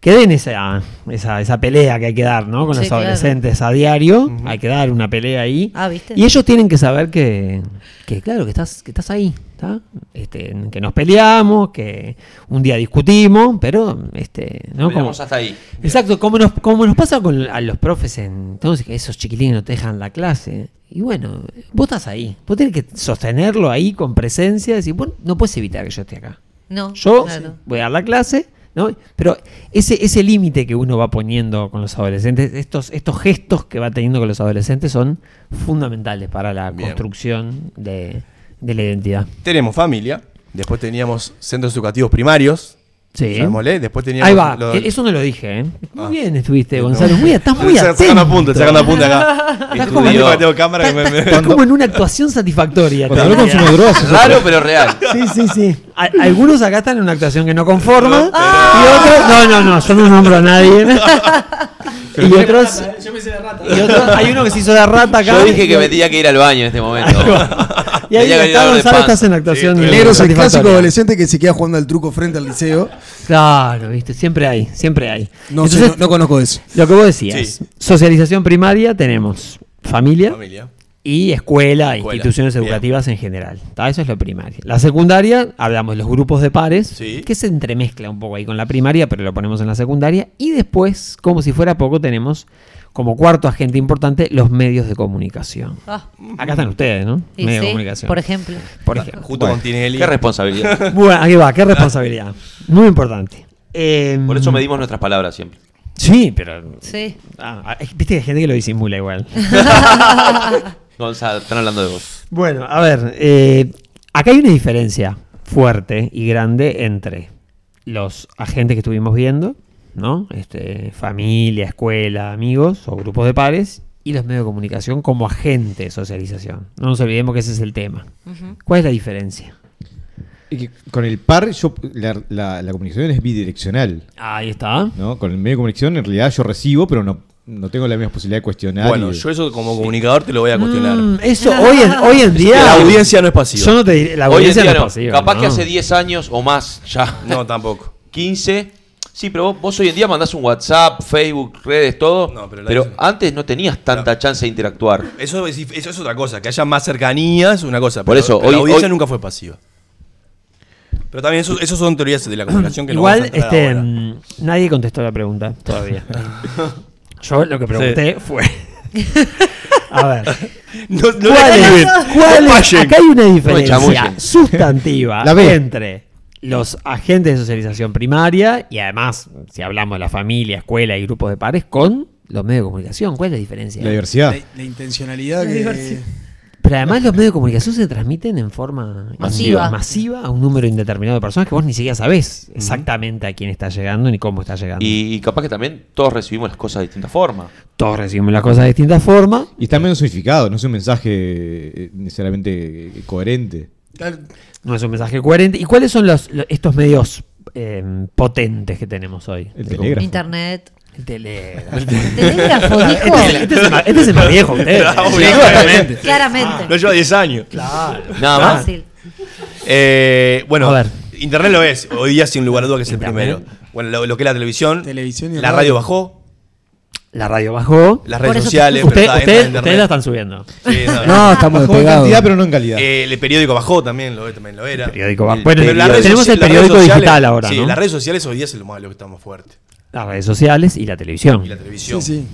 [SPEAKER 9] que den esa, esa, esa pelea que hay que dar, ¿no? Con
[SPEAKER 1] Sí,
[SPEAKER 9] los
[SPEAKER 1] claro.
[SPEAKER 9] adolescentes a diario, hay que dar una pelea ahí.
[SPEAKER 1] Ah, ¿viste?
[SPEAKER 9] Y ellos tienen que saber que, que claro, que estás, que estás ahí, ¿tá? Este, que nos peleamos, que un día discutimos, pero este, ¿no? Como-
[SPEAKER 2] Peleamos hasta ahí.
[SPEAKER 9] Exacto, como nos, como nos pasa con a los profes en entonces que esos chiquilines no te dejan la clase. Y bueno, vos estás ahí, vos tenés que sostenerlo ahí con presencia, decir, bueno, no puedes evitar que yo esté acá.
[SPEAKER 1] No,
[SPEAKER 9] Yo
[SPEAKER 1] claro.
[SPEAKER 9] voy a dar la clase, ¿no? Pero ese, ese límite que uno va poniendo con los adolescentes, estos, estos gestos que va teniendo con los adolescentes son fundamentales para la
[SPEAKER 6] Bien.
[SPEAKER 9] construcción de, de la identidad.
[SPEAKER 6] Tenemos familia. Después teníamos centros educativos primarios.
[SPEAKER 9] Sí.
[SPEAKER 6] Llamémosle, Después teníamos.
[SPEAKER 9] Ahí va,
[SPEAKER 6] los-
[SPEAKER 9] que eso no lo dije, ¿eh? Muy
[SPEAKER 6] Ah.
[SPEAKER 9] bien estuviste,
[SPEAKER 6] No.
[SPEAKER 9] Gonzalo. Muy,
[SPEAKER 6] <laughs>
[SPEAKER 9] estás muy
[SPEAKER 6] Sacan-
[SPEAKER 9] atento.
[SPEAKER 6] Sacan la punta, sacan la punta acá.
[SPEAKER 9] <laughs> Estás
[SPEAKER 6] Estudio,
[SPEAKER 9] como-
[SPEAKER 6] digo que tengo cámara <laughs> que me- me-
[SPEAKER 9] Estás como en una actuación satisfactoria.
[SPEAKER 7] Cuando habló
[SPEAKER 9] te
[SPEAKER 7] con
[SPEAKER 9] diría.
[SPEAKER 7] su drogas, es
[SPEAKER 2] Raro, pero real.
[SPEAKER 9] Sí, sí, sí. A- algunos acá están en una actuación que no conforma. Y otros. No, no, no, yo no nombro a nadie. y otros.
[SPEAKER 5] Yo me hice de rata.
[SPEAKER 9] Y otros, hay uno que se hizo de rata acá.
[SPEAKER 2] Yo dije que me
[SPEAKER 9] y-
[SPEAKER 2] tenía que ir al baño en este momento.
[SPEAKER 9] Y <laughs> ahí
[SPEAKER 2] Tenía
[SPEAKER 9] está
[SPEAKER 2] que ir a
[SPEAKER 9] Gonzalo,
[SPEAKER 2] dar
[SPEAKER 9] <laughs>
[SPEAKER 2] de
[SPEAKER 9] estás en la
[SPEAKER 2] panza.
[SPEAKER 9] actuación.
[SPEAKER 6] Sí,
[SPEAKER 9] de-
[SPEAKER 3] Negro es el clásico
[SPEAKER 9] satisfactoria.
[SPEAKER 3] adolescente que se queda jugando al truco frente al liceo.
[SPEAKER 9] Claro, viste, siempre hay, siempre hay.
[SPEAKER 3] No, sé,
[SPEAKER 9] Entonces,
[SPEAKER 3] no, no conozco eso.
[SPEAKER 9] lo que vos decías,
[SPEAKER 6] Sí.
[SPEAKER 9] socialización primaria tenemos familia,
[SPEAKER 6] Familia.
[SPEAKER 9] y escuela,
[SPEAKER 6] Escuela,
[SPEAKER 9] instituciones
[SPEAKER 6] bien.
[SPEAKER 9] educativas en general. ¿tá? Eso es lo primario. La secundaria, hablamos de los grupos de pares,
[SPEAKER 6] Sí.
[SPEAKER 9] que se entremezcla un poco ahí con la primaria, pero lo ponemos en la secundaria. Y después, como si fuera poco, tenemos como cuarto agente importante los medios de comunicación.
[SPEAKER 1] Ah,
[SPEAKER 9] Acá están ustedes, ¿no?
[SPEAKER 1] y
[SPEAKER 9] medios de
[SPEAKER 1] sí,
[SPEAKER 9] comunicación.
[SPEAKER 1] por ejemplo.
[SPEAKER 9] Por ejemplo.
[SPEAKER 6] Justo con Tinelli.
[SPEAKER 2] Qué
[SPEAKER 9] <laughs>
[SPEAKER 2] responsabilidad.
[SPEAKER 9] Bueno, ahí va, qué responsabilidad. Muy importante. Em,
[SPEAKER 2] Por eso medimos nuestras palabras siempre.
[SPEAKER 9] Sí, pero.
[SPEAKER 1] Sí.
[SPEAKER 9] <laughs> ah, Viste que hay gente que lo disimula igual. Ah,
[SPEAKER 2] Gonzalo, están hablando de vos.
[SPEAKER 9] Bueno, a ver, eh, acá hay una diferencia fuerte y grande entre los agentes que estuvimos viendo, ¿no? Este, familia, escuela, amigos o grupos de pares, y los medios de comunicación como agente de socialización. No nos olvidemos que ese es el tema. ¿Cuál es la diferencia?
[SPEAKER 7] Y que Con el par, yo, la, la- la comunicación es bidireccional.
[SPEAKER 9] Ahí está.
[SPEAKER 7] ¿no? Con el medio de comunicación, en realidad yo recibo, pero no, no tengo la misma posibilidad de cuestionar.
[SPEAKER 6] Bueno,
[SPEAKER 7] y-
[SPEAKER 6] yo eso como comunicador te lo voy a cuestionar.
[SPEAKER 9] Mm, eso hoy en, hoy en día.
[SPEAKER 6] La audiencia no es pasiva.
[SPEAKER 9] Yo no te diré, la
[SPEAKER 2] Hoy en
[SPEAKER 9] audiencia
[SPEAKER 2] día
[SPEAKER 9] no
[SPEAKER 2] no.
[SPEAKER 9] es pasiva,
[SPEAKER 2] Capaz
[SPEAKER 9] ¿no?
[SPEAKER 2] que hace 10 años o más, ya
[SPEAKER 6] No, tampoco.
[SPEAKER 2] 15, Sí, pero vos, vos hoy en día mandás un WhatsApp, Facebook, redes, todo.
[SPEAKER 6] pero
[SPEAKER 2] pero
[SPEAKER 6] la
[SPEAKER 2] antes no tenías tanta chance de interactuar.
[SPEAKER 6] Eso es, eso es otra cosa, que haya más cercanía es una cosa.
[SPEAKER 2] Por
[SPEAKER 6] pero-
[SPEAKER 2] eso,
[SPEAKER 6] pero
[SPEAKER 2] hoy-
[SPEAKER 6] la audiencia
[SPEAKER 2] hoy-
[SPEAKER 6] nunca fue pasiva. Pero también eso, eso son teorías de la comunicación que no
[SPEAKER 9] Igual,
[SPEAKER 6] vamos a entrar
[SPEAKER 9] este,
[SPEAKER 6] ahora.
[SPEAKER 9] mm, nadie contestó la pregunta
[SPEAKER 6] <laughs>
[SPEAKER 9] todavía. Yo lo que pregunté fue. A ver.
[SPEAKER 6] No- no
[SPEAKER 9] ¿cuál
[SPEAKER 6] le
[SPEAKER 9] es-
[SPEAKER 6] escriben.
[SPEAKER 9] cuál es-
[SPEAKER 6] Payen.
[SPEAKER 9] acá hay una
[SPEAKER 6] No
[SPEAKER 9] diferencia <laughs>
[SPEAKER 6] chamullen.
[SPEAKER 9] sustantiva
[SPEAKER 6] La B.
[SPEAKER 9] entre los agentes de socialización primaria y además, si hablamos de la familia, escuela y grupos de pares, con los medios de comunicación. ¿Cuál es la diferencia?
[SPEAKER 7] La diversidad.
[SPEAKER 9] La-
[SPEAKER 3] La intencionalidad
[SPEAKER 9] La
[SPEAKER 3] que-
[SPEAKER 9] diversidad. Pero además los medios de comunicación se transmiten en forma
[SPEAKER 7] Ah,
[SPEAKER 1] Masiva.
[SPEAKER 9] masiva a un número indeterminado de personas que vos ni siquiera sabés exactamente a quién está llegando ni cómo está llegando.
[SPEAKER 2] Y, y capaz que también todos recibimos las cosas de distinta forma.
[SPEAKER 9] Todos recibimos las cosas de distintas formas.
[SPEAKER 7] Y está menos unificado, no es un mensaje eh, necesariamente eh, coherente.
[SPEAKER 9] No es un mensaje coherente. ¿Y cuáles son los, lo- estos medios eh, potentes que tenemos hoy?
[SPEAKER 1] <laughs>
[SPEAKER 7] El
[SPEAKER 1] Telegrafo. Internet.
[SPEAKER 9] El telégrafo. <laughs>
[SPEAKER 1] telégrafo, dijo. Ah,
[SPEAKER 9] Este, este es el más, este es el más viejo
[SPEAKER 1] <laughs>
[SPEAKER 9] que ustedes.
[SPEAKER 6] Claro,
[SPEAKER 9] Sí,
[SPEAKER 6] claramente.
[SPEAKER 1] Claramente.
[SPEAKER 6] Lo lleva 10 años.
[SPEAKER 9] Claro.
[SPEAKER 6] Nada más.
[SPEAKER 1] Fácil.
[SPEAKER 6] Eh, bueno, Internet lo es. Hoy día, sin lugar a duda, que es el primero. Bueno, lo, lo que es la televisión.
[SPEAKER 3] Televisión y
[SPEAKER 6] la
[SPEAKER 9] radio.
[SPEAKER 6] radio bajó.
[SPEAKER 9] La radio bajó.
[SPEAKER 6] Las redes sociales. pero
[SPEAKER 9] Usted-
[SPEAKER 6] está-
[SPEAKER 9] usted-
[SPEAKER 6] está en
[SPEAKER 9] ustedes la están subiendo.
[SPEAKER 6] Sí, está bien.
[SPEAKER 9] No, estamos Bajó en despegados. cantidad, pero no en calidad.
[SPEAKER 6] Eh, el periódico bajó también, lo, también lo era.
[SPEAKER 9] El periódico bajó.
[SPEAKER 6] El
[SPEAKER 9] Bueno, tenemos
[SPEAKER 6] periódico- las redes
[SPEAKER 9] el
[SPEAKER 6] socia- las redes
[SPEAKER 9] periódico
[SPEAKER 6] sociales-
[SPEAKER 9] digital ahora,
[SPEAKER 6] Sí,
[SPEAKER 9] ¿no?
[SPEAKER 6] las redes sociales hoy día es lo más lo que estamos fuertes.
[SPEAKER 9] Las redes sociales y la televisión.
[SPEAKER 6] Y la televisión.
[SPEAKER 3] Sí, sí.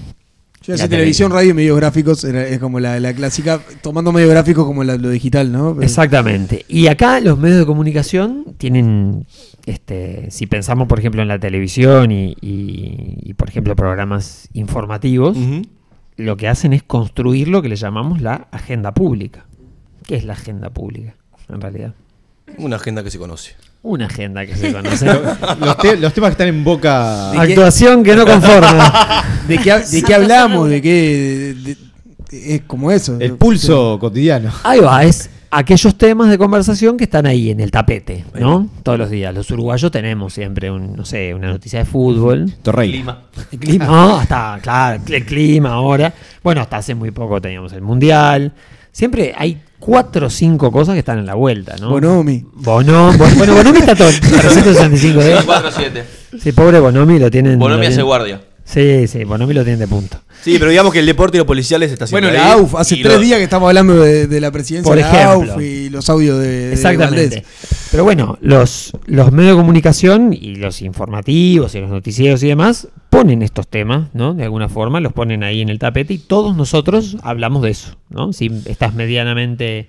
[SPEAKER 3] Yo
[SPEAKER 9] La
[SPEAKER 3] decía televisión, radio y medios gráficos, era- es como la, la clásica, tomando medios gráficos como la- lo digital, ¿no? Pero-
[SPEAKER 9] Exactamente. Y acá los medios de comunicación tienen, este, si pensamos por ejemplo en la televisión y, y- y, por ejemplo programas informativos, lo que hacen es construir lo que le llamamos la agenda pública. ¿Qué es la agenda pública en realidad?
[SPEAKER 6] Una agenda que se conoce.
[SPEAKER 9] Una agenda que se
[SPEAKER 7] <laughs>
[SPEAKER 9] conoce.
[SPEAKER 7] los, te- los temas que están en boca.
[SPEAKER 9] ¿De qué- Actuación que no conforma.
[SPEAKER 3] <laughs> ¿De qué, hab- de qué hablamos? ¿De qué...? de- de- es como eso.
[SPEAKER 7] El pulso cotidiano.
[SPEAKER 9] Ahí va, es aquellos temas de conversación que están ahí en el tapete, ¿no? Todos los días. Los uruguayos tenemos siempre, un, no sé, una noticia de fútbol.
[SPEAKER 7] Torreira.
[SPEAKER 2] Clima.
[SPEAKER 9] El <laughs> clima. No, hasta, claro, el clima ahora. Bueno, hasta hace muy poco teníamos el mundial. Siempre hay cuatro o cinco cosas que están en la vuelta, ¿no?
[SPEAKER 3] Bonomi.
[SPEAKER 9] Bono- Bo- bueno, Bonomi está todo. 365 de
[SPEAKER 2] Sí, 4-7.
[SPEAKER 9] ¿eh? Sí, pobre Bonomi lo tienen. lo
[SPEAKER 2] Bonomi hace
[SPEAKER 9] tienen-
[SPEAKER 2] guardia.
[SPEAKER 9] Sí, sí, Bonomi lo tienen de punto.
[SPEAKER 6] Sí, pero digamos que el deporte y los policiales está haciendo
[SPEAKER 3] Bueno, la AUF, hace tres días que estamos hablando de, de la presidencia
[SPEAKER 9] Por
[SPEAKER 3] de la
[SPEAKER 9] ejemplo.
[SPEAKER 3] AUF y los audios de, de
[SPEAKER 9] Exactamente.
[SPEAKER 3] Valdés.
[SPEAKER 9] Pero bueno, los, los medios de comunicación y los informativos y los noticieros y demás ponen estos temas, ¿no? De alguna forma los ponen ahí en el tapete y todos nosotros hablamos de eso, ¿no? Si estás medianamente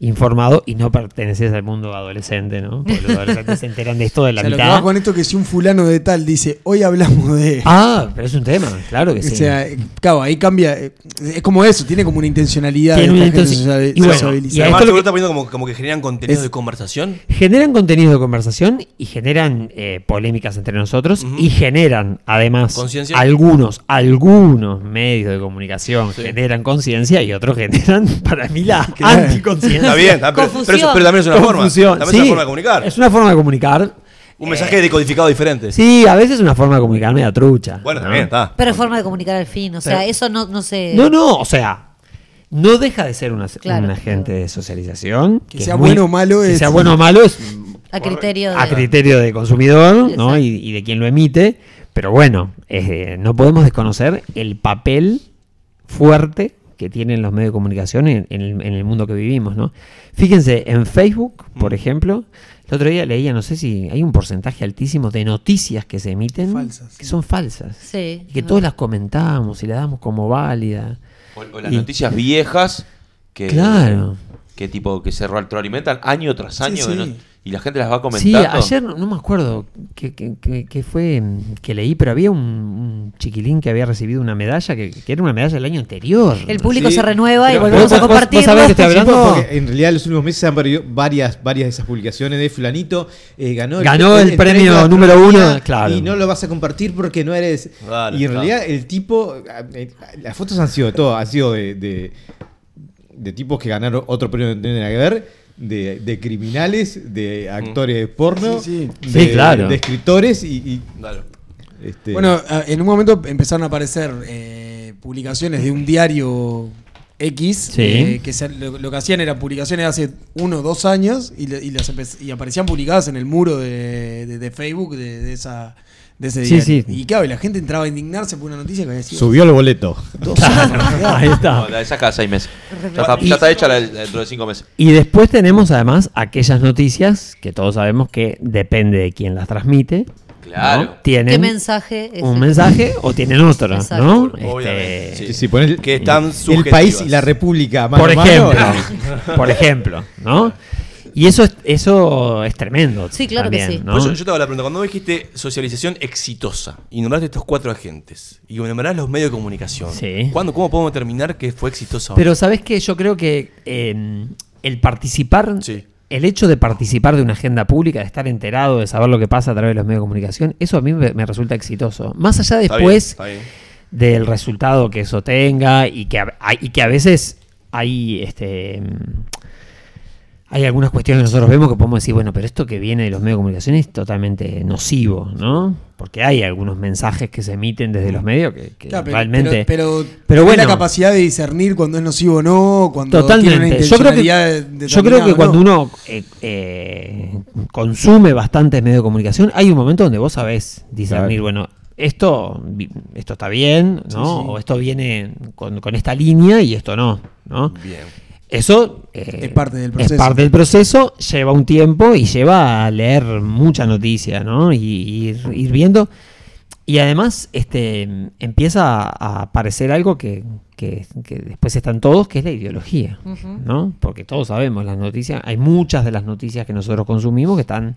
[SPEAKER 9] informado y no perteneces al mundo adolescente, ¿no? Porque los adolescentes se enteran de esto de la
[SPEAKER 3] O sea, lo que
[SPEAKER 9] mitad.
[SPEAKER 3] va con esto que si un fulano de tal dice, hoy hablamos de...
[SPEAKER 9] <laughs> Ah, pero es un tema, claro que
[SPEAKER 3] O
[SPEAKER 9] sí.
[SPEAKER 3] sea, eh, claro, ahí cambia. eh, Es como eso, tiene como una intencionalidad.
[SPEAKER 9] Tiene
[SPEAKER 3] de
[SPEAKER 9] una
[SPEAKER 3] esta gente
[SPEAKER 9] intenci-
[SPEAKER 3] socia-
[SPEAKER 9] y bueno,
[SPEAKER 3] sociabilizada.
[SPEAKER 9] y a
[SPEAKER 6] Además,
[SPEAKER 9] esto lo
[SPEAKER 6] seguro
[SPEAKER 9] que-
[SPEAKER 6] está poniendo como, como que generan contenidos
[SPEAKER 9] Es- Eh.
[SPEAKER 6] de conversación.
[SPEAKER 9] generan contenido de conversación y generan eh, polémicas entre nosotros y generan además
[SPEAKER 6] Conciencia.
[SPEAKER 9] algunos algunos medios de comunicación generan conciencia y otros <laughs> generan para mí la anticonciencia
[SPEAKER 6] Está bien, está- pero, pero eso- pero también es una
[SPEAKER 9] Confusión,
[SPEAKER 6] forma. También es una
[SPEAKER 9] sí,
[SPEAKER 6] forma de comunicar.
[SPEAKER 9] es una forma de comunicar
[SPEAKER 6] Un mensaje decodificado diferente.
[SPEAKER 9] sí a veces es una forma de comunicar media trucha
[SPEAKER 6] Bueno,
[SPEAKER 9] ¿no?
[SPEAKER 6] también está.
[SPEAKER 1] Pero es forma de comunicar al fin. O sea, eso no, no sé.
[SPEAKER 9] Eh. no no o sea no deja de ser una,
[SPEAKER 1] Claro.
[SPEAKER 9] un agente de socialización
[SPEAKER 3] Que
[SPEAKER 9] es
[SPEAKER 3] sea bueno o malo
[SPEAKER 9] que
[SPEAKER 3] es-
[SPEAKER 9] sea bueno o malo es
[SPEAKER 1] A criterio
[SPEAKER 9] a
[SPEAKER 1] de-
[SPEAKER 9] criterio de consumidor ¿no? y, y de quien lo emite. Pero bueno, eh, no podemos desconocer el papel fuerte que tienen los medios de comunicación en, en el, en el mundo que vivimos. ¿no? Fíjense, en Facebook, por ejemplo, el otro día leía, no sé si hay un porcentaje altísimo de noticias que se emiten que son falsas.
[SPEAKER 1] Sí,
[SPEAKER 9] y que
[SPEAKER 1] es
[SPEAKER 9] todos
[SPEAKER 1] verdad.
[SPEAKER 9] las comentamos y las damos como válida.
[SPEAKER 2] O, o las
[SPEAKER 9] Y-
[SPEAKER 2] noticias viejas que.
[SPEAKER 9] Claro.
[SPEAKER 2] Que tipo que se retroalimentan año tras año
[SPEAKER 9] sí.
[SPEAKER 2] ¿no? y la gente las va
[SPEAKER 9] Sí,
[SPEAKER 2] comentando.
[SPEAKER 9] ayer no, no me acuerdo qué qué- qué- qué fue mm, que leí, pero había un, un chiquilín que había recibido una medalla, que, que era una medalla del año anterior.
[SPEAKER 1] El público se renueva y
[SPEAKER 9] Pero
[SPEAKER 1] volvemos a
[SPEAKER 9] vos- vos- vos
[SPEAKER 1] compartirlo.
[SPEAKER 9] sabés que estoy hablando-
[SPEAKER 7] Porque en realidad en los últimos meses se han perdido varias, varias de esas publicaciones de fulanito. eh, ganó
[SPEAKER 9] Ganó el premio
[SPEAKER 7] de la
[SPEAKER 9] número
[SPEAKER 7] astronomía
[SPEAKER 9] uno, claro.
[SPEAKER 7] Y no lo vas a compartir porque no eres...
[SPEAKER 6] Claro,
[SPEAKER 7] y en
[SPEAKER 6] claro.
[SPEAKER 7] realidad el tipo... eh, Las fotos han sido de todo. Han sido de, de, de tipos que ganaron otro premio que no tienen nada que ver. De, de criminales, de actores de porno,
[SPEAKER 3] Sí, sí.
[SPEAKER 7] De,
[SPEAKER 3] Sí, claro.
[SPEAKER 9] este-
[SPEAKER 7] de escritores y... y- este,
[SPEAKER 3] Bueno, a- en un momento empezaron a aparecer eh, publicaciones de un diario X,
[SPEAKER 9] Sí.
[SPEAKER 3] eh, que se- lo, lo que hacían eran publicaciones de hace uno o dos años y, le- y las empe- y aparecían publicadas en el muro de, de- de Facebook de, de esa, de ese
[SPEAKER 9] Sí,
[SPEAKER 3] día.
[SPEAKER 9] sí.
[SPEAKER 3] Y claro, y la gente entraba a indignarse por una noticia que había sido.
[SPEAKER 7] Subió el boleto.
[SPEAKER 3] Dos años.
[SPEAKER 9] <laughs> Ahí está.
[SPEAKER 2] No, la sacás cada seis meses. Ya está, ya está hecha la- dentro de cinco meses.
[SPEAKER 9] Y después tenemos además aquellas noticias que todos sabemos que depende de quién las transmite.
[SPEAKER 2] Claro.
[SPEAKER 9] ¿no? Tienen
[SPEAKER 1] ¿Qué mensaje es
[SPEAKER 9] un
[SPEAKER 1] el-
[SPEAKER 9] mensaje o tienen otro,
[SPEAKER 1] Exacto.
[SPEAKER 9] ¿no?
[SPEAKER 6] Obviamente,
[SPEAKER 9] Este,
[SPEAKER 6] sí.
[SPEAKER 7] Si si pones el-
[SPEAKER 6] Que están
[SPEAKER 7] el
[SPEAKER 6] subjetivas.
[SPEAKER 7] país y la república mano
[SPEAKER 9] por
[SPEAKER 7] a mano,
[SPEAKER 9] ejemplo, por ejemplo, ¿no? Y eso es, eso es tremendo.
[SPEAKER 1] Sí, claro que
[SPEAKER 9] también,
[SPEAKER 1] sí.
[SPEAKER 9] ¿no?
[SPEAKER 7] Pues
[SPEAKER 6] Por eso yo te hago la pregunta. Cuando vos dijiste socialización exitosa y nombraste estos cuatro agentes y nombrás los medios de comunicación,
[SPEAKER 9] Sí.
[SPEAKER 6] ¿cuándo, ¿cómo podemos determinar que fue exitosa? o no?
[SPEAKER 9] Pero sabes que yo creo que eh, el participar,
[SPEAKER 6] Sí.
[SPEAKER 9] el hecho de participar de una agenda pública, de estar enterado, de saber lo que pasa a través de los medios de comunicación, eso a mí me, me resulta exitoso. Más allá
[SPEAKER 6] Está bien,
[SPEAKER 9] después
[SPEAKER 6] está bien.
[SPEAKER 9] del resultado que eso tenga y que a, hay- y que a veces hay este mm, hay algunas cuestiones que nosotros vemos que podemos decir, bueno, pero esto que viene de los medios de comunicación es totalmente nocivo, ¿no? Porque hay algunos mensajes que se emiten desde los medios que, que
[SPEAKER 3] Claro, pero-
[SPEAKER 9] realmente...
[SPEAKER 3] Pero, pero,
[SPEAKER 9] Pero
[SPEAKER 3] tenés la
[SPEAKER 9] bueno.
[SPEAKER 3] capacidad de discernir cuando es nocivo o no, cuando tiene una
[SPEAKER 9] Totalmente. Yo creo que,
[SPEAKER 3] intencionalidad
[SPEAKER 9] yo creo que
[SPEAKER 3] determinada o
[SPEAKER 9] cuando
[SPEAKER 3] no.
[SPEAKER 9] uno eh, eh, consume bastantes medios de comunicación, hay un momento donde vos sabés discernir,
[SPEAKER 7] Claro.
[SPEAKER 9] bueno, esto, vi- esto está bien, ¿no?
[SPEAKER 3] sí.
[SPEAKER 9] O esto viene con, con esta línea y esto no, ¿no?
[SPEAKER 6] Bien.
[SPEAKER 9] Eso eh,
[SPEAKER 3] Es parte del proceso.
[SPEAKER 9] es parte del proceso, lleva un tiempo y lleva a leer mucha noticia, ¿no? Y, y ir, ir viendo. Y además este, empieza a- a aparecer algo que, que- que después están todos, que es la ideología, ¿no? Porque todos sabemos las noticias, hay muchas de las noticias que nosotros consumimos que están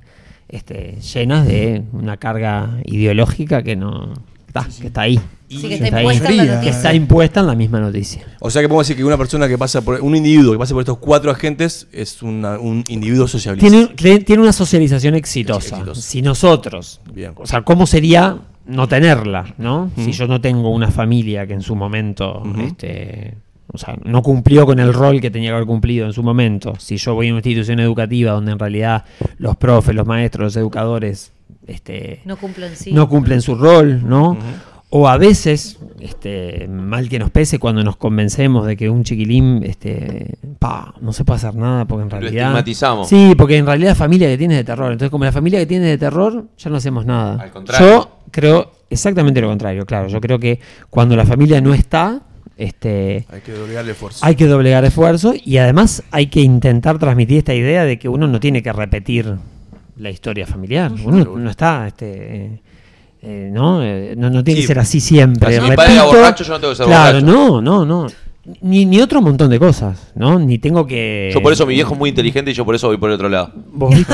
[SPEAKER 9] este, llenas de una carga ideológica que no... Está, que está ahí.
[SPEAKER 1] Sí, que
[SPEAKER 9] Que
[SPEAKER 1] está
[SPEAKER 9] está
[SPEAKER 1] impuesta en
[SPEAKER 3] Mayoría.
[SPEAKER 1] la
[SPEAKER 9] Que
[SPEAKER 1] noticia.
[SPEAKER 9] está impuesta en la misma noticia.
[SPEAKER 6] O sea que podemos decir que una persona que pasa por un individuo que pasa por estos cuatro agentes es una- un individuo sociabilizado.
[SPEAKER 9] Tiene, cre- tiene una socialización exitosa.
[SPEAKER 6] Exitosa.
[SPEAKER 9] Si nosotros,
[SPEAKER 6] Bien.
[SPEAKER 9] o sea, ¿cómo sería no tenerla, no? Si yo no tengo una familia que en su momento,
[SPEAKER 6] Ujú.
[SPEAKER 9] este, o sea, no cumplió con el rol que tenía que haber cumplido en su momento. Si yo voy a una institución educativa donde en realidad los profes, los maestros, los educadores, este,
[SPEAKER 1] No cumplen sí.
[SPEAKER 9] no cumplen su rol, ¿no? O a veces, este, mal que nos pese, cuando nos convencemos de que un chiquilín, este, pa, no se puede hacer nada porque en realidad...
[SPEAKER 2] estigmatizamos.
[SPEAKER 9] Sí, porque en realidad la familia que tiene es de terror. Entonces, como la familia que tiene es de terror, ya no hacemos nada.
[SPEAKER 2] Al contrario.
[SPEAKER 9] Yo creo exactamente lo contrario, claro. Yo creo que cuando la familia no está, este,
[SPEAKER 6] Hay que doblegarle esfuerzo.
[SPEAKER 9] hay que doblegar esfuerzo y además hay que intentar transmitir esta idea de que uno no tiene que repetir la historia familiar. Uno no está, este, eh, eh, ¿no? Eh, no, no tiene
[SPEAKER 6] Sí.
[SPEAKER 9] que ser así siempre.
[SPEAKER 2] Así mi padre era borracho, yo no tengo que ser
[SPEAKER 9] claro,
[SPEAKER 2] borracho.
[SPEAKER 9] no, no, no. Ni, ni otro montón de cosas, ¿no? Ni tengo que...
[SPEAKER 2] Yo por eso mi viejo es muy inteligente y yo por eso voy por el otro lado.
[SPEAKER 9] Eh, mm. ¿Vos viste?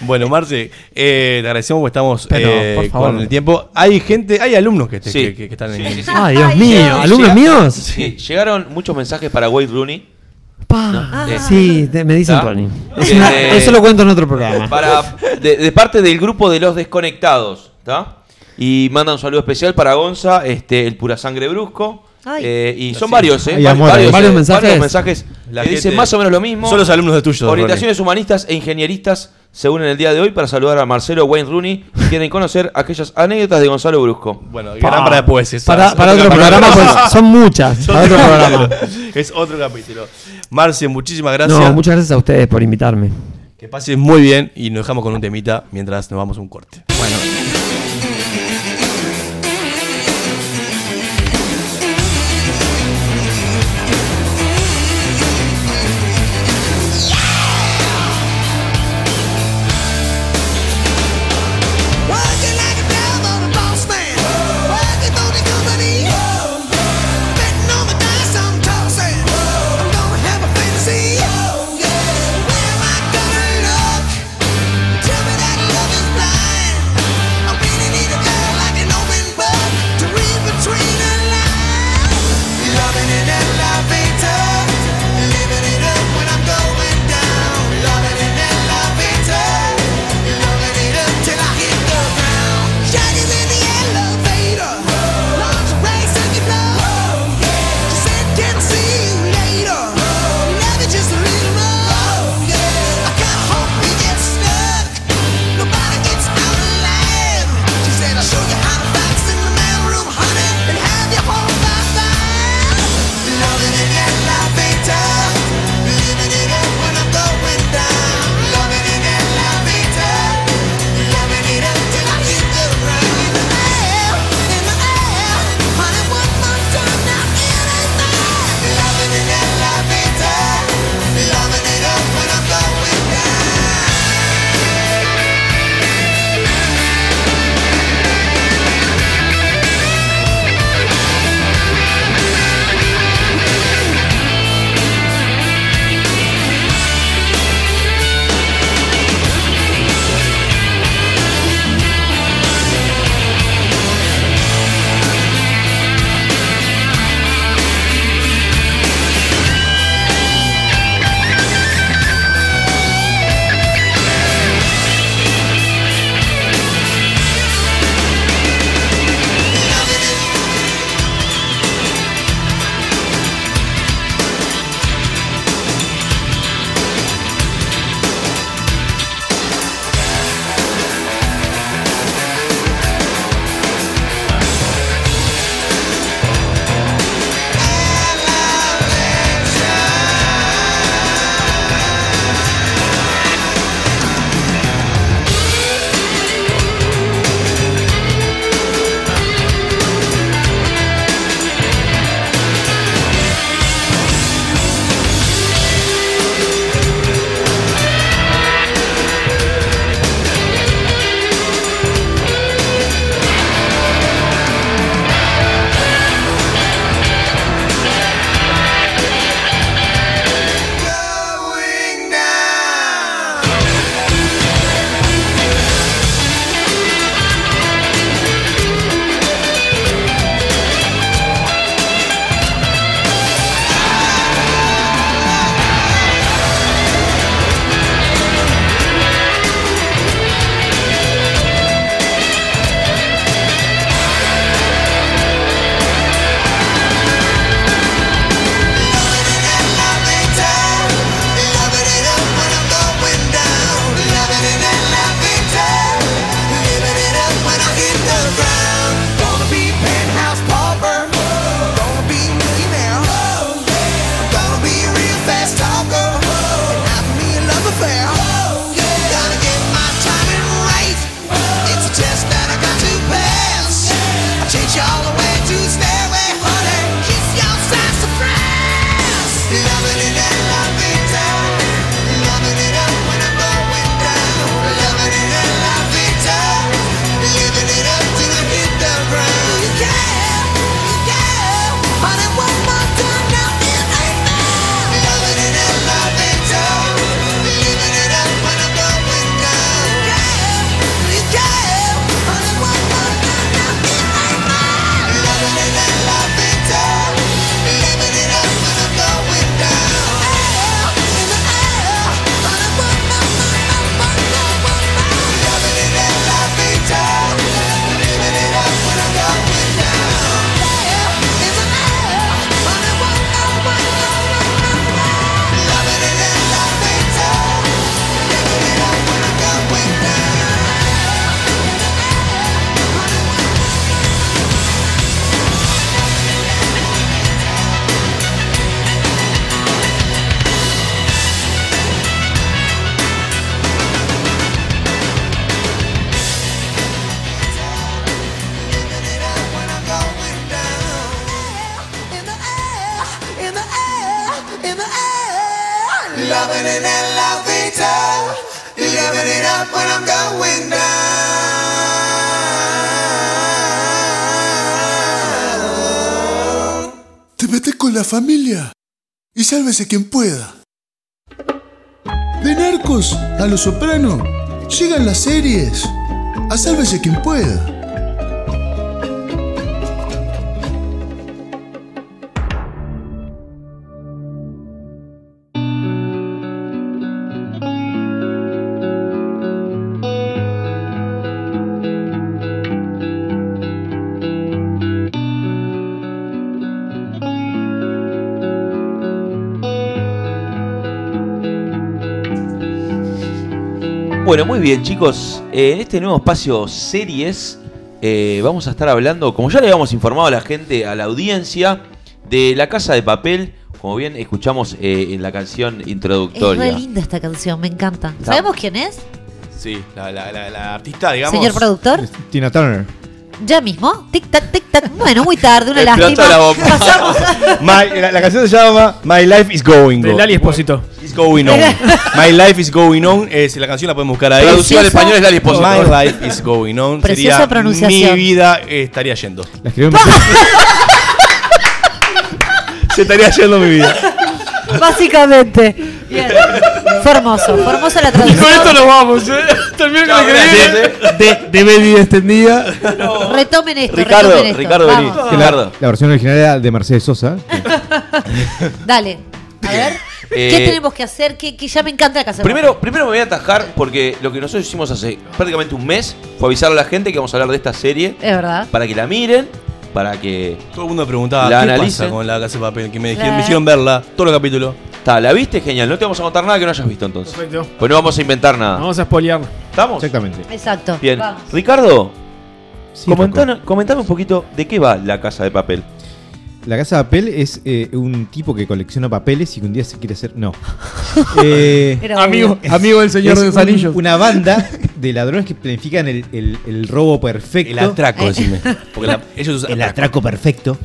[SPEAKER 6] Bueno, Marce, eh, te agradecemos porque estamos
[SPEAKER 9] Pero,
[SPEAKER 6] eh,
[SPEAKER 9] por favor.
[SPEAKER 6] con el tiempo. Hay gente, hay alumnos que, te-
[SPEAKER 2] Sí.
[SPEAKER 6] que, que- que están
[SPEAKER 2] Sí,
[SPEAKER 6] en
[SPEAKER 2] sí, sí.
[SPEAKER 9] Ah, Dios mío,
[SPEAKER 1] Dios.
[SPEAKER 9] alumnos
[SPEAKER 2] Llega-
[SPEAKER 9] míos.
[SPEAKER 2] Sí, llegaron muchos mensajes para Wade Rooney.
[SPEAKER 9] Pa.
[SPEAKER 2] No, eh.
[SPEAKER 9] Sí, te- me dicen
[SPEAKER 2] ¿Ah?
[SPEAKER 9] Tony. Es
[SPEAKER 2] Eh,
[SPEAKER 9] una- <laughs> eso lo cuento en otro programa.
[SPEAKER 2] Para, de, de parte del grupo de los desconectados, ¿está? Y mandan un saludo especial para Gonza, este, el pura sangre brusco.
[SPEAKER 1] Ay.
[SPEAKER 2] eh, y son varios, ¿eh?
[SPEAKER 7] Hay
[SPEAKER 2] Vari-
[SPEAKER 7] amor,
[SPEAKER 2] varios,
[SPEAKER 7] hay
[SPEAKER 9] varios
[SPEAKER 2] eh,
[SPEAKER 9] mensajes.
[SPEAKER 2] varios mensajes
[SPEAKER 6] La
[SPEAKER 2] que dicen
[SPEAKER 6] gente-
[SPEAKER 2] más o menos lo mismo.
[SPEAKER 6] Son los alumnos de tuyos,
[SPEAKER 2] Orientaciones humanistas e ingenieristas se unen el día de hoy para saludar a Marcelo Wayne Rooney y quieren conocer aquellas anécdotas de Gonzalo Brusco.
[SPEAKER 6] Bueno,
[SPEAKER 9] Pa.
[SPEAKER 6] gran para después. esa-
[SPEAKER 9] Ah. Para,
[SPEAKER 6] esa-
[SPEAKER 9] para otro programa,
[SPEAKER 6] <laughs>
[SPEAKER 9] pues, son muchas. Para otro programa.
[SPEAKER 6] es otro capítulo. Marce, muchísimas gracias.
[SPEAKER 9] No, muchas gracias a ustedes por invitarme.
[SPEAKER 6] Que pases muy bien y nos dejamos con un temita mientras nos vamos a un corte.
[SPEAKER 10] Working like a dog on a boss man. Working for the company. Betting on the dice, I'm tossing. I'm gonna have a fantasy. Where am I gonna look? Tell me that love is blind.
[SPEAKER 8] Te metes con la familia y sálvese quien pueda. De narcos a los soprano llegan las series a sálvese quien pueda.
[SPEAKER 2] Bueno, muy bien, chicos. Eh, en este nuevo espacio series eh, vamos a estar hablando, como ya le habíamos informado a la gente, a la audiencia, de La Casa de Papel, como bien escuchamos eh, en la canción
[SPEAKER 1] Es re
[SPEAKER 2] introductoria.
[SPEAKER 1] linda esta canción, me encanta. ¿Sabemos quién es?
[SPEAKER 6] Sí, la, la- la- la artista, digamos.
[SPEAKER 1] Señor productor.
[SPEAKER 7] Tina Turner.
[SPEAKER 1] Ya mismo. Tic tac, tic tac. Bueno, muy tarde, una
[SPEAKER 6] Explotó
[SPEAKER 1] lástima.
[SPEAKER 6] la bomba.
[SPEAKER 1] Pasamos
[SPEAKER 7] My- la, la canción se llama My Life is Going
[SPEAKER 5] Del
[SPEAKER 7] On.
[SPEAKER 5] Ali Espósito.
[SPEAKER 6] It's going on.
[SPEAKER 9] <laughs>
[SPEAKER 6] My life is going on. Es, la canción la podemos buscar ahí.
[SPEAKER 2] Traducido al español es Lali Espósito.
[SPEAKER 6] My life is going on.
[SPEAKER 1] Preciosa
[SPEAKER 6] Sería,
[SPEAKER 1] pronunciación.
[SPEAKER 6] Mi vida eh, estaría yendo.
[SPEAKER 7] La escribió mi-
[SPEAKER 6] <laughs> Se estaría yendo mi vida.
[SPEAKER 1] Básicamente. Bien. Formoso, formoso la
[SPEAKER 5] Y <laughs> con esto
[SPEAKER 1] traducción.
[SPEAKER 5] nos vamos, ¿eh? <laughs> Termino con la
[SPEAKER 2] Gracias,
[SPEAKER 5] increíble.
[SPEAKER 2] eh.
[SPEAKER 3] De medida extendida.
[SPEAKER 1] Oh. Retomen esto,
[SPEAKER 2] Ricardo,
[SPEAKER 1] retomen esto.
[SPEAKER 2] Ricardo, vení.
[SPEAKER 1] Vamos.
[SPEAKER 7] que la,
[SPEAKER 2] Ricardo.
[SPEAKER 7] la versión original era de Mercedes Sosa.
[SPEAKER 1] Dale. A ver. ¿Qué
[SPEAKER 2] Eh,
[SPEAKER 1] tenemos que hacer? Que, que ya me encanta la casa. de
[SPEAKER 2] Primero, primero me voy a atajar porque lo que nosotros hicimos hace prácticamente un mes fue avisar a la gente que vamos a hablar de esta serie
[SPEAKER 1] papel. Es verdad.
[SPEAKER 2] para que la miren, para que
[SPEAKER 6] Todo el mundo me preguntaba,
[SPEAKER 2] La
[SPEAKER 6] ¿qué
[SPEAKER 2] analicen.
[SPEAKER 6] pasa con la casa de papel? Que me dijeron,
[SPEAKER 1] Claro.
[SPEAKER 6] me hicieron verla, todos los capítulos.
[SPEAKER 2] Ta, la viste, genial. No te vamos a contar nada que no hayas visto entonces.
[SPEAKER 5] Perfecto.
[SPEAKER 2] Pues no vamos a inventar nada.
[SPEAKER 5] Vamos a spoilear.
[SPEAKER 2] ¿Estamos?
[SPEAKER 7] Exactamente.
[SPEAKER 1] Exacto.
[SPEAKER 2] Bien.
[SPEAKER 1] Vamos.
[SPEAKER 2] Ricardo,
[SPEAKER 7] Sí, Paco.
[SPEAKER 2] comentano- comentame un poquito de qué va la casa de papel.
[SPEAKER 7] La casa de papel es eh, un tipo que colecciona papeles y que un día se quiere hacer.
[SPEAKER 2] <laughs>
[SPEAKER 7] No. Eh,
[SPEAKER 1] Era
[SPEAKER 3] Amigo,
[SPEAKER 1] obvio.
[SPEAKER 3] amigo del señor
[SPEAKER 7] es
[SPEAKER 3] de los
[SPEAKER 7] un-
[SPEAKER 3] anillos.
[SPEAKER 7] Una banda de ladrones que planifican el, el- el robo perfecto.
[SPEAKER 6] El atraco, decime. Porque la- ellos
[SPEAKER 7] el atraco perfecto.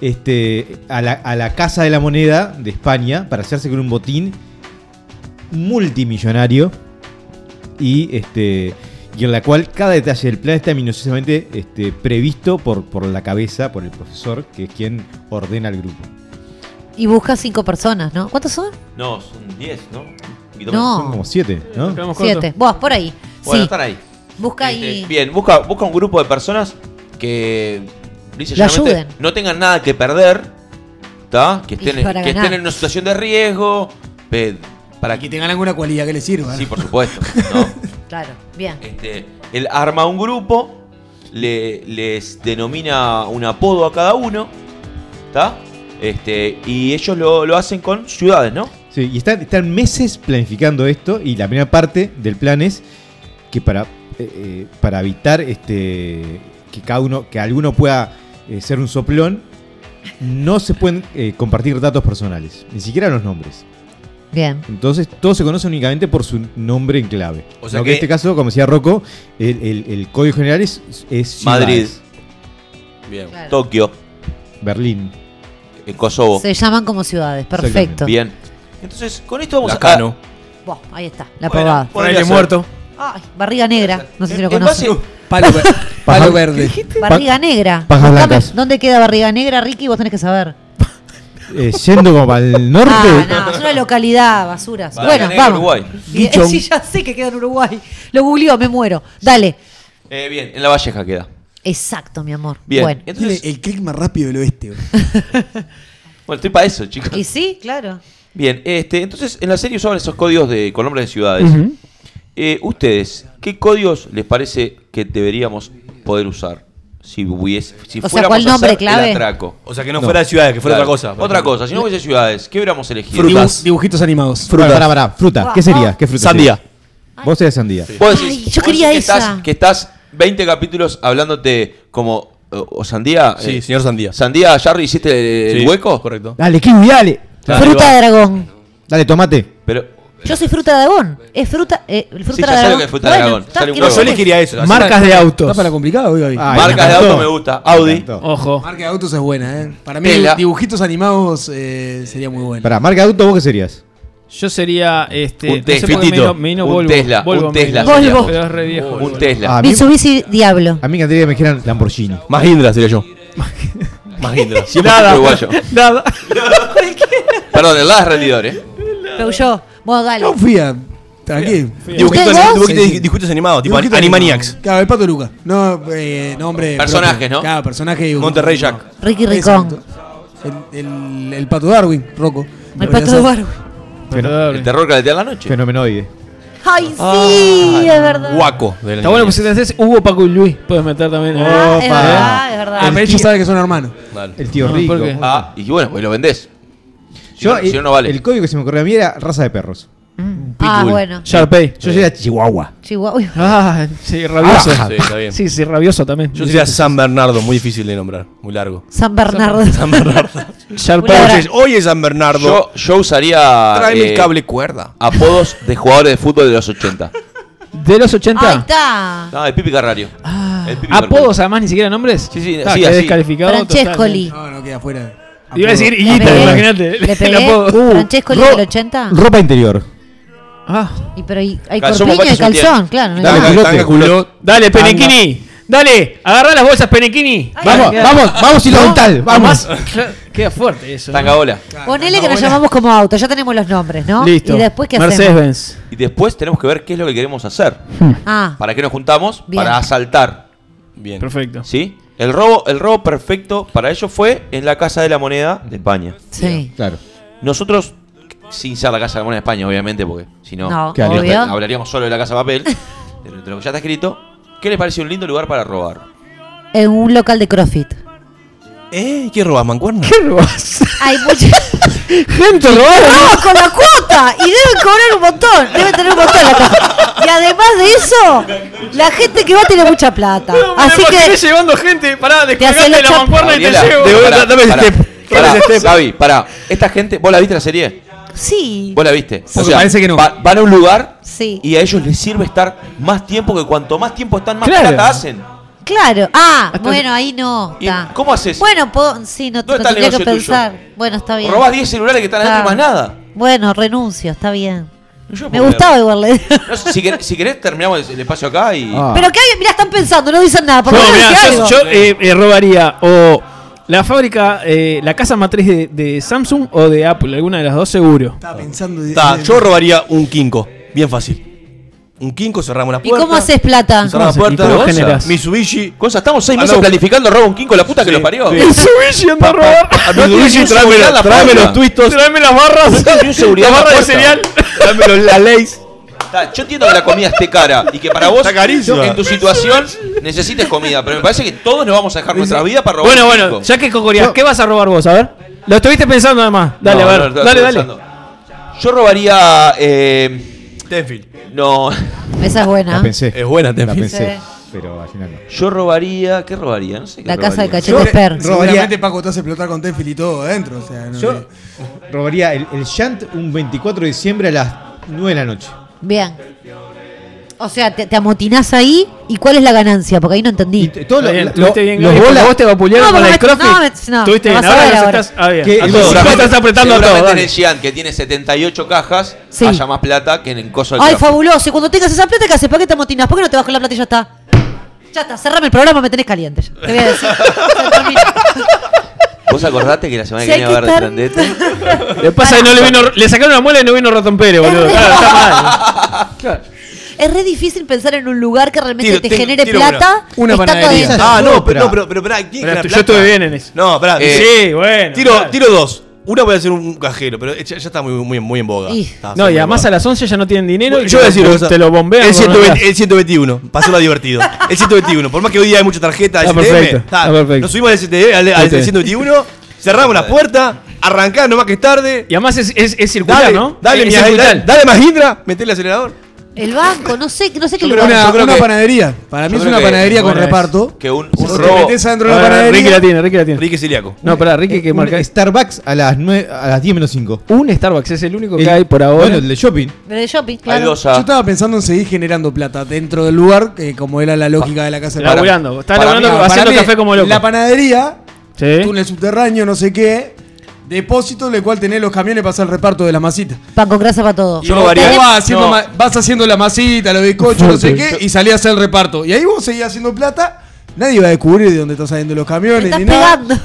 [SPEAKER 7] Este, a, la, a la Casa de la Moneda de España para hacerse con un botín multimillonario. Y, este, y en la cual cada detalle del plan está minuciosamente este, previsto por, por la cabeza, por el profesor, que es quien ordena al grupo.
[SPEAKER 1] Y busca cinco personas, ¿no? ¿Cuántos son?
[SPEAKER 2] No, son 10, ¿no? Un poquito
[SPEAKER 1] No.
[SPEAKER 2] menos.
[SPEAKER 7] Son como siete,
[SPEAKER 5] Nos
[SPEAKER 7] ¿no?
[SPEAKER 5] quedamos cortos.
[SPEAKER 1] Siete. Vos, por ahí.
[SPEAKER 2] Bueno,
[SPEAKER 1] sí.
[SPEAKER 2] están ahí.
[SPEAKER 1] Busca
[SPEAKER 2] Este,
[SPEAKER 1] ahí.
[SPEAKER 2] bien, busca, busca un grupo de personas que dice
[SPEAKER 1] La
[SPEAKER 2] llanamente,
[SPEAKER 1] ayuden.
[SPEAKER 2] no tengan nada que perder, ¿tá? Que estén,
[SPEAKER 1] Y para
[SPEAKER 2] que
[SPEAKER 1] ganar.
[SPEAKER 2] estén en una situación de riesgo, pe- para
[SPEAKER 3] Que
[SPEAKER 2] que
[SPEAKER 3] tengan alguna cualidad que les sirva.
[SPEAKER 2] Sí, por supuesto,
[SPEAKER 3] <laughs>
[SPEAKER 2] ¿no?
[SPEAKER 1] Claro. Bien.
[SPEAKER 2] Este, él arma un grupo, le- les denomina un apodo a cada uno, ¿está? Este, y ellos lo, lo hacen con ciudades, ¿no?
[SPEAKER 7] Sí, y están, están meses planificando esto y la primera parte del plan es que para, eh, eh, para evitar este, que cada uno, que alguno pueda eh, ser un soplón, no se pueden eh, compartir datos personales, ni siquiera los nombres.
[SPEAKER 1] Bien.
[SPEAKER 7] Entonces todos se conocen únicamente por su nombre en clave.
[SPEAKER 6] O sea
[SPEAKER 7] No,
[SPEAKER 6] que-
[SPEAKER 7] en este caso, como decía Rocco, el, el- el código general es, es
[SPEAKER 2] Madrid.
[SPEAKER 7] ciudades.
[SPEAKER 6] Bien.
[SPEAKER 1] Claro.
[SPEAKER 2] Tokio,
[SPEAKER 7] Berlín,
[SPEAKER 2] en Kosovo.
[SPEAKER 1] Se llaman como ciudades, perfecto.
[SPEAKER 2] Bien. Entonces, con esto vamos a. Ah,
[SPEAKER 6] Lacano.
[SPEAKER 1] Buah, ahí está, la probada.
[SPEAKER 2] podría
[SPEAKER 5] Fraile
[SPEAKER 2] ser.
[SPEAKER 5] muerto.
[SPEAKER 1] Ay, barriga negra, no sé si lo
[SPEAKER 2] En base-
[SPEAKER 1] conocen. <laughs>
[SPEAKER 3] Palo, ver- palo verde.
[SPEAKER 1] Barriga negra.
[SPEAKER 7] Pajas
[SPEAKER 1] Buscame,
[SPEAKER 7] blancas.
[SPEAKER 1] ¿Dónde queda barriga negra, Ricky? Vos tenés que saber.
[SPEAKER 7] Eh, yendo como para el norte.
[SPEAKER 1] Ah, no, es una localidad, basuras.
[SPEAKER 2] Barriga
[SPEAKER 1] bueno,
[SPEAKER 2] Negra,
[SPEAKER 1] vamos.
[SPEAKER 2] Uruguay.
[SPEAKER 1] Bien,
[SPEAKER 7] Guichón.
[SPEAKER 1] <laughs> Sí, ya sé que queda en Uruguay. Lo googleó, me muero. Dale.
[SPEAKER 2] Eh, bien, en la Valleja queda.
[SPEAKER 1] Exacto, mi amor.
[SPEAKER 2] Bien.
[SPEAKER 1] Bueno.
[SPEAKER 2] Entonces,
[SPEAKER 8] el clic más rápido del oeste. bro.
[SPEAKER 2] <laughs> bueno, estoy para eso, chicos.
[SPEAKER 1] Y sí, claro.
[SPEAKER 2] Bien, este, entonces en la serie usaban esos códigos de, con nombres de ciudades. Eh, Ustedes, ¿qué códigos les parece que deberíamos poder usar si hubiese, si
[SPEAKER 1] O sea,
[SPEAKER 2] fuéramos
[SPEAKER 1] ¿cuál
[SPEAKER 2] a
[SPEAKER 1] nombre
[SPEAKER 2] hacer
[SPEAKER 1] clave?
[SPEAKER 2] el atraco?
[SPEAKER 6] O sea, que no, fuera de ciudades, que fuera
[SPEAKER 2] Claro.
[SPEAKER 6] otra cosa. por
[SPEAKER 2] Otra
[SPEAKER 6] ejemplo.
[SPEAKER 2] cosa, si no hubiese ciudades, ¿qué hubiéramos elegido?
[SPEAKER 3] Dibuj- dibujitos animados.
[SPEAKER 7] Fruta. Pará, pará, Fruta. Ah. ¿Qué sería? ¿Qué fruta
[SPEAKER 6] Sandía.
[SPEAKER 7] sería? Vos seas sandía.
[SPEAKER 2] Vos decís-
[SPEAKER 1] Ay, yo
[SPEAKER 2] vos
[SPEAKER 1] quería
[SPEAKER 2] decís que
[SPEAKER 1] esa.
[SPEAKER 2] Estás, que estás 20 capítulos hablándote como. O, o Sandía.
[SPEAKER 6] Sí,
[SPEAKER 2] eh,
[SPEAKER 6] señor Sandía.
[SPEAKER 2] Sandía, Jarry, ¿hiciste el
[SPEAKER 6] Sí,
[SPEAKER 2] hueco?
[SPEAKER 6] Correcto.
[SPEAKER 7] Dale, kiwi, dale.
[SPEAKER 2] Claro,
[SPEAKER 1] fruta
[SPEAKER 2] ahí
[SPEAKER 1] de dragón.
[SPEAKER 7] Dale, tomate.
[SPEAKER 2] Pero.
[SPEAKER 1] Yo soy fruta de dragón. Es fruta. Eh, fruta de
[SPEAKER 2] ya sé
[SPEAKER 1] dragón.
[SPEAKER 2] lo que es fruta de dragón.
[SPEAKER 1] está,
[SPEAKER 2] Sale un
[SPEAKER 1] que
[SPEAKER 6] No,
[SPEAKER 1] lo
[SPEAKER 2] huevo.
[SPEAKER 6] yo
[SPEAKER 1] sabes.
[SPEAKER 6] elegiría eso. así-
[SPEAKER 5] Marcas de
[SPEAKER 3] Está
[SPEAKER 5] autos.
[SPEAKER 3] para complicado hoy, hoy.
[SPEAKER 7] Ay,
[SPEAKER 2] Marcas
[SPEAKER 7] Ah, me
[SPEAKER 2] de
[SPEAKER 7] encantó.
[SPEAKER 2] auto me gusta. Audi.
[SPEAKER 7] encantó.
[SPEAKER 5] Ojo.
[SPEAKER 3] Marca de autos es buena, ¿eh? Para mí,
[SPEAKER 2] Tela.
[SPEAKER 3] dibujitos animados eh, sería muy bueno.
[SPEAKER 7] Pará, marca de auto, ¿vos qué serías?
[SPEAKER 5] Yo sería este.
[SPEAKER 2] Un
[SPEAKER 5] no sé por qué
[SPEAKER 2] Tesla.
[SPEAKER 5] me vino- me vino
[SPEAKER 2] Un
[SPEAKER 5] Volvo.
[SPEAKER 2] Tesla,
[SPEAKER 5] Volvo
[SPEAKER 2] un
[SPEAKER 5] me
[SPEAKER 2] Tesla
[SPEAKER 5] vino.
[SPEAKER 1] sería Volvo.
[SPEAKER 5] Pero es re viejo.
[SPEAKER 2] Un
[SPEAKER 5] Volvo.
[SPEAKER 2] Tesla.
[SPEAKER 7] Ah, bien.
[SPEAKER 1] Mitsubishi Diablo.
[SPEAKER 7] A mí me encantaría que me dijeran Lamborghini.
[SPEAKER 6] Mahindra sería yo. Mahindra.
[SPEAKER 2] Nada. Uruguayo.
[SPEAKER 5] Nada.
[SPEAKER 2] Perdón, el lado es rendidor, ¿eh?
[SPEAKER 1] Peugeot. Vos, dale.
[SPEAKER 3] Confía. Tranquilo.
[SPEAKER 6] Dibujitos,
[SPEAKER 1] ¿Ustedes
[SPEAKER 6] dibujitos-
[SPEAKER 3] dos? Sí, sí.
[SPEAKER 6] dibujitos animados, tipo
[SPEAKER 3] Dibujito
[SPEAKER 6] Animaniacs.
[SPEAKER 3] animado. Claro, el pato Luca. No, eh, nombre.
[SPEAKER 2] Personajes,
[SPEAKER 3] propio.
[SPEAKER 2] ¿no?
[SPEAKER 3] Claro, personaje. y-
[SPEAKER 6] Monterrey Jack.
[SPEAKER 1] Ricky
[SPEAKER 3] Exacto.
[SPEAKER 1] Ricón.
[SPEAKER 3] El, el, el pato Darwin, Rocco.
[SPEAKER 1] El pato de Barwin.
[SPEAKER 2] El terror caletea en la noche.
[SPEAKER 7] Fenomenoide.
[SPEAKER 1] Ay,
[SPEAKER 5] Ah.
[SPEAKER 1] sí, es verdad.
[SPEAKER 6] Guaco. de la
[SPEAKER 5] Está bueno,
[SPEAKER 6] Animaniacs.
[SPEAKER 5] pues si te haces Hugo, Paco y Luis, puedes meter también. eh.
[SPEAKER 1] Ah, es
[SPEAKER 7] Opa.
[SPEAKER 1] verdad, es verdad.
[SPEAKER 3] Ah, pero ellos saben que son hermanos.
[SPEAKER 7] El tío
[SPEAKER 5] No,
[SPEAKER 7] rico.
[SPEAKER 5] ¿por qué?
[SPEAKER 2] Ah, y bueno, pues lo vendés. Si,
[SPEAKER 7] Yo,
[SPEAKER 2] no, si no,
[SPEAKER 7] eh,
[SPEAKER 2] no vale.
[SPEAKER 7] El código que se me ocurrió a mí era raza de perros.
[SPEAKER 1] Ah, bueno.
[SPEAKER 5] Sharpay.
[SPEAKER 7] Yo sería Chihuahua.
[SPEAKER 1] Chihuahua.
[SPEAKER 5] Ah, sí, rabioso.
[SPEAKER 6] Ah, Sí, está bien.
[SPEAKER 5] Sí, sí, rabioso también.
[SPEAKER 6] Yo sería San Bernardo, muy difícil de nombrar, muy largo.
[SPEAKER 1] San Bernardo.
[SPEAKER 6] San <laughs> Bernardo.
[SPEAKER 1] Hola.
[SPEAKER 5] Sharpay.
[SPEAKER 6] Entonces, oye San Bernardo,
[SPEAKER 2] Yo, yo usaría.
[SPEAKER 6] tráeme el
[SPEAKER 2] eh,
[SPEAKER 6] cable cuerda.
[SPEAKER 2] Apodos de jugadores de fútbol de
[SPEAKER 1] <laughs>
[SPEAKER 2] los 80.
[SPEAKER 5] De los
[SPEAKER 1] Ahí
[SPEAKER 5] 80.
[SPEAKER 1] está.
[SPEAKER 2] No, el Pipi Carrario.
[SPEAKER 1] Ah.
[SPEAKER 2] El Pipi Carrario.
[SPEAKER 5] Apodos, además, ni siquiera nombres.
[SPEAKER 2] Sí, sí,
[SPEAKER 5] Está,
[SPEAKER 2] sí,
[SPEAKER 5] quedé
[SPEAKER 2] así.
[SPEAKER 5] descalificado.
[SPEAKER 1] Francescoli.
[SPEAKER 3] No, no, queda fuera.
[SPEAKER 5] total. Iba a decir
[SPEAKER 1] Le
[SPEAKER 5] Higuita,
[SPEAKER 1] pegué.
[SPEAKER 5] imagínate.
[SPEAKER 1] Le
[SPEAKER 5] <laughs> El
[SPEAKER 1] pegué. Uh,
[SPEAKER 5] apodo.
[SPEAKER 1] Francescoli del 80.
[SPEAKER 7] Ropa interior.
[SPEAKER 5] Ah.
[SPEAKER 1] Y pero hay, hay
[SPEAKER 2] Calzón,
[SPEAKER 1] corpiño
[SPEAKER 2] papá,
[SPEAKER 1] y
[SPEAKER 2] calzón tiene.
[SPEAKER 1] calzón, claro. no hay
[SPEAKER 7] Dale,
[SPEAKER 1] nada.
[SPEAKER 7] culote.
[SPEAKER 6] tanga, culote.
[SPEAKER 5] Dale, Penequini. Dale, agarra las bolsas, Penequini.
[SPEAKER 7] Vamos, vamos, vamos y lo dental, vamos.
[SPEAKER 5] Queda fuerte eso. ¿no?
[SPEAKER 2] Tanga bola.
[SPEAKER 1] Ponele que nos llamamos como auto, ya tenemos los nombres, ¿no?
[SPEAKER 5] Listo.
[SPEAKER 1] Y después qué hacemos.
[SPEAKER 5] Mercedes Benz.
[SPEAKER 2] Y después tenemos que ver qué es lo que queremos hacer.
[SPEAKER 1] Ah,
[SPEAKER 2] ¿Para qué nos juntamos?
[SPEAKER 1] Bien.
[SPEAKER 2] Para asaltar.
[SPEAKER 6] Bien.
[SPEAKER 5] Perfecto.
[SPEAKER 2] ¿Sí? El robo, el robo perfecto para ello fue en la Casa de la Moneda de España.
[SPEAKER 1] sí.
[SPEAKER 7] Claro.
[SPEAKER 2] Nosotros, sin ser la Casa de la Moneda de España, obviamente, porque si no,
[SPEAKER 1] No,
[SPEAKER 7] Qué alivio.
[SPEAKER 1] obvio.
[SPEAKER 2] hablaríamos solo de la Casa de Papel, <laughs> de lo de lo que ya está escrito. ¿Qué les parece un lindo lugar para robar?
[SPEAKER 1] En un local de CrossFit.
[SPEAKER 6] ¿Eh? ¿Qué robas, mancuerna?
[SPEAKER 5] ¿Qué robás?
[SPEAKER 1] Hay mucha
[SPEAKER 5] <laughs> Gente robada.
[SPEAKER 1] ¡No, con la cuota! Y deben cobrar un montón. Deben tener un montón la casa. Y además de eso, la gente que va tiene mucha plata. Así que.
[SPEAKER 5] llevando gente. Pará,
[SPEAKER 1] hace
[SPEAKER 5] descolgate
[SPEAKER 1] la
[SPEAKER 5] la
[SPEAKER 1] chapa.
[SPEAKER 5] mancuerna y te
[SPEAKER 2] Gabriela,
[SPEAKER 5] llevo.
[SPEAKER 2] pará,
[SPEAKER 6] vuelta, dame ese
[SPEAKER 2] pará,
[SPEAKER 6] step,
[SPEAKER 2] pará,
[SPEAKER 6] dame ese step.
[SPEAKER 2] Gaby, pará. Esta gente, ¿vos la viste la serie?
[SPEAKER 1] Sí.
[SPEAKER 2] ¿Vos la viste?
[SPEAKER 3] Porque parece que no.
[SPEAKER 2] va- van a un lugar
[SPEAKER 1] Sí.
[SPEAKER 2] y a ellos les sirve estar más tiempo que cuanto más tiempo están, más
[SPEAKER 5] Claro.
[SPEAKER 2] plata hacen.
[SPEAKER 1] Claro. Ah, bueno, ahí no.
[SPEAKER 2] ¿Y
[SPEAKER 1] Está.
[SPEAKER 2] cómo haces?
[SPEAKER 1] Bueno, puedo- sí, no,
[SPEAKER 2] ¿Dónde
[SPEAKER 1] no
[SPEAKER 2] está el
[SPEAKER 1] tendría que
[SPEAKER 2] negocio tuyo?
[SPEAKER 1] pensar. Bueno, está bien.
[SPEAKER 2] Robás 10 celulares que están adentro y más nada.
[SPEAKER 1] Bueno, renuncio, está bien.
[SPEAKER 2] Yo no
[SPEAKER 1] Me
[SPEAKER 2] puedo
[SPEAKER 1] gustaba igual. le-
[SPEAKER 2] creer. Ah. No, si, quer- si querés, terminamos el espacio acá y.
[SPEAKER 7] Ah.
[SPEAKER 1] Pero que hay, mirá, están pensando, no dicen nada. Por lo
[SPEAKER 5] No,
[SPEAKER 1] menos
[SPEAKER 5] mirá,
[SPEAKER 1] dije
[SPEAKER 5] yo,
[SPEAKER 1] algo.
[SPEAKER 5] yo, eh, eh, robaría o la fábrica, eh, la casa matriz de, de Samsung o de Apple, alguna de las dos seguro.
[SPEAKER 3] Estaba pensando. de-
[SPEAKER 6] Ta,
[SPEAKER 2] Eh,
[SPEAKER 3] de-
[SPEAKER 6] yo robaría un quinco, bien fácil. Un quinco, cerramos la
[SPEAKER 1] ¿Y
[SPEAKER 6] puerta.
[SPEAKER 1] cómo haces plata?
[SPEAKER 6] Cerramos la
[SPEAKER 5] ¿Cómo haces? ¿Y
[SPEAKER 6] puerta,
[SPEAKER 5] cómo
[SPEAKER 6] bolsa,
[SPEAKER 5] generás?
[SPEAKER 6] Mitsubishi.
[SPEAKER 2] Cosa, estamos 6
[SPEAKER 6] Ah,
[SPEAKER 2] meses
[SPEAKER 6] no.
[SPEAKER 2] planificando robo un quinco la puta que lo parió.
[SPEAKER 6] sí.
[SPEAKER 5] Mitsubishi anda a robar.
[SPEAKER 6] A
[SPEAKER 2] No
[SPEAKER 6] Mitsubishi,
[SPEAKER 2] tenés
[SPEAKER 6] tráeme,
[SPEAKER 2] seguridad en la
[SPEAKER 6] tráeme
[SPEAKER 2] puerta.
[SPEAKER 6] los twistos,
[SPEAKER 5] Tráeme las barras.
[SPEAKER 2] tenés ni un seguridad
[SPEAKER 5] Las
[SPEAKER 2] en la
[SPEAKER 5] barras de
[SPEAKER 2] puerta.
[SPEAKER 5] cereal.
[SPEAKER 6] tráeme los, la leyes.
[SPEAKER 2] Está, yo entiendo que la comida esté cara y que para vos,
[SPEAKER 6] Está carísima.
[SPEAKER 2] en tu situación, necesites comida. Pero me parece que todos nos vamos a dejar nuestra vida para robar
[SPEAKER 5] Bueno,
[SPEAKER 2] un
[SPEAKER 5] bueno,
[SPEAKER 2] quinco.
[SPEAKER 5] ya que cocorías, ¿qué vas a robar vos? A ver. Lo estuviste pensando además. Dale,
[SPEAKER 2] No,
[SPEAKER 5] a
[SPEAKER 2] no,
[SPEAKER 5] ver.
[SPEAKER 2] no,
[SPEAKER 5] dale,
[SPEAKER 2] estoy
[SPEAKER 5] dale.
[SPEAKER 2] pensando. Yo robaría. eh,
[SPEAKER 6] Tenfield.
[SPEAKER 2] no.
[SPEAKER 1] Esa es
[SPEAKER 7] La
[SPEAKER 1] buena.
[SPEAKER 7] pensé.
[SPEAKER 6] Es buena,
[SPEAKER 7] La
[SPEAKER 6] Tenfield.
[SPEAKER 7] pensé.
[SPEAKER 1] Sí.
[SPEAKER 7] Pero al final no.
[SPEAKER 2] Yo robaría. ¿Qué robaría? No sé qué
[SPEAKER 1] La casa de
[SPEAKER 2] robaría.
[SPEAKER 1] cachete per.
[SPEAKER 3] Seguramente Paco te hace explotar con Tenfield y todo adentro. O sea, no,
[SPEAKER 7] Yo robaría el, el Shant un 24 de diciembre a las 9 de la noche.
[SPEAKER 1] Bien. O sea, te, te amotinás ahí y cuál es la ganancia, porque ahí no entendí.
[SPEAKER 7] Todo lo-
[SPEAKER 5] Está bien,
[SPEAKER 7] lo-
[SPEAKER 5] estuviste bien,
[SPEAKER 7] los
[SPEAKER 5] Gaby, porque
[SPEAKER 7] bolas-
[SPEAKER 5] vos te vapulearon
[SPEAKER 1] No,
[SPEAKER 5] con
[SPEAKER 1] porque
[SPEAKER 5] el
[SPEAKER 1] me-
[SPEAKER 5] crossfit.
[SPEAKER 1] no, me- no,
[SPEAKER 5] Estuviste
[SPEAKER 1] me
[SPEAKER 5] bien,
[SPEAKER 1] vas a
[SPEAKER 5] ahora
[SPEAKER 1] ver
[SPEAKER 5] nos
[SPEAKER 1] ahora.
[SPEAKER 5] estás... Ah, bien.
[SPEAKER 7] Que-
[SPEAKER 5] A
[SPEAKER 7] lo-
[SPEAKER 5] todos. Vos estás apretando a todos.
[SPEAKER 2] Seguramente en
[SPEAKER 5] dale.
[SPEAKER 2] el Gian, que tiene 78 cajas,
[SPEAKER 1] Sí.
[SPEAKER 2] haya más plata que en el coso del
[SPEAKER 1] Ay,
[SPEAKER 2] trapo.
[SPEAKER 1] fabuloso. Y cuando tengas esa plata, ¿qué haces? ¿Para qué te amotinas? ¿Por qué no te vas con la plata y ya está? Ya está, cerrame el programa, me tenés caliente. ya. Te voy a decir. Se termina.
[SPEAKER 2] ¿Vos acordate que la semana
[SPEAKER 1] Si
[SPEAKER 2] que
[SPEAKER 1] hay
[SPEAKER 2] viene va a
[SPEAKER 1] que
[SPEAKER 2] haber
[SPEAKER 1] estar- <laughs>
[SPEAKER 2] Trandete?
[SPEAKER 5] Le pasa que no le vino... Le sacaron una muela y no vino Ratón Pérez, boludo. Claro, está mal.
[SPEAKER 1] Es re difícil pensar en un lugar que realmente
[SPEAKER 6] Tiro,
[SPEAKER 1] te
[SPEAKER 6] tengo-
[SPEAKER 1] genere
[SPEAKER 6] tiro
[SPEAKER 1] plata.
[SPEAKER 3] Una
[SPEAKER 1] estando
[SPEAKER 3] panadería.
[SPEAKER 1] adentro.
[SPEAKER 6] Ah, no,
[SPEAKER 7] otra.
[SPEAKER 6] pero, no, pero, pero, pará, ¿quién
[SPEAKER 5] Pero
[SPEAKER 6] gana
[SPEAKER 5] tú- yo
[SPEAKER 6] plata?
[SPEAKER 5] estuve bien en eso.
[SPEAKER 6] No, pará,
[SPEAKER 2] Eh,
[SPEAKER 5] Sí, bueno.
[SPEAKER 6] tiro,
[SPEAKER 5] claro.
[SPEAKER 6] tiro dos. Una puede ser un cajero, pero ya, ya está muy, muy, muy en boga.
[SPEAKER 1] Y-
[SPEAKER 6] Está,
[SPEAKER 5] No,
[SPEAKER 6] está
[SPEAKER 5] y
[SPEAKER 6] muy
[SPEAKER 5] además
[SPEAKER 6] en
[SPEAKER 5] a las 11 ya no tienen dinero y
[SPEAKER 6] boga. Yo
[SPEAKER 5] te-
[SPEAKER 6] voy a decir una cosa.
[SPEAKER 5] te lo bombean.
[SPEAKER 6] El,
[SPEAKER 5] con una <laughs>
[SPEAKER 6] 120
[SPEAKER 5] casa.
[SPEAKER 6] el 121, pasarla divertido. El 121, por más que hoy día hay mucha tarjeta de
[SPEAKER 9] Está perfecto, está perfecto.
[SPEAKER 6] Nos subimos al, STM, al, al 121, cerramos la puerta, arrancá nomás que es tarde.
[SPEAKER 5] Y además es, es, es circular,
[SPEAKER 6] Dale,
[SPEAKER 5] ¿no? es
[SPEAKER 6] dale, mi- dale, dale más Hindra, meté el acelerador.
[SPEAKER 1] El banco, no sé, no sé qué
[SPEAKER 6] Yo
[SPEAKER 1] lugar.
[SPEAKER 6] creo
[SPEAKER 3] Una,
[SPEAKER 6] yo
[SPEAKER 3] una
[SPEAKER 6] que-
[SPEAKER 3] panadería. Para mí
[SPEAKER 2] yo
[SPEAKER 3] es
[SPEAKER 2] creo
[SPEAKER 3] una
[SPEAKER 2] que-
[SPEAKER 3] panadería con
[SPEAKER 5] bueno, es-
[SPEAKER 3] reparto.
[SPEAKER 2] Que un,
[SPEAKER 3] Si
[SPEAKER 2] un
[SPEAKER 3] vos te
[SPEAKER 2] robo.
[SPEAKER 3] metés adentro de
[SPEAKER 5] A
[SPEAKER 3] una
[SPEAKER 5] ver,
[SPEAKER 3] panadería.
[SPEAKER 5] Ricky la tiene, Ricky la tiene.
[SPEAKER 6] Enrique Celiaco.
[SPEAKER 5] No, pará, Ricky
[SPEAKER 7] eh,
[SPEAKER 5] que
[SPEAKER 7] un
[SPEAKER 5] marca.
[SPEAKER 7] Starbucks a las, nue- a las 10 menos 5.
[SPEAKER 5] Un Starbucks es el único que
[SPEAKER 7] El-
[SPEAKER 5] hay por ahora.
[SPEAKER 7] Bueno, el de shopping.
[SPEAKER 1] Desde shopping,
[SPEAKER 2] Hay
[SPEAKER 1] claro.
[SPEAKER 2] dos
[SPEAKER 3] Yo
[SPEAKER 2] a-
[SPEAKER 3] estaba pensando en seguir generando plata dentro del lugar, que como era la lógica de la casa de
[SPEAKER 2] Para-
[SPEAKER 3] Pablo.
[SPEAKER 5] laburando. Está
[SPEAKER 2] para
[SPEAKER 5] laburando
[SPEAKER 2] mí-
[SPEAKER 3] Para
[SPEAKER 5] haciendo
[SPEAKER 3] mí,
[SPEAKER 5] café como loco.
[SPEAKER 3] La panadería,
[SPEAKER 5] Sí.
[SPEAKER 3] túnel subterráneo, no sé qué. Depósito en el cual tenés los camiones para hacer el reparto de las masitas.
[SPEAKER 1] Pan con grasa para todo.
[SPEAKER 6] Yo
[SPEAKER 3] Vos
[SPEAKER 6] varía-
[SPEAKER 3] vas, haciendo
[SPEAKER 6] no.
[SPEAKER 3] ma- vas haciendo la masita, los bizcochos, no sé qué, y salías a hacer el reparto. Y ahí vos seguías haciendo plata, nadie va a descubrir de dónde están saliendo los
[SPEAKER 1] Te
[SPEAKER 3] camiones
[SPEAKER 1] estás
[SPEAKER 3] ni nada.
[SPEAKER 1] pegando.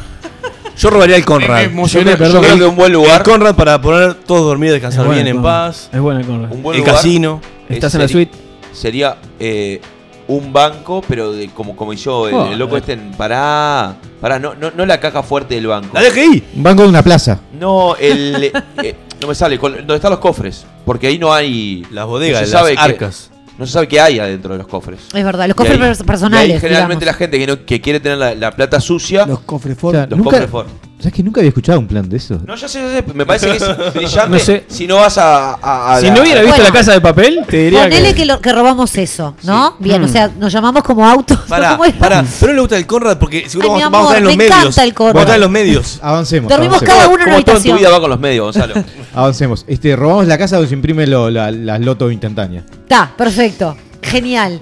[SPEAKER 6] Yo robaría el
[SPEAKER 3] Me-
[SPEAKER 6] Conrad.
[SPEAKER 3] me emocioné,
[SPEAKER 2] Yo creo- yo
[SPEAKER 3] perdón.
[SPEAKER 2] creo que un buen lugar.
[SPEAKER 6] El Conrad para poner todos dormidos, descansar bien en paz.
[SPEAKER 5] Es buena con
[SPEAKER 2] Un buen
[SPEAKER 6] el
[SPEAKER 2] lugar
[SPEAKER 6] casino.
[SPEAKER 5] Estás
[SPEAKER 2] es
[SPEAKER 5] en la
[SPEAKER 2] seri-
[SPEAKER 5] suite.
[SPEAKER 2] Sería eh, un banco, pero de, como, como hizo el,
[SPEAKER 5] Oh,
[SPEAKER 2] el loco este en Pará. Pará, no, no, no la caja fuerte del banco.
[SPEAKER 6] La DGI.
[SPEAKER 7] Un banco de una plaza.
[SPEAKER 2] No, el. eh, no me sale. con- donde están los cofres. Porque ahí no hay.
[SPEAKER 6] Las bodegas,
[SPEAKER 2] no se
[SPEAKER 6] las
[SPEAKER 2] sabe qué-
[SPEAKER 6] arcas.
[SPEAKER 2] no se sabe qué hay adentro de los cofres.
[SPEAKER 1] Es verdad, los
[SPEAKER 2] Y ahí-
[SPEAKER 1] cofres pers- personales.
[SPEAKER 2] y ahí generalmente
[SPEAKER 1] digamos.
[SPEAKER 2] la gente que, no- que quiere tener la, la plata sucia.
[SPEAKER 3] Los
[SPEAKER 2] Los,
[SPEAKER 3] cofres Ford.
[SPEAKER 7] Claro. nunca-
[SPEAKER 2] cofres Ford.
[SPEAKER 7] ¿Sabes que nunca había escuchado un plan de eso?
[SPEAKER 2] No, ya sé, ya sé. Me parece que es brillante.
[SPEAKER 5] No sé.
[SPEAKER 2] Si no vas a. a- a
[SPEAKER 5] Si
[SPEAKER 2] la-
[SPEAKER 5] no hubiera visto
[SPEAKER 1] Bueno.
[SPEAKER 5] la casa de papel, te diría
[SPEAKER 1] Ponele
[SPEAKER 5] que.
[SPEAKER 1] que, lo- que robamos eso, ¿no? Bien, o
[SPEAKER 5] Mm.
[SPEAKER 1] sea, nos llamamos como autos. ¿no?
[SPEAKER 6] Para,
[SPEAKER 1] ¿Cómo era?
[SPEAKER 6] para. Pero no le gusta el Conrad porque seguro
[SPEAKER 1] Ay, mi
[SPEAKER 6] vamos, vamos a estar en los
[SPEAKER 1] amor, me
[SPEAKER 6] medios.
[SPEAKER 1] encanta el Conrad.
[SPEAKER 6] Vamos a estar en los medios.
[SPEAKER 7] Avancemos.
[SPEAKER 1] Dormimos
[SPEAKER 7] avancemos.
[SPEAKER 1] cada uno en una
[SPEAKER 2] Como todo en tu
[SPEAKER 1] habitación.
[SPEAKER 2] vida va con los medios, Gonzalo.
[SPEAKER 7] Avancemos. Este, robamos la casa donde se imprime lo- la- las lotos instantáneas.
[SPEAKER 1] Está, perfecto. Genial.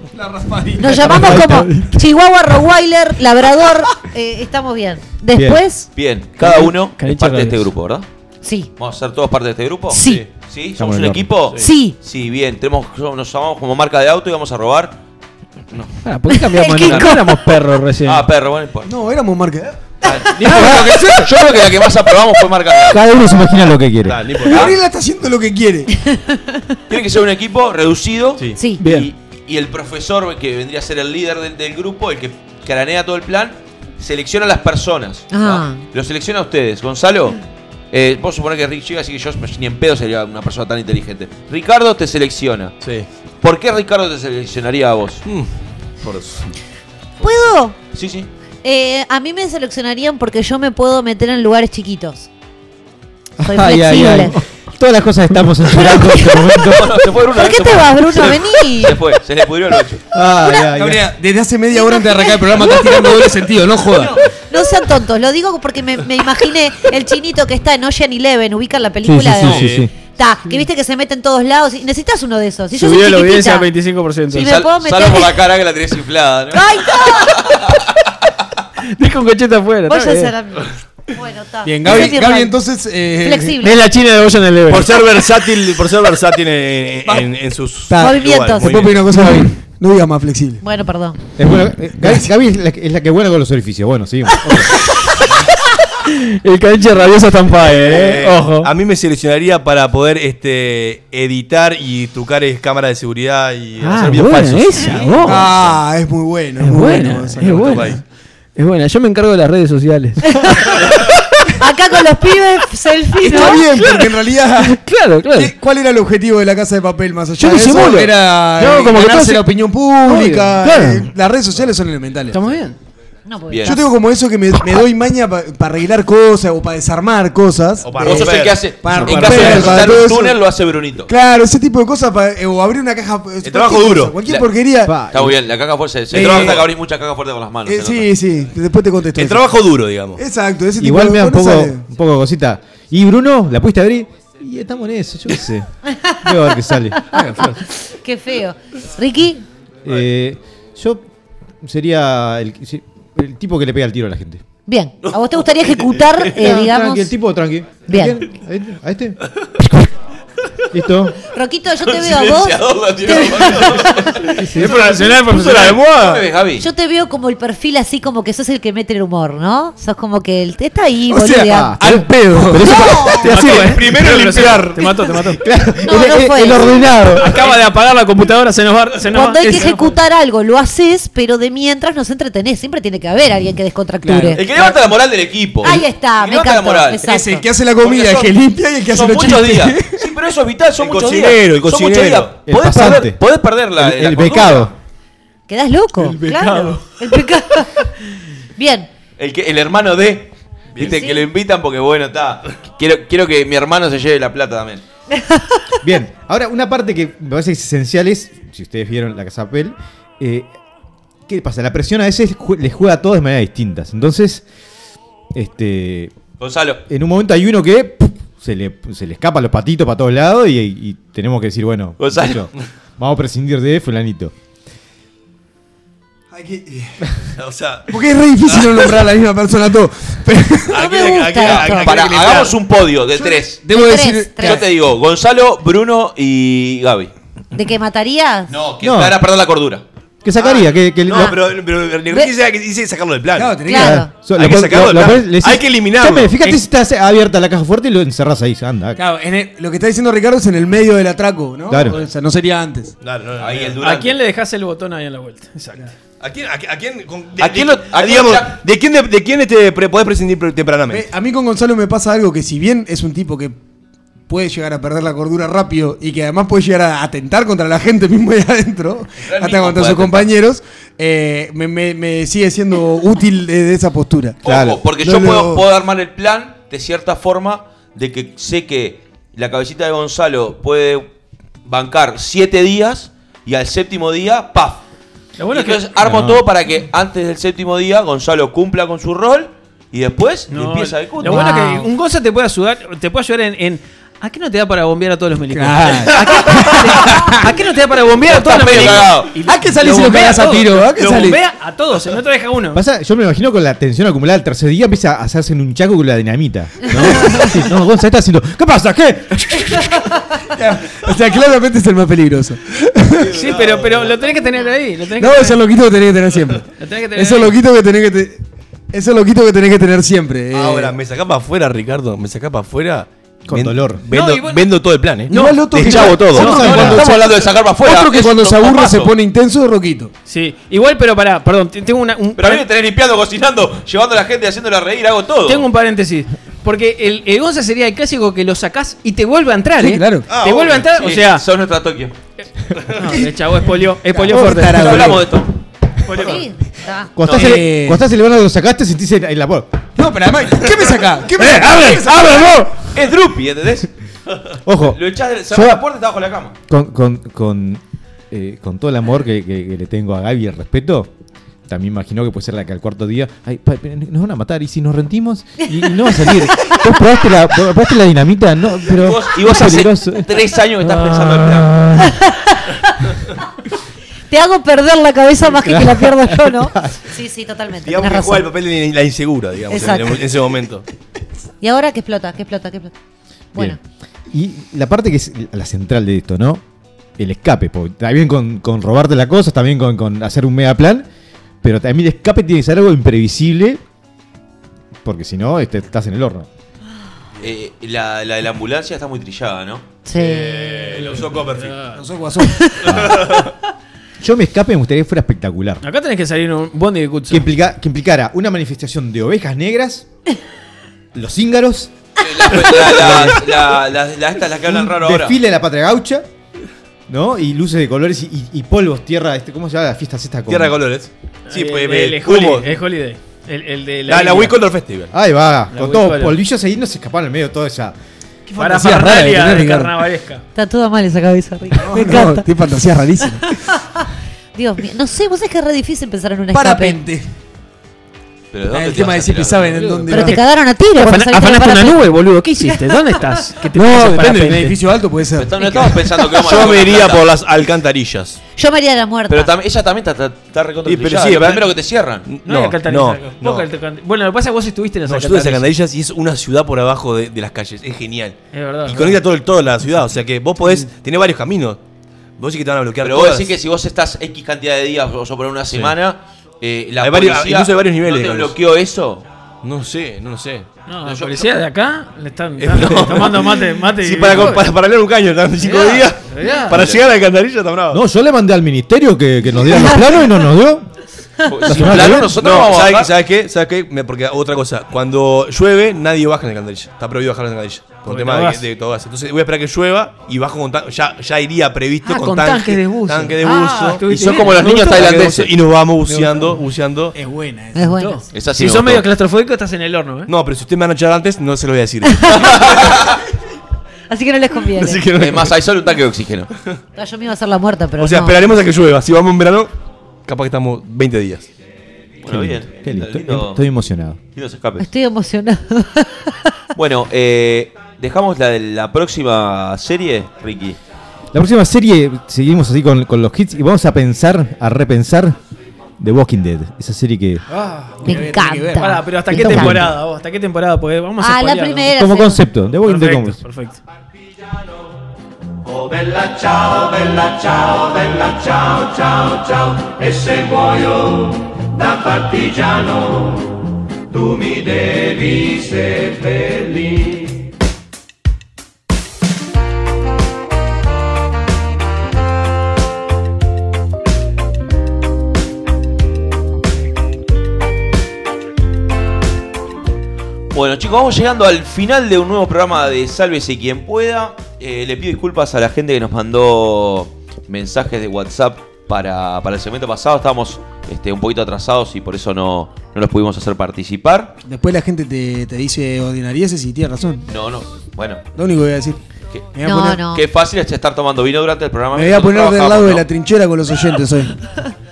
[SPEAKER 1] Nos llamamos como Chihuahua, Rottweiler, Labrador. eh, estamos bien. Después,
[SPEAKER 2] Bien, cada uno es
[SPEAKER 9] Caniche
[SPEAKER 2] parte de
[SPEAKER 9] Rodríguez.
[SPEAKER 2] este grupo, ¿verdad?
[SPEAKER 1] sí.
[SPEAKER 2] ¿Vamos a ser todos parte de este grupo?
[SPEAKER 1] Sí.
[SPEAKER 2] ¿Sí?
[SPEAKER 7] Estamos
[SPEAKER 2] ¿Somos
[SPEAKER 7] en
[SPEAKER 2] un
[SPEAKER 7] el
[SPEAKER 2] equipo?
[SPEAKER 1] Sí.
[SPEAKER 2] Sí, bien. Tenemos, nos llamamos como marca de auto y vamos a robar.
[SPEAKER 9] Pará, Ah, ¿Por qué cambiamos
[SPEAKER 1] El
[SPEAKER 9] de nombre?
[SPEAKER 1] King
[SPEAKER 9] No éramos perros recién.
[SPEAKER 2] Ah, perro, bueno, no importa.
[SPEAKER 3] No, éramos marca. <laughs>
[SPEAKER 2] Yo creo que- Yo creo que la que más aprobamos fue marca de auto.
[SPEAKER 7] Cada uno se imagina lo que quiere.
[SPEAKER 6] Dale, no importa.
[SPEAKER 3] Gabriela está haciendo lo que quiere.
[SPEAKER 2] Tiene que ser un equipo reducido.
[SPEAKER 6] Sí.
[SPEAKER 1] Sí.
[SPEAKER 9] Bien.
[SPEAKER 2] Y, y el profesor, que vendría a ser el líder del, del grupo, el que cranea todo el plan, selecciona a las personas. ¿no?
[SPEAKER 1] Ah.
[SPEAKER 2] Lo selecciona a ustedes. Gonzalo, eh, vos suponer que Rick llega, así que yo pues, ni en pedo sería una persona tan inteligente. Ricardo te selecciona.
[SPEAKER 6] Sí.
[SPEAKER 2] ¿Por qué Ricardo te seleccionaría a vos?
[SPEAKER 6] Mm. Por eso.
[SPEAKER 1] ¿Puedo?
[SPEAKER 2] Sí, sí.
[SPEAKER 1] Eh, a mí me seleccionarían porque yo me puedo meter en lugares chiquitos. Soy
[SPEAKER 7] Ay,
[SPEAKER 1] flexible.
[SPEAKER 7] ay, ay. Todas las cosas estamos censurando en este momento.
[SPEAKER 2] No, no, se fue Bruno. eh,
[SPEAKER 1] ¿Por qué
[SPEAKER 2] se
[SPEAKER 1] te
[SPEAKER 2] fue.
[SPEAKER 1] vas, Bruno?
[SPEAKER 2] Se-
[SPEAKER 1] Vení.
[SPEAKER 2] Se fue, se le pudrió el ocho.
[SPEAKER 7] Ay, ay, ay.
[SPEAKER 3] Gabriela, desde hace media hora antes de arrancar el programa estás tirando doble sentido, no jodas.
[SPEAKER 1] No sean tontos, lo digo porque me, me imaginé el chinito que está en Ocean Eleven, ubican la película
[SPEAKER 7] Sí, sí,
[SPEAKER 1] de.
[SPEAKER 7] sí, sí, sí.
[SPEAKER 1] Ta, que viste que se mete en todos lados. y Necesitas uno de esos. Y yo
[SPEAKER 5] Subió
[SPEAKER 1] soy
[SPEAKER 5] la audiencia
[SPEAKER 1] chiquitita.
[SPEAKER 5] al 25%.
[SPEAKER 1] Sí, Y me puedo meter-
[SPEAKER 2] salvo por la cara que la tenés inflada, ¿no?
[SPEAKER 1] <laughs> ¡Ay, no!
[SPEAKER 5] Deja un cochete afuera.
[SPEAKER 1] Voy a
[SPEAKER 5] está bien.
[SPEAKER 1] hacer la Bueno,
[SPEAKER 9] Eh,
[SPEAKER 1] está.
[SPEAKER 3] Bien,
[SPEAKER 1] Ese
[SPEAKER 3] Gaby,
[SPEAKER 1] es mi
[SPEAKER 3] Gaby
[SPEAKER 1] rango.
[SPEAKER 3] entonces. eh,
[SPEAKER 5] Es
[SPEAKER 1] Flexible.
[SPEAKER 5] la China de Ocean Eleven.
[SPEAKER 6] Por ser versátil, por ser versátil en, en- en- en sus
[SPEAKER 3] Ta.
[SPEAKER 1] Movimientos.
[SPEAKER 6] lugares. Muy
[SPEAKER 3] Después
[SPEAKER 6] bien.
[SPEAKER 3] pedí una cosa, Gaby. No digas más flexible.
[SPEAKER 1] Bueno, perdón.
[SPEAKER 7] Es bueno, eh, Gaby, Gaby es, la, que- es la que es buena con los orificios. Bueno,
[SPEAKER 3] <laughs>
[SPEAKER 7] seguimos.
[SPEAKER 9] El canche rabioso está en pae, eh.
[SPEAKER 6] Eh,
[SPEAKER 9] Ojo.
[SPEAKER 6] A mí me seleccionaría para poder este editar y trucar eh, cámaras de seguridad y
[SPEAKER 9] Ah,
[SPEAKER 6] hacer videos
[SPEAKER 9] buena
[SPEAKER 6] falsos.
[SPEAKER 9] esa, vos.
[SPEAKER 3] Ah, es muy bueno.
[SPEAKER 9] es buena,
[SPEAKER 3] bueno,
[SPEAKER 9] es
[SPEAKER 3] esa.
[SPEAKER 9] buena. Es buena, yo me encargo de las redes sociales.
[SPEAKER 1] Acá con los pibes, selfie, ¿no?
[SPEAKER 3] Está bien, porque en realidad.
[SPEAKER 9] <laughs> claro, claro.
[SPEAKER 3] ¿qué- ¿Cuál era el objetivo de la casa de papel más allá
[SPEAKER 9] Yo
[SPEAKER 3] de eso?
[SPEAKER 9] disimulo.
[SPEAKER 3] Era eh,
[SPEAKER 9] Yo hago como que
[SPEAKER 3] ganarse
[SPEAKER 9] todo se-
[SPEAKER 3] la opinión pública.
[SPEAKER 9] Obvio, claro.
[SPEAKER 3] eh, las redes sociales son elementales.
[SPEAKER 9] Estamos bien.
[SPEAKER 1] No, porque-
[SPEAKER 2] Bien.
[SPEAKER 3] Yo tengo como eso que me, me doy maña para arreglar cosas o para desarmar cosas.
[SPEAKER 6] O para
[SPEAKER 2] Vos sos
[SPEAKER 6] romper.
[SPEAKER 2] el que hace.
[SPEAKER 3] Para
[SPEAKER 2] en
[SPEAKER 3] romper,
[SPEAKER 2] caso de
[SPEAKER 3] para
[SPEAKER 2] necesitar
[SPEAKER 3] todo
[SPEAKER 2] un
[SPEAKER 3] eso.
[SPEAKER 2] túnel, lo hace Brunito.
[SPEAKER 3] Claro, ese tipo de cosas pa- eh, o abrir una caja. eh,
[SPEAKER 6] trabajo
[SPEAKER 3] cualquier
[SPEAKER 6] duro.
[SPEAKER 3] cosa, cualquier
[SPEAKER 2] La-
[SPEAKER 3] porquería.
[SPEAKER 7] Pa.
[SPEAKER 2] Está muy bien, la caja fuerte. Se
[SPEAKER 3] Eh,
[SPEAKER 2] trata que abrís mucha caja fuerte con las
[SPEAKER 6] Ah,
[SPEAKER 2] manos.
[SPEAKER 3] Eh,
[SPEAKER 2] se nota.
[SPEAKER 3] sí, sí, después te contesto.
[SPEAKER 6] El
[SPEAKER 3] eso.
[SPEAKER 6] trabajo duro, digamos.
[SPEAKER 3] Exacto, ese tipo
[SPEAKER 7] Igual
[SPEAKER 3] de
[SPEAKER 7] me da un
[SPEAKER 3] cosas
[SPEAKER 7] poco,
[SPEAKER 3] de-
[SPEAKER 7] un poco cosita. ¿Y Bruno? ¿La pudiste abrir? Y estamos en eso, yo qué sé. Voy a ver qué sale.
[SPEAKER 1] Qué feo. Ricky,
[SPEAKER 7] Eh, yo sería el, el tipo que le pega el tiro a la gente.
[SPEAKER 1] bien. ¿A vos te gustaría ejecutar, eh,
[SPEAKER 7] Ah,
[SPEAKER 1] digamos?
[SPEAKER 7] tranqui, el tipo tranqui.
[SPEAKER 1] Bien.
[SPEAKER 7] ¿A este? ¿A este? Listo.
[SPEAKER 1] Roquito,
[SPEAKER 5] <laughs>
[SPEAKER 1] yo te veo a vos.
[SPEAKER 7] Es
[SPEAKER 2] profesional, profesional de moda. Javi?
[SPEAKER 1] Yo te veo como el perfil así como que sos el que mete el humor, ¿no? Sos como que el, está ahí,
[SPEAKER 3] O sea,
[SPEAKER 1] boludeando.
[SPEAKER 3] al pedo.
[SPEAKER 5] Te
[SPEAKER 7] Así,
[SPEAKER 5] mató, eh.
[SPEAKER 7] primero
[SPEAKER 5] Te mató,
[SPEAKER 7] limpiar.
[SPEAKER 5] Te mató, te mató. <laughs>
[SPEAKER 1] No, no
[SPEAKER 7] el,
[SPEAKER 1] fue
[SPEAKER 7] el
[SPEAKER 1] eso.
[SPEAKER 7] ordenado.
[SPEAKER 5] Acaba de apagar la computadora, se nos va. Se nos va-
[SPEAKER 1] Cuando hay que
[SPEAKER 5] se nos va.
[SPEAKER 1] ejecutar algo, lo haces, pero de mientras nos entretenés. Siempre tiene que haber alguien que descontracture.
[SPEAKER 2] El que levanta la moral del equipo.
[SPEAKER 1] Ahí
[SPEAKER 2] El
[SPEAKER 1] está,
[SPEAKER 3] ah,
[SPEAKER 2] que
[SPEAKER 1] me
[SPEAKER 2] levanta
[SPEAKER 1] encanta.
[SPEAKER 2] la moral.
[SPEAKER 1] exacto.
[SPEAKER 3] Es el que hace la comida,
[SPEAKER 2] Porque
[SPEAKER 3] el
[SPEAKER 2] son-
[SPEAKER 3] que limpia y el que hace
[SPEAKER 2] Son
[SPEAKER 3] los
[SPEAKER 2] muchos
[SPEAKER 5] <laughs>
[SPEAKER 3] chistes.
[SPEAKER 2] días. Sí, pero eso es vital, son
[SPEAKER 6] El
[SPEAKER 2] muchos días.
[SPEAKER 6] cocinero, el
[SPEAKER 2] Son muchos
[SPEAKER 6] cocinero,
[SPEAKER 2] días.
[SPEAKER 7] el
[SPEAKER 2] Podés
[SPEAKER 7] pasante.
[SPEAKER 2] perder, podés perder la.
[SPEAKER 7] el
[SPEAKER 2] la
[SPEAKER 7] el
[SPEAKER 2] cordura.
[SPEAKER 7] becado.
[SPEAKER 1] Quedás loco. claro. El pecado. Bien.
[SPEAKER 2] El, que, el hermano de. Viste,
[SPEAKER 1] Sí.
[SPEAKER 2] que lo invitan porque bueno, está. Quiero, quiero que mi hermano se lleve la plata también.
[SPEAKER 7] Bien, ahora una parte que me parece esencial es, si ustedes vieron la casa de papel, eh, ¿qué pasa? La presión a veces ju- les juega a todos de manera distintas. Entonces, este,
[SPEAKER 2] Gonzalo.
[SPEAKER 7] en un momento hay uno que ¡puf! se le, se le escapan los patitos para todos lados y, y tenemos que decir, bueno,
[SPEAKER 2] Gonzalo.
[SPEAKER 7] muchacho, vamos a prescindir de fulanito.
[SPEAKER 3] Hay que-
[SPEAKER 6] O sea,
[SPEAKER 3] Porque es re difícil no nombrar a la misma persona todo.
[SPEAKER 1] No
[SPEAKER 6] aquí-
[SPEAKER 1] me
[SPEAKER 6] aquí-
[SPEAKER 1] gusta
[SPEAKER 6] aquí-
[SPEAKER 1] esto.
[SPEAKER 6] aquí-
[SPEAKER 2] Para,
[SPEAKER 6] hay que limpiar.
[SPEAKER 2] hagamos un podio de tres.
[SPEAKER 3] Debo
[SPEAKER 1] Tres,
[SPEAKER 3] decir.
[SPEAKER 1] tres.
[SPEAKER 2] Yo te digo, Gonzalo, Bruno y Gaby.
[SPEAKER 1] ¿De qué matarías?
[SPEAKER 2] No, que
[SPEAKER 7] No.
[SPEAKER 2] te hará perder la cordura.
[SPEAKER 7] ¿Qué sacaría? ¿Qué- qué-
[SPEAKER 6] Ah, No,
[SPEAKER 7] lo-
[SPEAKER 6] pero, pero Negretti dice que dice sacarlo del plan.
[SPEAKER 3] Claro, tenés
[SPEAKER 1] Claro.
[SPEAKER 7] so-
[SPEAKER 6] hay
[SPEAKER 7] lo
[SPEAKER 6] que
[SPEAKER 7] pon-
[SPEAKER 6] sacarlo
[SPEAKER 7] lo-
[SPEAKER 6] del
[SPEAKER 7] lo
[SPEAKER 6] plan.
[SPEAKER 7] pon- le decís,
[SPEAKER 6] Hay que eliminarlo.
[SPEAKER 7] "Chame, fíjate
[SPEAKER 6] Es-
[SPEAKER 7] si está abierta la caja fuerte y lo encerrás ahí. Anda.
[SPEAKER 3] Claro, en el- lo que está diciendo Ricardo es en el medio del atraco, ¿no?
[SPEAKER 7] Claro.
[SPEAKER 3] O sea, no sería antes.
[SPEAKER 6] Claro, no, no,
[SPEAKER 2] Ahí
[SPEAKER 6] no.
[SPEAKER 2] el
[SPEAKER 5] ¿A
[SPEAKER 2] Durante.
[SPEAKER 5] quién le dejas el botón ahí en la vuelta? Exacto.
[SPEAKER 6] ¿A quién, a, a quién, con-
[SPEAKER 2] ¿A quién lo- a quién
[SPEAKER 6] digamos,
[SPEAKER 2] lo-
[SPEAKER 6] ¿de quién, de, de quién este, pre- podés prescindir pre-
[SPEAKER 3] Ve,
[SPEAKER 6] tempranamente?
[SPEAKER 3] Eh, A mí con Gonzalo me pasa algo que si bien es un tipo que puede llegar a perder la cordura rápido y que además puede llegar a atentar contra la gente mismo ahí adentro,
[SPEAKER 2] Él
[SPEAKER 3] hasta
[SPEAKER 2] mismo
[SPEAKER 3] contra
[SPEAKER 2] puede
[SPEAKER 3] sus
[SPEAKER 2] atentar.
[SPEAKER 3] compañeros, eh, me, me- me sigue siendo útil de, de esa postura.
[SPEAKER 7] Claro.
[SPEAKER 2] Ojo, porque
[SPEAKER 3] No
[SPEAKER 2] yo
[SPEAKER 3] lo-
[SPEAKER 2] puedo, puedo armar el plan de cierta forma de que sé que la cabecita de Gonzalo puede bancar siete días y al séptimo día, ¡paf!
[SPEAKER 5] Lo bueno es que.
[SPEAKER 2] Entonces armo
[SPEAKER 7] No.
[SPEAKER 2] todo para que antes del séptimo día Gonzalo cumpla con su rol y después
[SPEAKER 5] No,
[SPEAKER 2] empieza el culo.
[SPEAKER 5] Lo bueno es
[SPEAKER 1] Wow.
[SPEAKER 5] que un gozo te puede ayudar, te puede ayudar en, en- ¿A qué no te da para bombear a todos los milicos?
[SPEAKER 3] Claro.
[SPEAKER 5] ¿A, qué, ¿A qué no te da para bombear a todos
[SPEAKER 2] Está
[SPEAKER 5] los
[SPEAKER 2] medio
[SPEAKER 5] milicos?
[SPEAKER 2] cagado.
[SPEAKER 5] Y lo-
[SPEAKER 3] ¿A qué salís y lo
[SPEAKER 5] bombea
[SPEAKER 3] cagás a
[SPEAKER 5] todos.
[SPEAKER 3] tiro? ¿A qué
[SPEAKER 5] Lo
[SPEAKER 3] salís?
[SPEAKER 5] bombea a todos, no te deja uno.
[SPEAKER 7] Pasa, yo me lo imagino con la tensión acumulada el tercer día empieza a hacerse en un chaco con la dinamita.
[SPEAKER 2] <laughs>
[SPEAKER 7] ¿no? Sí, no, Gonza está haciendo. ¿Qué pasa? ¿Qué?
[SPEAKER 3] O sea, claramente es el más peligroso.
[SPEAKER 5] <laughs> Sí, pero, pero lo tenés que tener ahí. Lo tenés
[SPEAKER 3] No,
[SPEAKER 5] que
[SPEAKER 3] eso es
[SPEAKER 5] tener.
[SPEAKER 3] loquito que tenés que tener siempre.
[SPEAKER 5] Lo tenés que tener
[SPEAKER 3] Eso es
[SPEAKER 5] ahí.
[SPEAKER 3] loquito que tenés que te- Eso es loquito que tenés que tener siempre. eh.
[SPEAKER 6] Ahora, me sacás para afuera, Ricardo. Me sacás para afuera.
[SPEAKER 7] Con
[SPEAKER 6] Ven-
[SPEAKER 7] dolor.
[SPEAKER 6] Vendo,
[SPEAKER 5] No, y bueno-
[SPEAKER 6] vendo todo el plan, ¿eh?
[SPEAKER 3] Igual otro que-
[SPEAKER 6] Deschavo todo.
[SPEAKER 3] ¿Cómo
[SPEAKER 6] No,
[SPEAKER 3] saben
[SPEAKER 6] no,
[SPEAKER 5] <laughs>
[SPEAKER 3] cuándo
[SPEAKER 2] estamos
[SPEAKER 3] se-
[SPEAKER 2] hablando de sacar para afuera.
[SPEAKER 3] Otro que
[SPEAKER 2] es
[SPEAKER 3] cuando
[SPEAKER 2] un
[SPEAKER 3] se aburre
[SPEAKER 2] tomazo.
[SPEAKER 3] se pone intenso es Roquito.
[SPEAKER 5] Sí, igual, pero pará, perdón, t- tengo una, un,
[SPEAKER 2] Pero a mí me tenés limpiando, cocinando, llevando a la gente, haciéndola reír, hago todo.
[SPEAKER 5] Tengo un paréntesis. Porque el, el Gonza sería el clásico que lo sacás y te vuelve a entrar,
[SPEAKER 3] Sí,
[SPEAKER 5] ¿eh?
[SPEAKER 3] claro.
[SPEAKER 2] Ah,
[SPEAKER 5] te vuelve a entrar, o sea.
[SPEAKER 2] Son nuestra Tokio.
[SPEAKER 5] No, el chavo espolió, espolió
[SPEAKER 3] Vos
[SPEAKER 5] fuerte.
[SPEAKER 3] tarado,
[SPEAKER 2] Hablamos de esto.
[SPEAKER 1] Sí, está.
[SPEAKER 7] Cuando estás,
[SPEAKER 3] No,
[SPEAKER 7] cele-
[SPEAKER 3] eh.
[SPEAKER 7] cuando estás celebrando lo sacaste, sentís en en la puerta.
[SPEAKER 3] No, pero además, ¿qué me saca? ¿Qué me
[SPEAKER 7] ¡Eh,
[SPEAKER 3] saca?
[SPEAKER 7] abre! ¡Abre,
[SPEAKER 2] Es Drupi, ¿entendés?
[SPEAKER 7] vos! Ojo,
[SPEAKER 2] Lo echás, de- cerrás
[SPEAKER 7] Soda.
[SPEAKER 2] la puerta y está bajo la cama.
[SPEAKER 7] con, con, con, eh, con todo el amor que, que- que le tengo a Gaby y el respeto, también imagino que puede ser la que al cuarto día. Ay, pa- pero nos van a matar y si nos rentimos, y, y no va a salir. <laughs> Vos probaste la, probaste la dinamita, no, pero.
[SPEAKER 2] Y vos, y vos
[SPEAKER 7] es
[SPEAKER 2] hace
[SPEAKER 7] peligroso.
[SPEAKER 2] tres años que estás pensando en plan.
[SPEAKER 6] Ah.
[SPEAKER 1] Te hago perder la cabeza más que que la pierda yo,
[SPEAKER 6] <laughs>
[SPEAKER 1] ¿no? Sí, sí, totalmente.
[SPEAKER 6] Digamos
[SPEAKER 1] tenés
[SPEAKER 6] que juega el
[SPEAKER 1] razón.
[SPEAKER 6] papel de la insegura, digamos, en,
[SPEAKER 1] Exacto.
[SPEAKER 6] en ese momento.
[SPEAKER 1] Y ahora que explota, que explota, que explota. Bueno,
[SPEAKER 7] Bien. Y la parte que es la central de esto, ¿no? El escape. porque Está bien con, con robarte las cosas, también con, con hacer un mega plan. Pero también el escape tiene que ser algo imprevisible. Porque si no, este, estás en el horno.
[SPEAKER 2] Eh, la, la de la ambulancia está muy trillada, ¿no?
[SPEAKER 1] sí.
[SPEAKER 3] Eh,
[SPEAKER 6] Lo usó Copperfield.
[SPEAKER 3] No soy guasón.
[SPEAKER 7] Yo mi escape me gustaría que fuera espectacular.
[SPEAKER 5] Acá tenés que salir un bondi de
[SPEAKER 7] Que,
[SPEAKER 5] Kutsu.
[SPEAKER 7] implica- que implicara una manifestación de ovejas negras, los íngaros,
[SPEAKER 2] La, la, la, la- la- la- estas las que hablan
[SPEAKER 7] un
[SPEAKER 2] raro ahora.
[SPEAKER 7] desfile de la patria gaucha, ¿no? Y luces de colores y, y- y polvos, tierra, este, ¿cómo se llama la fiesta esta? con-
[SPEAKER 6] Tierra de colores.
[SPEAKER 5] Ah,
[SPEAKER 6] Sí, pues
[SPEAKER 5] el,
[SPEAKER 6] el,
[SPEAKER 5] el,
[SPEAKER 6] humo.
[SPEAKER 5] holi- el Holiday. El, el de
[SPEAKER 6] La, la
[SPEAKER 5] línea.
[SPEAKER 6] Wii Color Festival.
[SPEAKER 7] Ahí va,
[SPEAKER 5] La
[SPEAKER 7] con
[SPEAKER 5] Wii
[SPEAKER 7] todos
[SPEAKER 5] Color.
[SPEAKER 7] polvillos ahí no se escaparon en medio de toda esa...
[SPEAKER 5] Para
[SPEAKER 3] fantasía rara que tenés,
[SPEAKER 5] de
[SPEAKER 3] Ricardo.
[SPEAKER 5] carnavalesca.
[SPEAKER 1] Está toda mal esa cabeza, Ricky. Me
[SPEAKER 3] No,
[SPEAKER 1] encanta.
[SPEAKER 3] tiene fantasías rarísimas.
[SPEAKER 1] Dios mío. No sé, vos sabés que es re difícil pensar en un escape.
[SPEAKER 3] Parapente.
[SPEAKER 2] Pero ¿de
[SPEAKER 3] Ah,
[SPEAKER 2] dónde
[SPEAKER 3] el
[SPEAKER 2] te
[SPEAKER 3] tema
[SPEAKER 2] vas
[SPEAKER 3] de
[SPEAKER 2] a
[SPEAKER 3] si
[SPEAKER 2] tirar,
[SPEAKER 3] saben en
[SPEAKER 2] boludo?
[SPEAKER 3] dónde
[SPEAKER 1] Pero
[SPEAKER 3] va.
[SPEAKER 1] te cagaron a tiro. cuando
[SPEAKER 11] Afana-
[SPEAKER 1] saliste del
[SPEAKER 11] afanaste una
[SPEAKER 1] parapente.
[SPEAKER 11] nube, boludo. ¿Qué hiciste? ¿Dónde estás? ¿Qué te
[SPEAKER 3] No,
[SPEAKER 11] pasas
[SPEAKER 3] depende del
[SPEAKER 11] parapente?
[SPEAKER 3] edificio alto, puede ser.
[SPEAKER 2] Pero no estamos pensando que vamos a
[SPEAKER 6] Yo
[SPEAKER 2] comer
[SPEAKER 6] me iría
[SPEAKER 2] plata.
[SPEAKER 6] por las alcantarillas.
[SPEAKER 1] Yo me iría a la muerta.
[SPEAKER 2] Pero tam- ella también está, está, está recontra
[SPEAKER 6] Sí, pero
[SPEAKER 2] trillada,
[SPEAKER 6] sí,
[SPEAKER 2] lo
[SPEAKER 6] pero-
[SPEAKER 2] primero que te cierran.
[SPEAKER 5] No, hay alcantarillas
[SPEAKER 6] no,
[SPEAKER 5] acá.
[SPEAKER 6] no.
[SPEAKER 5] Poca alcantarilla. Bueno, lo que pasa es que vos estuviste en las
[SPEAKER 6] No, yo estuve en
[SPEAKER 5] alcantarillas.
[SPEAKER 6] Alcantarillas y es una ciudad por abajo de, de las calles. Es genial.
[SPEAKER 5] Es verdad.
[SPEAKER 6] Y conecta todo, el- toda la ciudad. O sea que vos podés tener varios caminos. Vos sí que te van a bloquear
[SPEAKER 2] Pero vos
[SPEAKER 6] todas.
[SPEAKER 2] decís que si vos estás X cantidad de días, o sea, por una semana, eh, la
[SPEAKER 6] Hay varios-
[SPEAKER 2] policía
[SPEAKER 6] incluso hay varios niveles,
[SPEAKER 2] ¿no te
[SPEAKER 6] digamos.
[SPEAKER 2] bloqueó eso?
[SPEAKER 6] No sé, no lo sé.
[SPEAKER 5] No,
[SPEAKER 2] No,
[SPEAKER 5] los
[SPEAKER 2] yo-
[SPEAKER 5] policías de <laughs> acá le están,
[SPEAKER 6] Eh,
[SPEAKER 5] están
[SPEAKER 6] <laughs> no.
[SPEAKER 5] tomando mate, mate.
[SPEAKER 6] Sí,
[SPEAKER 5] y- Ah,
[SPEAKER 6] para, co- para, para hablar un caño, tanto cinco
[SPEAKER 5] Mirá,
[SPEAKER 6] días.
[SPEAKER 5] mirá.
[SPEAKER 6] Para llegar a Alcantarilla está bravo.
[SPEAKER 7] No, yo le mandé al ministerio que, que nos
[SPEAKER 5] <laughs>
[SPEAKER 7] diera los planos y no nos dio.
[SPEAKER 2] Pues, Si no, claro, nosotros
[SPEAKER 6] No,
[SPEAKER 2] vamos a
[SPEAKER 6] ¿sabes,
[SPEAKER 2] bajar.
[SPEAKER 6] ¿sabes qué? ¿Sabes qué? Me- Porque otra cosa, cuando llueve nadie baja en el alcantarilla. Está prohibido bajar en el alcantarilla. Por
[SPEAKER 5] Porque
[SPEAKER 6] tema
[SPEAKER 5] te
[SPEAKER 6] de,
[SPEAKER 5] ahogás.
[SPEAKER 6] que- de que te ahogás. Entonces voy a esperar que llueva y bajo con tan- ya, ya iría previsto
[SPEAKER 5] Ah,
[SPEAKER 6] con,
[SPEAKER 5] con
[SPEAKER 6] tanque,
[SPEAKER 5] tanque de buzo.
[SPEAKER 6] Tanque de
[SPEAKER 5] Ah,
[SPEAKER 6] buzo.
[SPEAKER 5] estuviste
[SPEAKER 2] Y son
[SPEAKER 5] bien.
[SPEAKER 2] como los
[SPEAKER 5] Me
[SPEAKER 2] niños
[SPEAKER 5] gustó.
[SPEAKER 2] tailandeses.
[SPEAKER 6] Y nos vamos buceando, buceando.
[SPEAKER 12] Es buena. esa.
[SPEAKER 1] Es bueno.
[SPEAKER 2] Es así,
[SPEAKER 5] Si
[SPEAKER 2] me
[SPEAKER 5] sos
[SPEAKER 2] gustó.
[SPEAKER 5] medio claustrofóbico, estás en el horno, ¿eh?
[SPEAKER 6] No, pero si usted me van a echar antes, no se lo voy a decir.
[SPEAKER 1] Así que no les conviene.
[SPEAKER 6] Así que <laughs> no-
[SPEAKER 2] Es más, hay solo un tanque de oxígeno.
[SPEAKER 1] No, yo me iba a hacer la muerta, pero
[SPEAKER 6] o sea,
[SPEAKER 1] no.
[SPEAKER 6] esperaremos a que llueva. Si vamos en verano, capaz que estamos 20 días.
[SPEAKER 2] Bueno, bien.
[SPEAKER 7] Qué lindo.
[SPEAKER 2] Lindo-
[SPEAKER 7] Estoy emocionado.
[SPEAKER 2] lindos escapes.
[SPEAKER 1] Estoy emocionado. <laughs>
[SPEAKER 2] Bueno, eh, dejamos la de la próxima serie, Ricky.
[SPEAKER 7] La próxima serie, seguimos así con, con los hits y vamos a pensar, a repensar The Walking Dead. Esa serie que,
[SPEAKER 5] Ah,
[SPEAKER 1] me
[SPEAKER 3] Tiene que ver.
[SPEAKER 1] encanta.
[SPEAKER 5] Pará, pero ¿hasta
[SPEAKER 1] Me
[SPEAKER 5] qué
[SPEAKER 1] encanta.
[SPEAKER 5] temporada vos? ¿Hasta qué temporada? Porque vamos a
[SPEAKER 1] Ah, la
[SPEAKER 5] spoilear, ¿no?
[SPEAKER 1] primera.
[SPEAKER 7] como
[SPEAKER 1] sí.
[SPEAKER 7] concepto, The Walking Dead como
[SPEAKER 5] Perfecto, perfecto.
[SPEAKER 4] Oh bella ciao, bella ciao, bella ciao, ciao, ciao, e se muoio da partigiano, tu mi devi seppellire.
[SPEAKER 2] Bueno, chicos, vamos llegando al final de un nuevo programa de Sálvese quien pueda. Eh, le pido disculpas a la gente que nos mandó mensajes de WhatsApp para, para el segmento pasado. Estábamos este, un poquito atrasados y por eso no, no los pudimos hacer participar.
[SPEAKER 3] Después la gente te, te dice ordinarieses y tienes razón.
[SPEAKER 2] No, no. Bueno,
[SPEAKER 3] Lo único que voy a decir.
[SPEAKER 2] qué,
[SPEAKER 3] Me voy a
[SPEAKER 1] No,
[SPEAKER 3] poner,
[SPEAKER 1] no.
[SPEAKER 2] qué fácil es estar tomando vino durante el programa.
[SPEAKER 3] me voy a
[SPEAKER 2] Nosotros
[SPEAKER 3] poner del
[SPEAKER 2] trabajamos,
[SPEAKER 3] lado de
[SPEAKER 2] ¿no?
[SPEAKER 3] la trinchera con los oyentes hoy.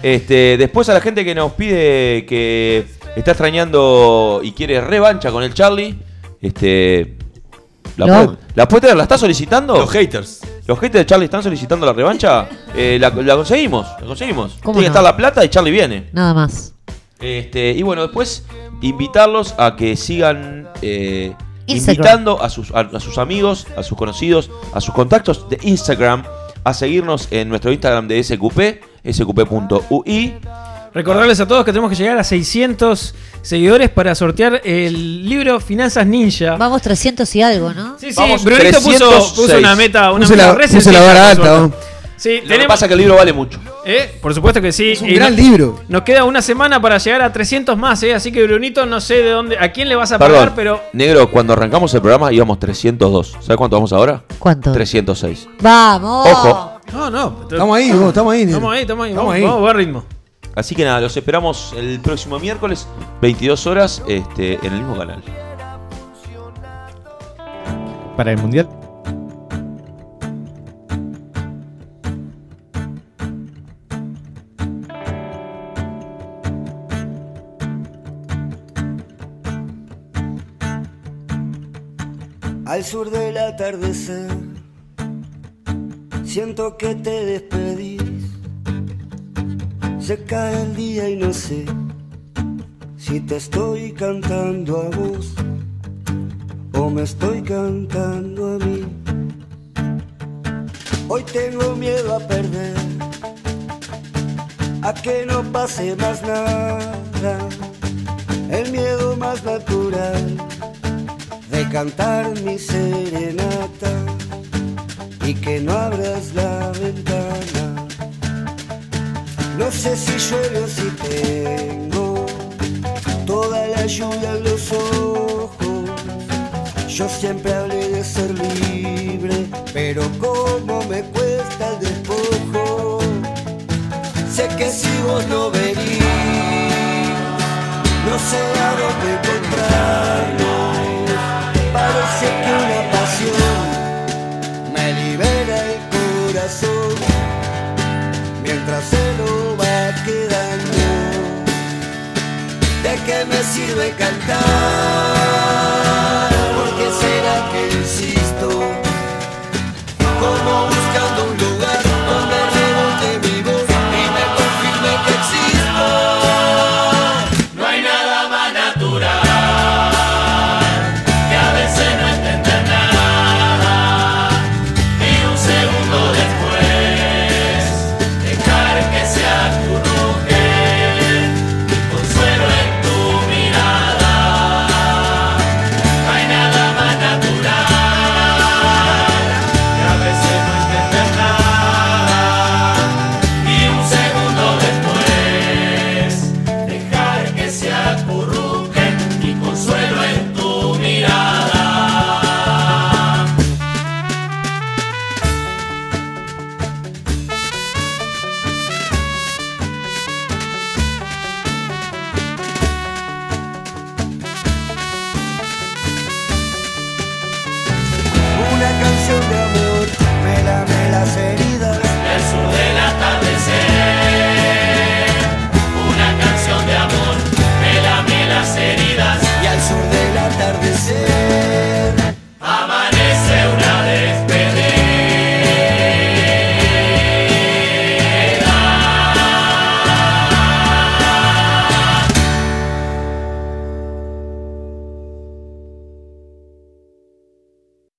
[SPEAKER 2] Este, después a la gente que nos pide que está extrañando y quiere revancha con el Charlie, este, la,
[SPEAKER 1] No.
[SPEAKER 2] puede, la puede tener, la está solicitando.
[SPEAKER 6] Los haters.
[SPEAKER 2] Los haters de Charlie están solicitando
[SPEAKER 1] <laughs>
[SPEAKER 2] la revancha. Eh, la, la conseguimos, la conseguimos.
[SPEAKER 1] ¿Cómo
[SPEAKER 2] Tiene que
[SPEAKER 1] no?
[SPEAKER 2] estar la plata y Charlie viene.
[SPEAKER 1] Nada más.
[SPEAKER 2] Este, y bueno, después invitarlos a que sigan eh,
[SPEAKER 1] Instagram.
[SPEAKER 2] invitando a sus, a, a sus amigos, a sus conocidos, a sus contactos de Instagram, a seguirnos en nuestro Instagram de SQP, sqp.ui.
[SPEAKER 5] Recordarles a todos que tenemos que llegar a 600 seguidores para sortear el libro Finanzas Ninja.
[SPEAKER 1] Vamos 300 y algo, ¿no?
[SPEAKER 5] Sí, este- sí,
[SPEAKER 2] Vamos,
[SPEAKER 5] Brunito puso,
[SPEAKER 2] 306.
[SPEAKER 5] puso una meta, una
[SPEAKER 3] Puse
[SPEAKER 5] meta
[SPEAKER 3] la-
[SPEAKER 5] re
[SPEAKER 3] puse la
[SPEAKER 5] sencilla,
[SPEAKER 3] vara
[SPEAKER 5] por
[SPEAKER 3] alta,
[SPEAKER 5] suerte. Sí,
[SPEAKER 2] Lo que
[SPEAKER 5] tenemos,
[SPEAKER 2] pasa es que el libro vale mucho.
[SPEAKER 5] eh, por supuesto que sí.
[SPEAKER 3] Es un
[SPEAKER 5] Y
[SPEAKER 3] gran
[SPEAKER 5] no-
[SPEAKER 3] libro.
[SPEAKER 5] Nos queda una semana para llegar a 300 más, eh, así que Brunito no sé de dónde, a quién le vas a
[SPEAKER 2] Perdón,
[SPEAKER 5] pagar, pero
[SPEAKER 2] negro, cuando arrancamos el programa íbamos 302. ¿Sabes cuánto vamos ahora?
[SPEAKER 1] ¿Cuánto?
[SPEAKER 2] 306.
[SPEAKER 1] Vamos.
[SPEAKER 2] Ojo.
[SPEAKER 5] no, no,
[SPEAKER 3] Estamos ahí, vos, estamos ahí.
[SPEAKER 5] estamos ahí, estamos ahí, vamos,
[SPEAKER 3] ahí.
[SPEAKER 5] vamos a buen ritmo.
[SPEAKER 2] Así que nada, los esperamos el próximo miércoles, 22 horas, este, en el mismo canal.
[SPEAKER 7] para el mundial.
[SPEAKER 4] Al sur del atardecer, siento que te despedís. Se cae el día y no sé si te estoy cantando a vos o me estoy cantando a mí. Hoy tengo miedo a perder, a que no pase más nada, el miedo más natural de cantar mi serenata y que no abras la ventana. No sé si llueve o si tengo toda la lluvia en los ojos. Yo siempre hablé de ser libre, pero cómo me cuesta el despojo. Sé que si vos no venís, no sé a dónde encontrarnos. Parece que una pasión me libera el corazón mientras se lo va quedando. Te
[SPEAKER 13] ¿De qué me sirve cantar? ¿Por qué será que insisto? Como un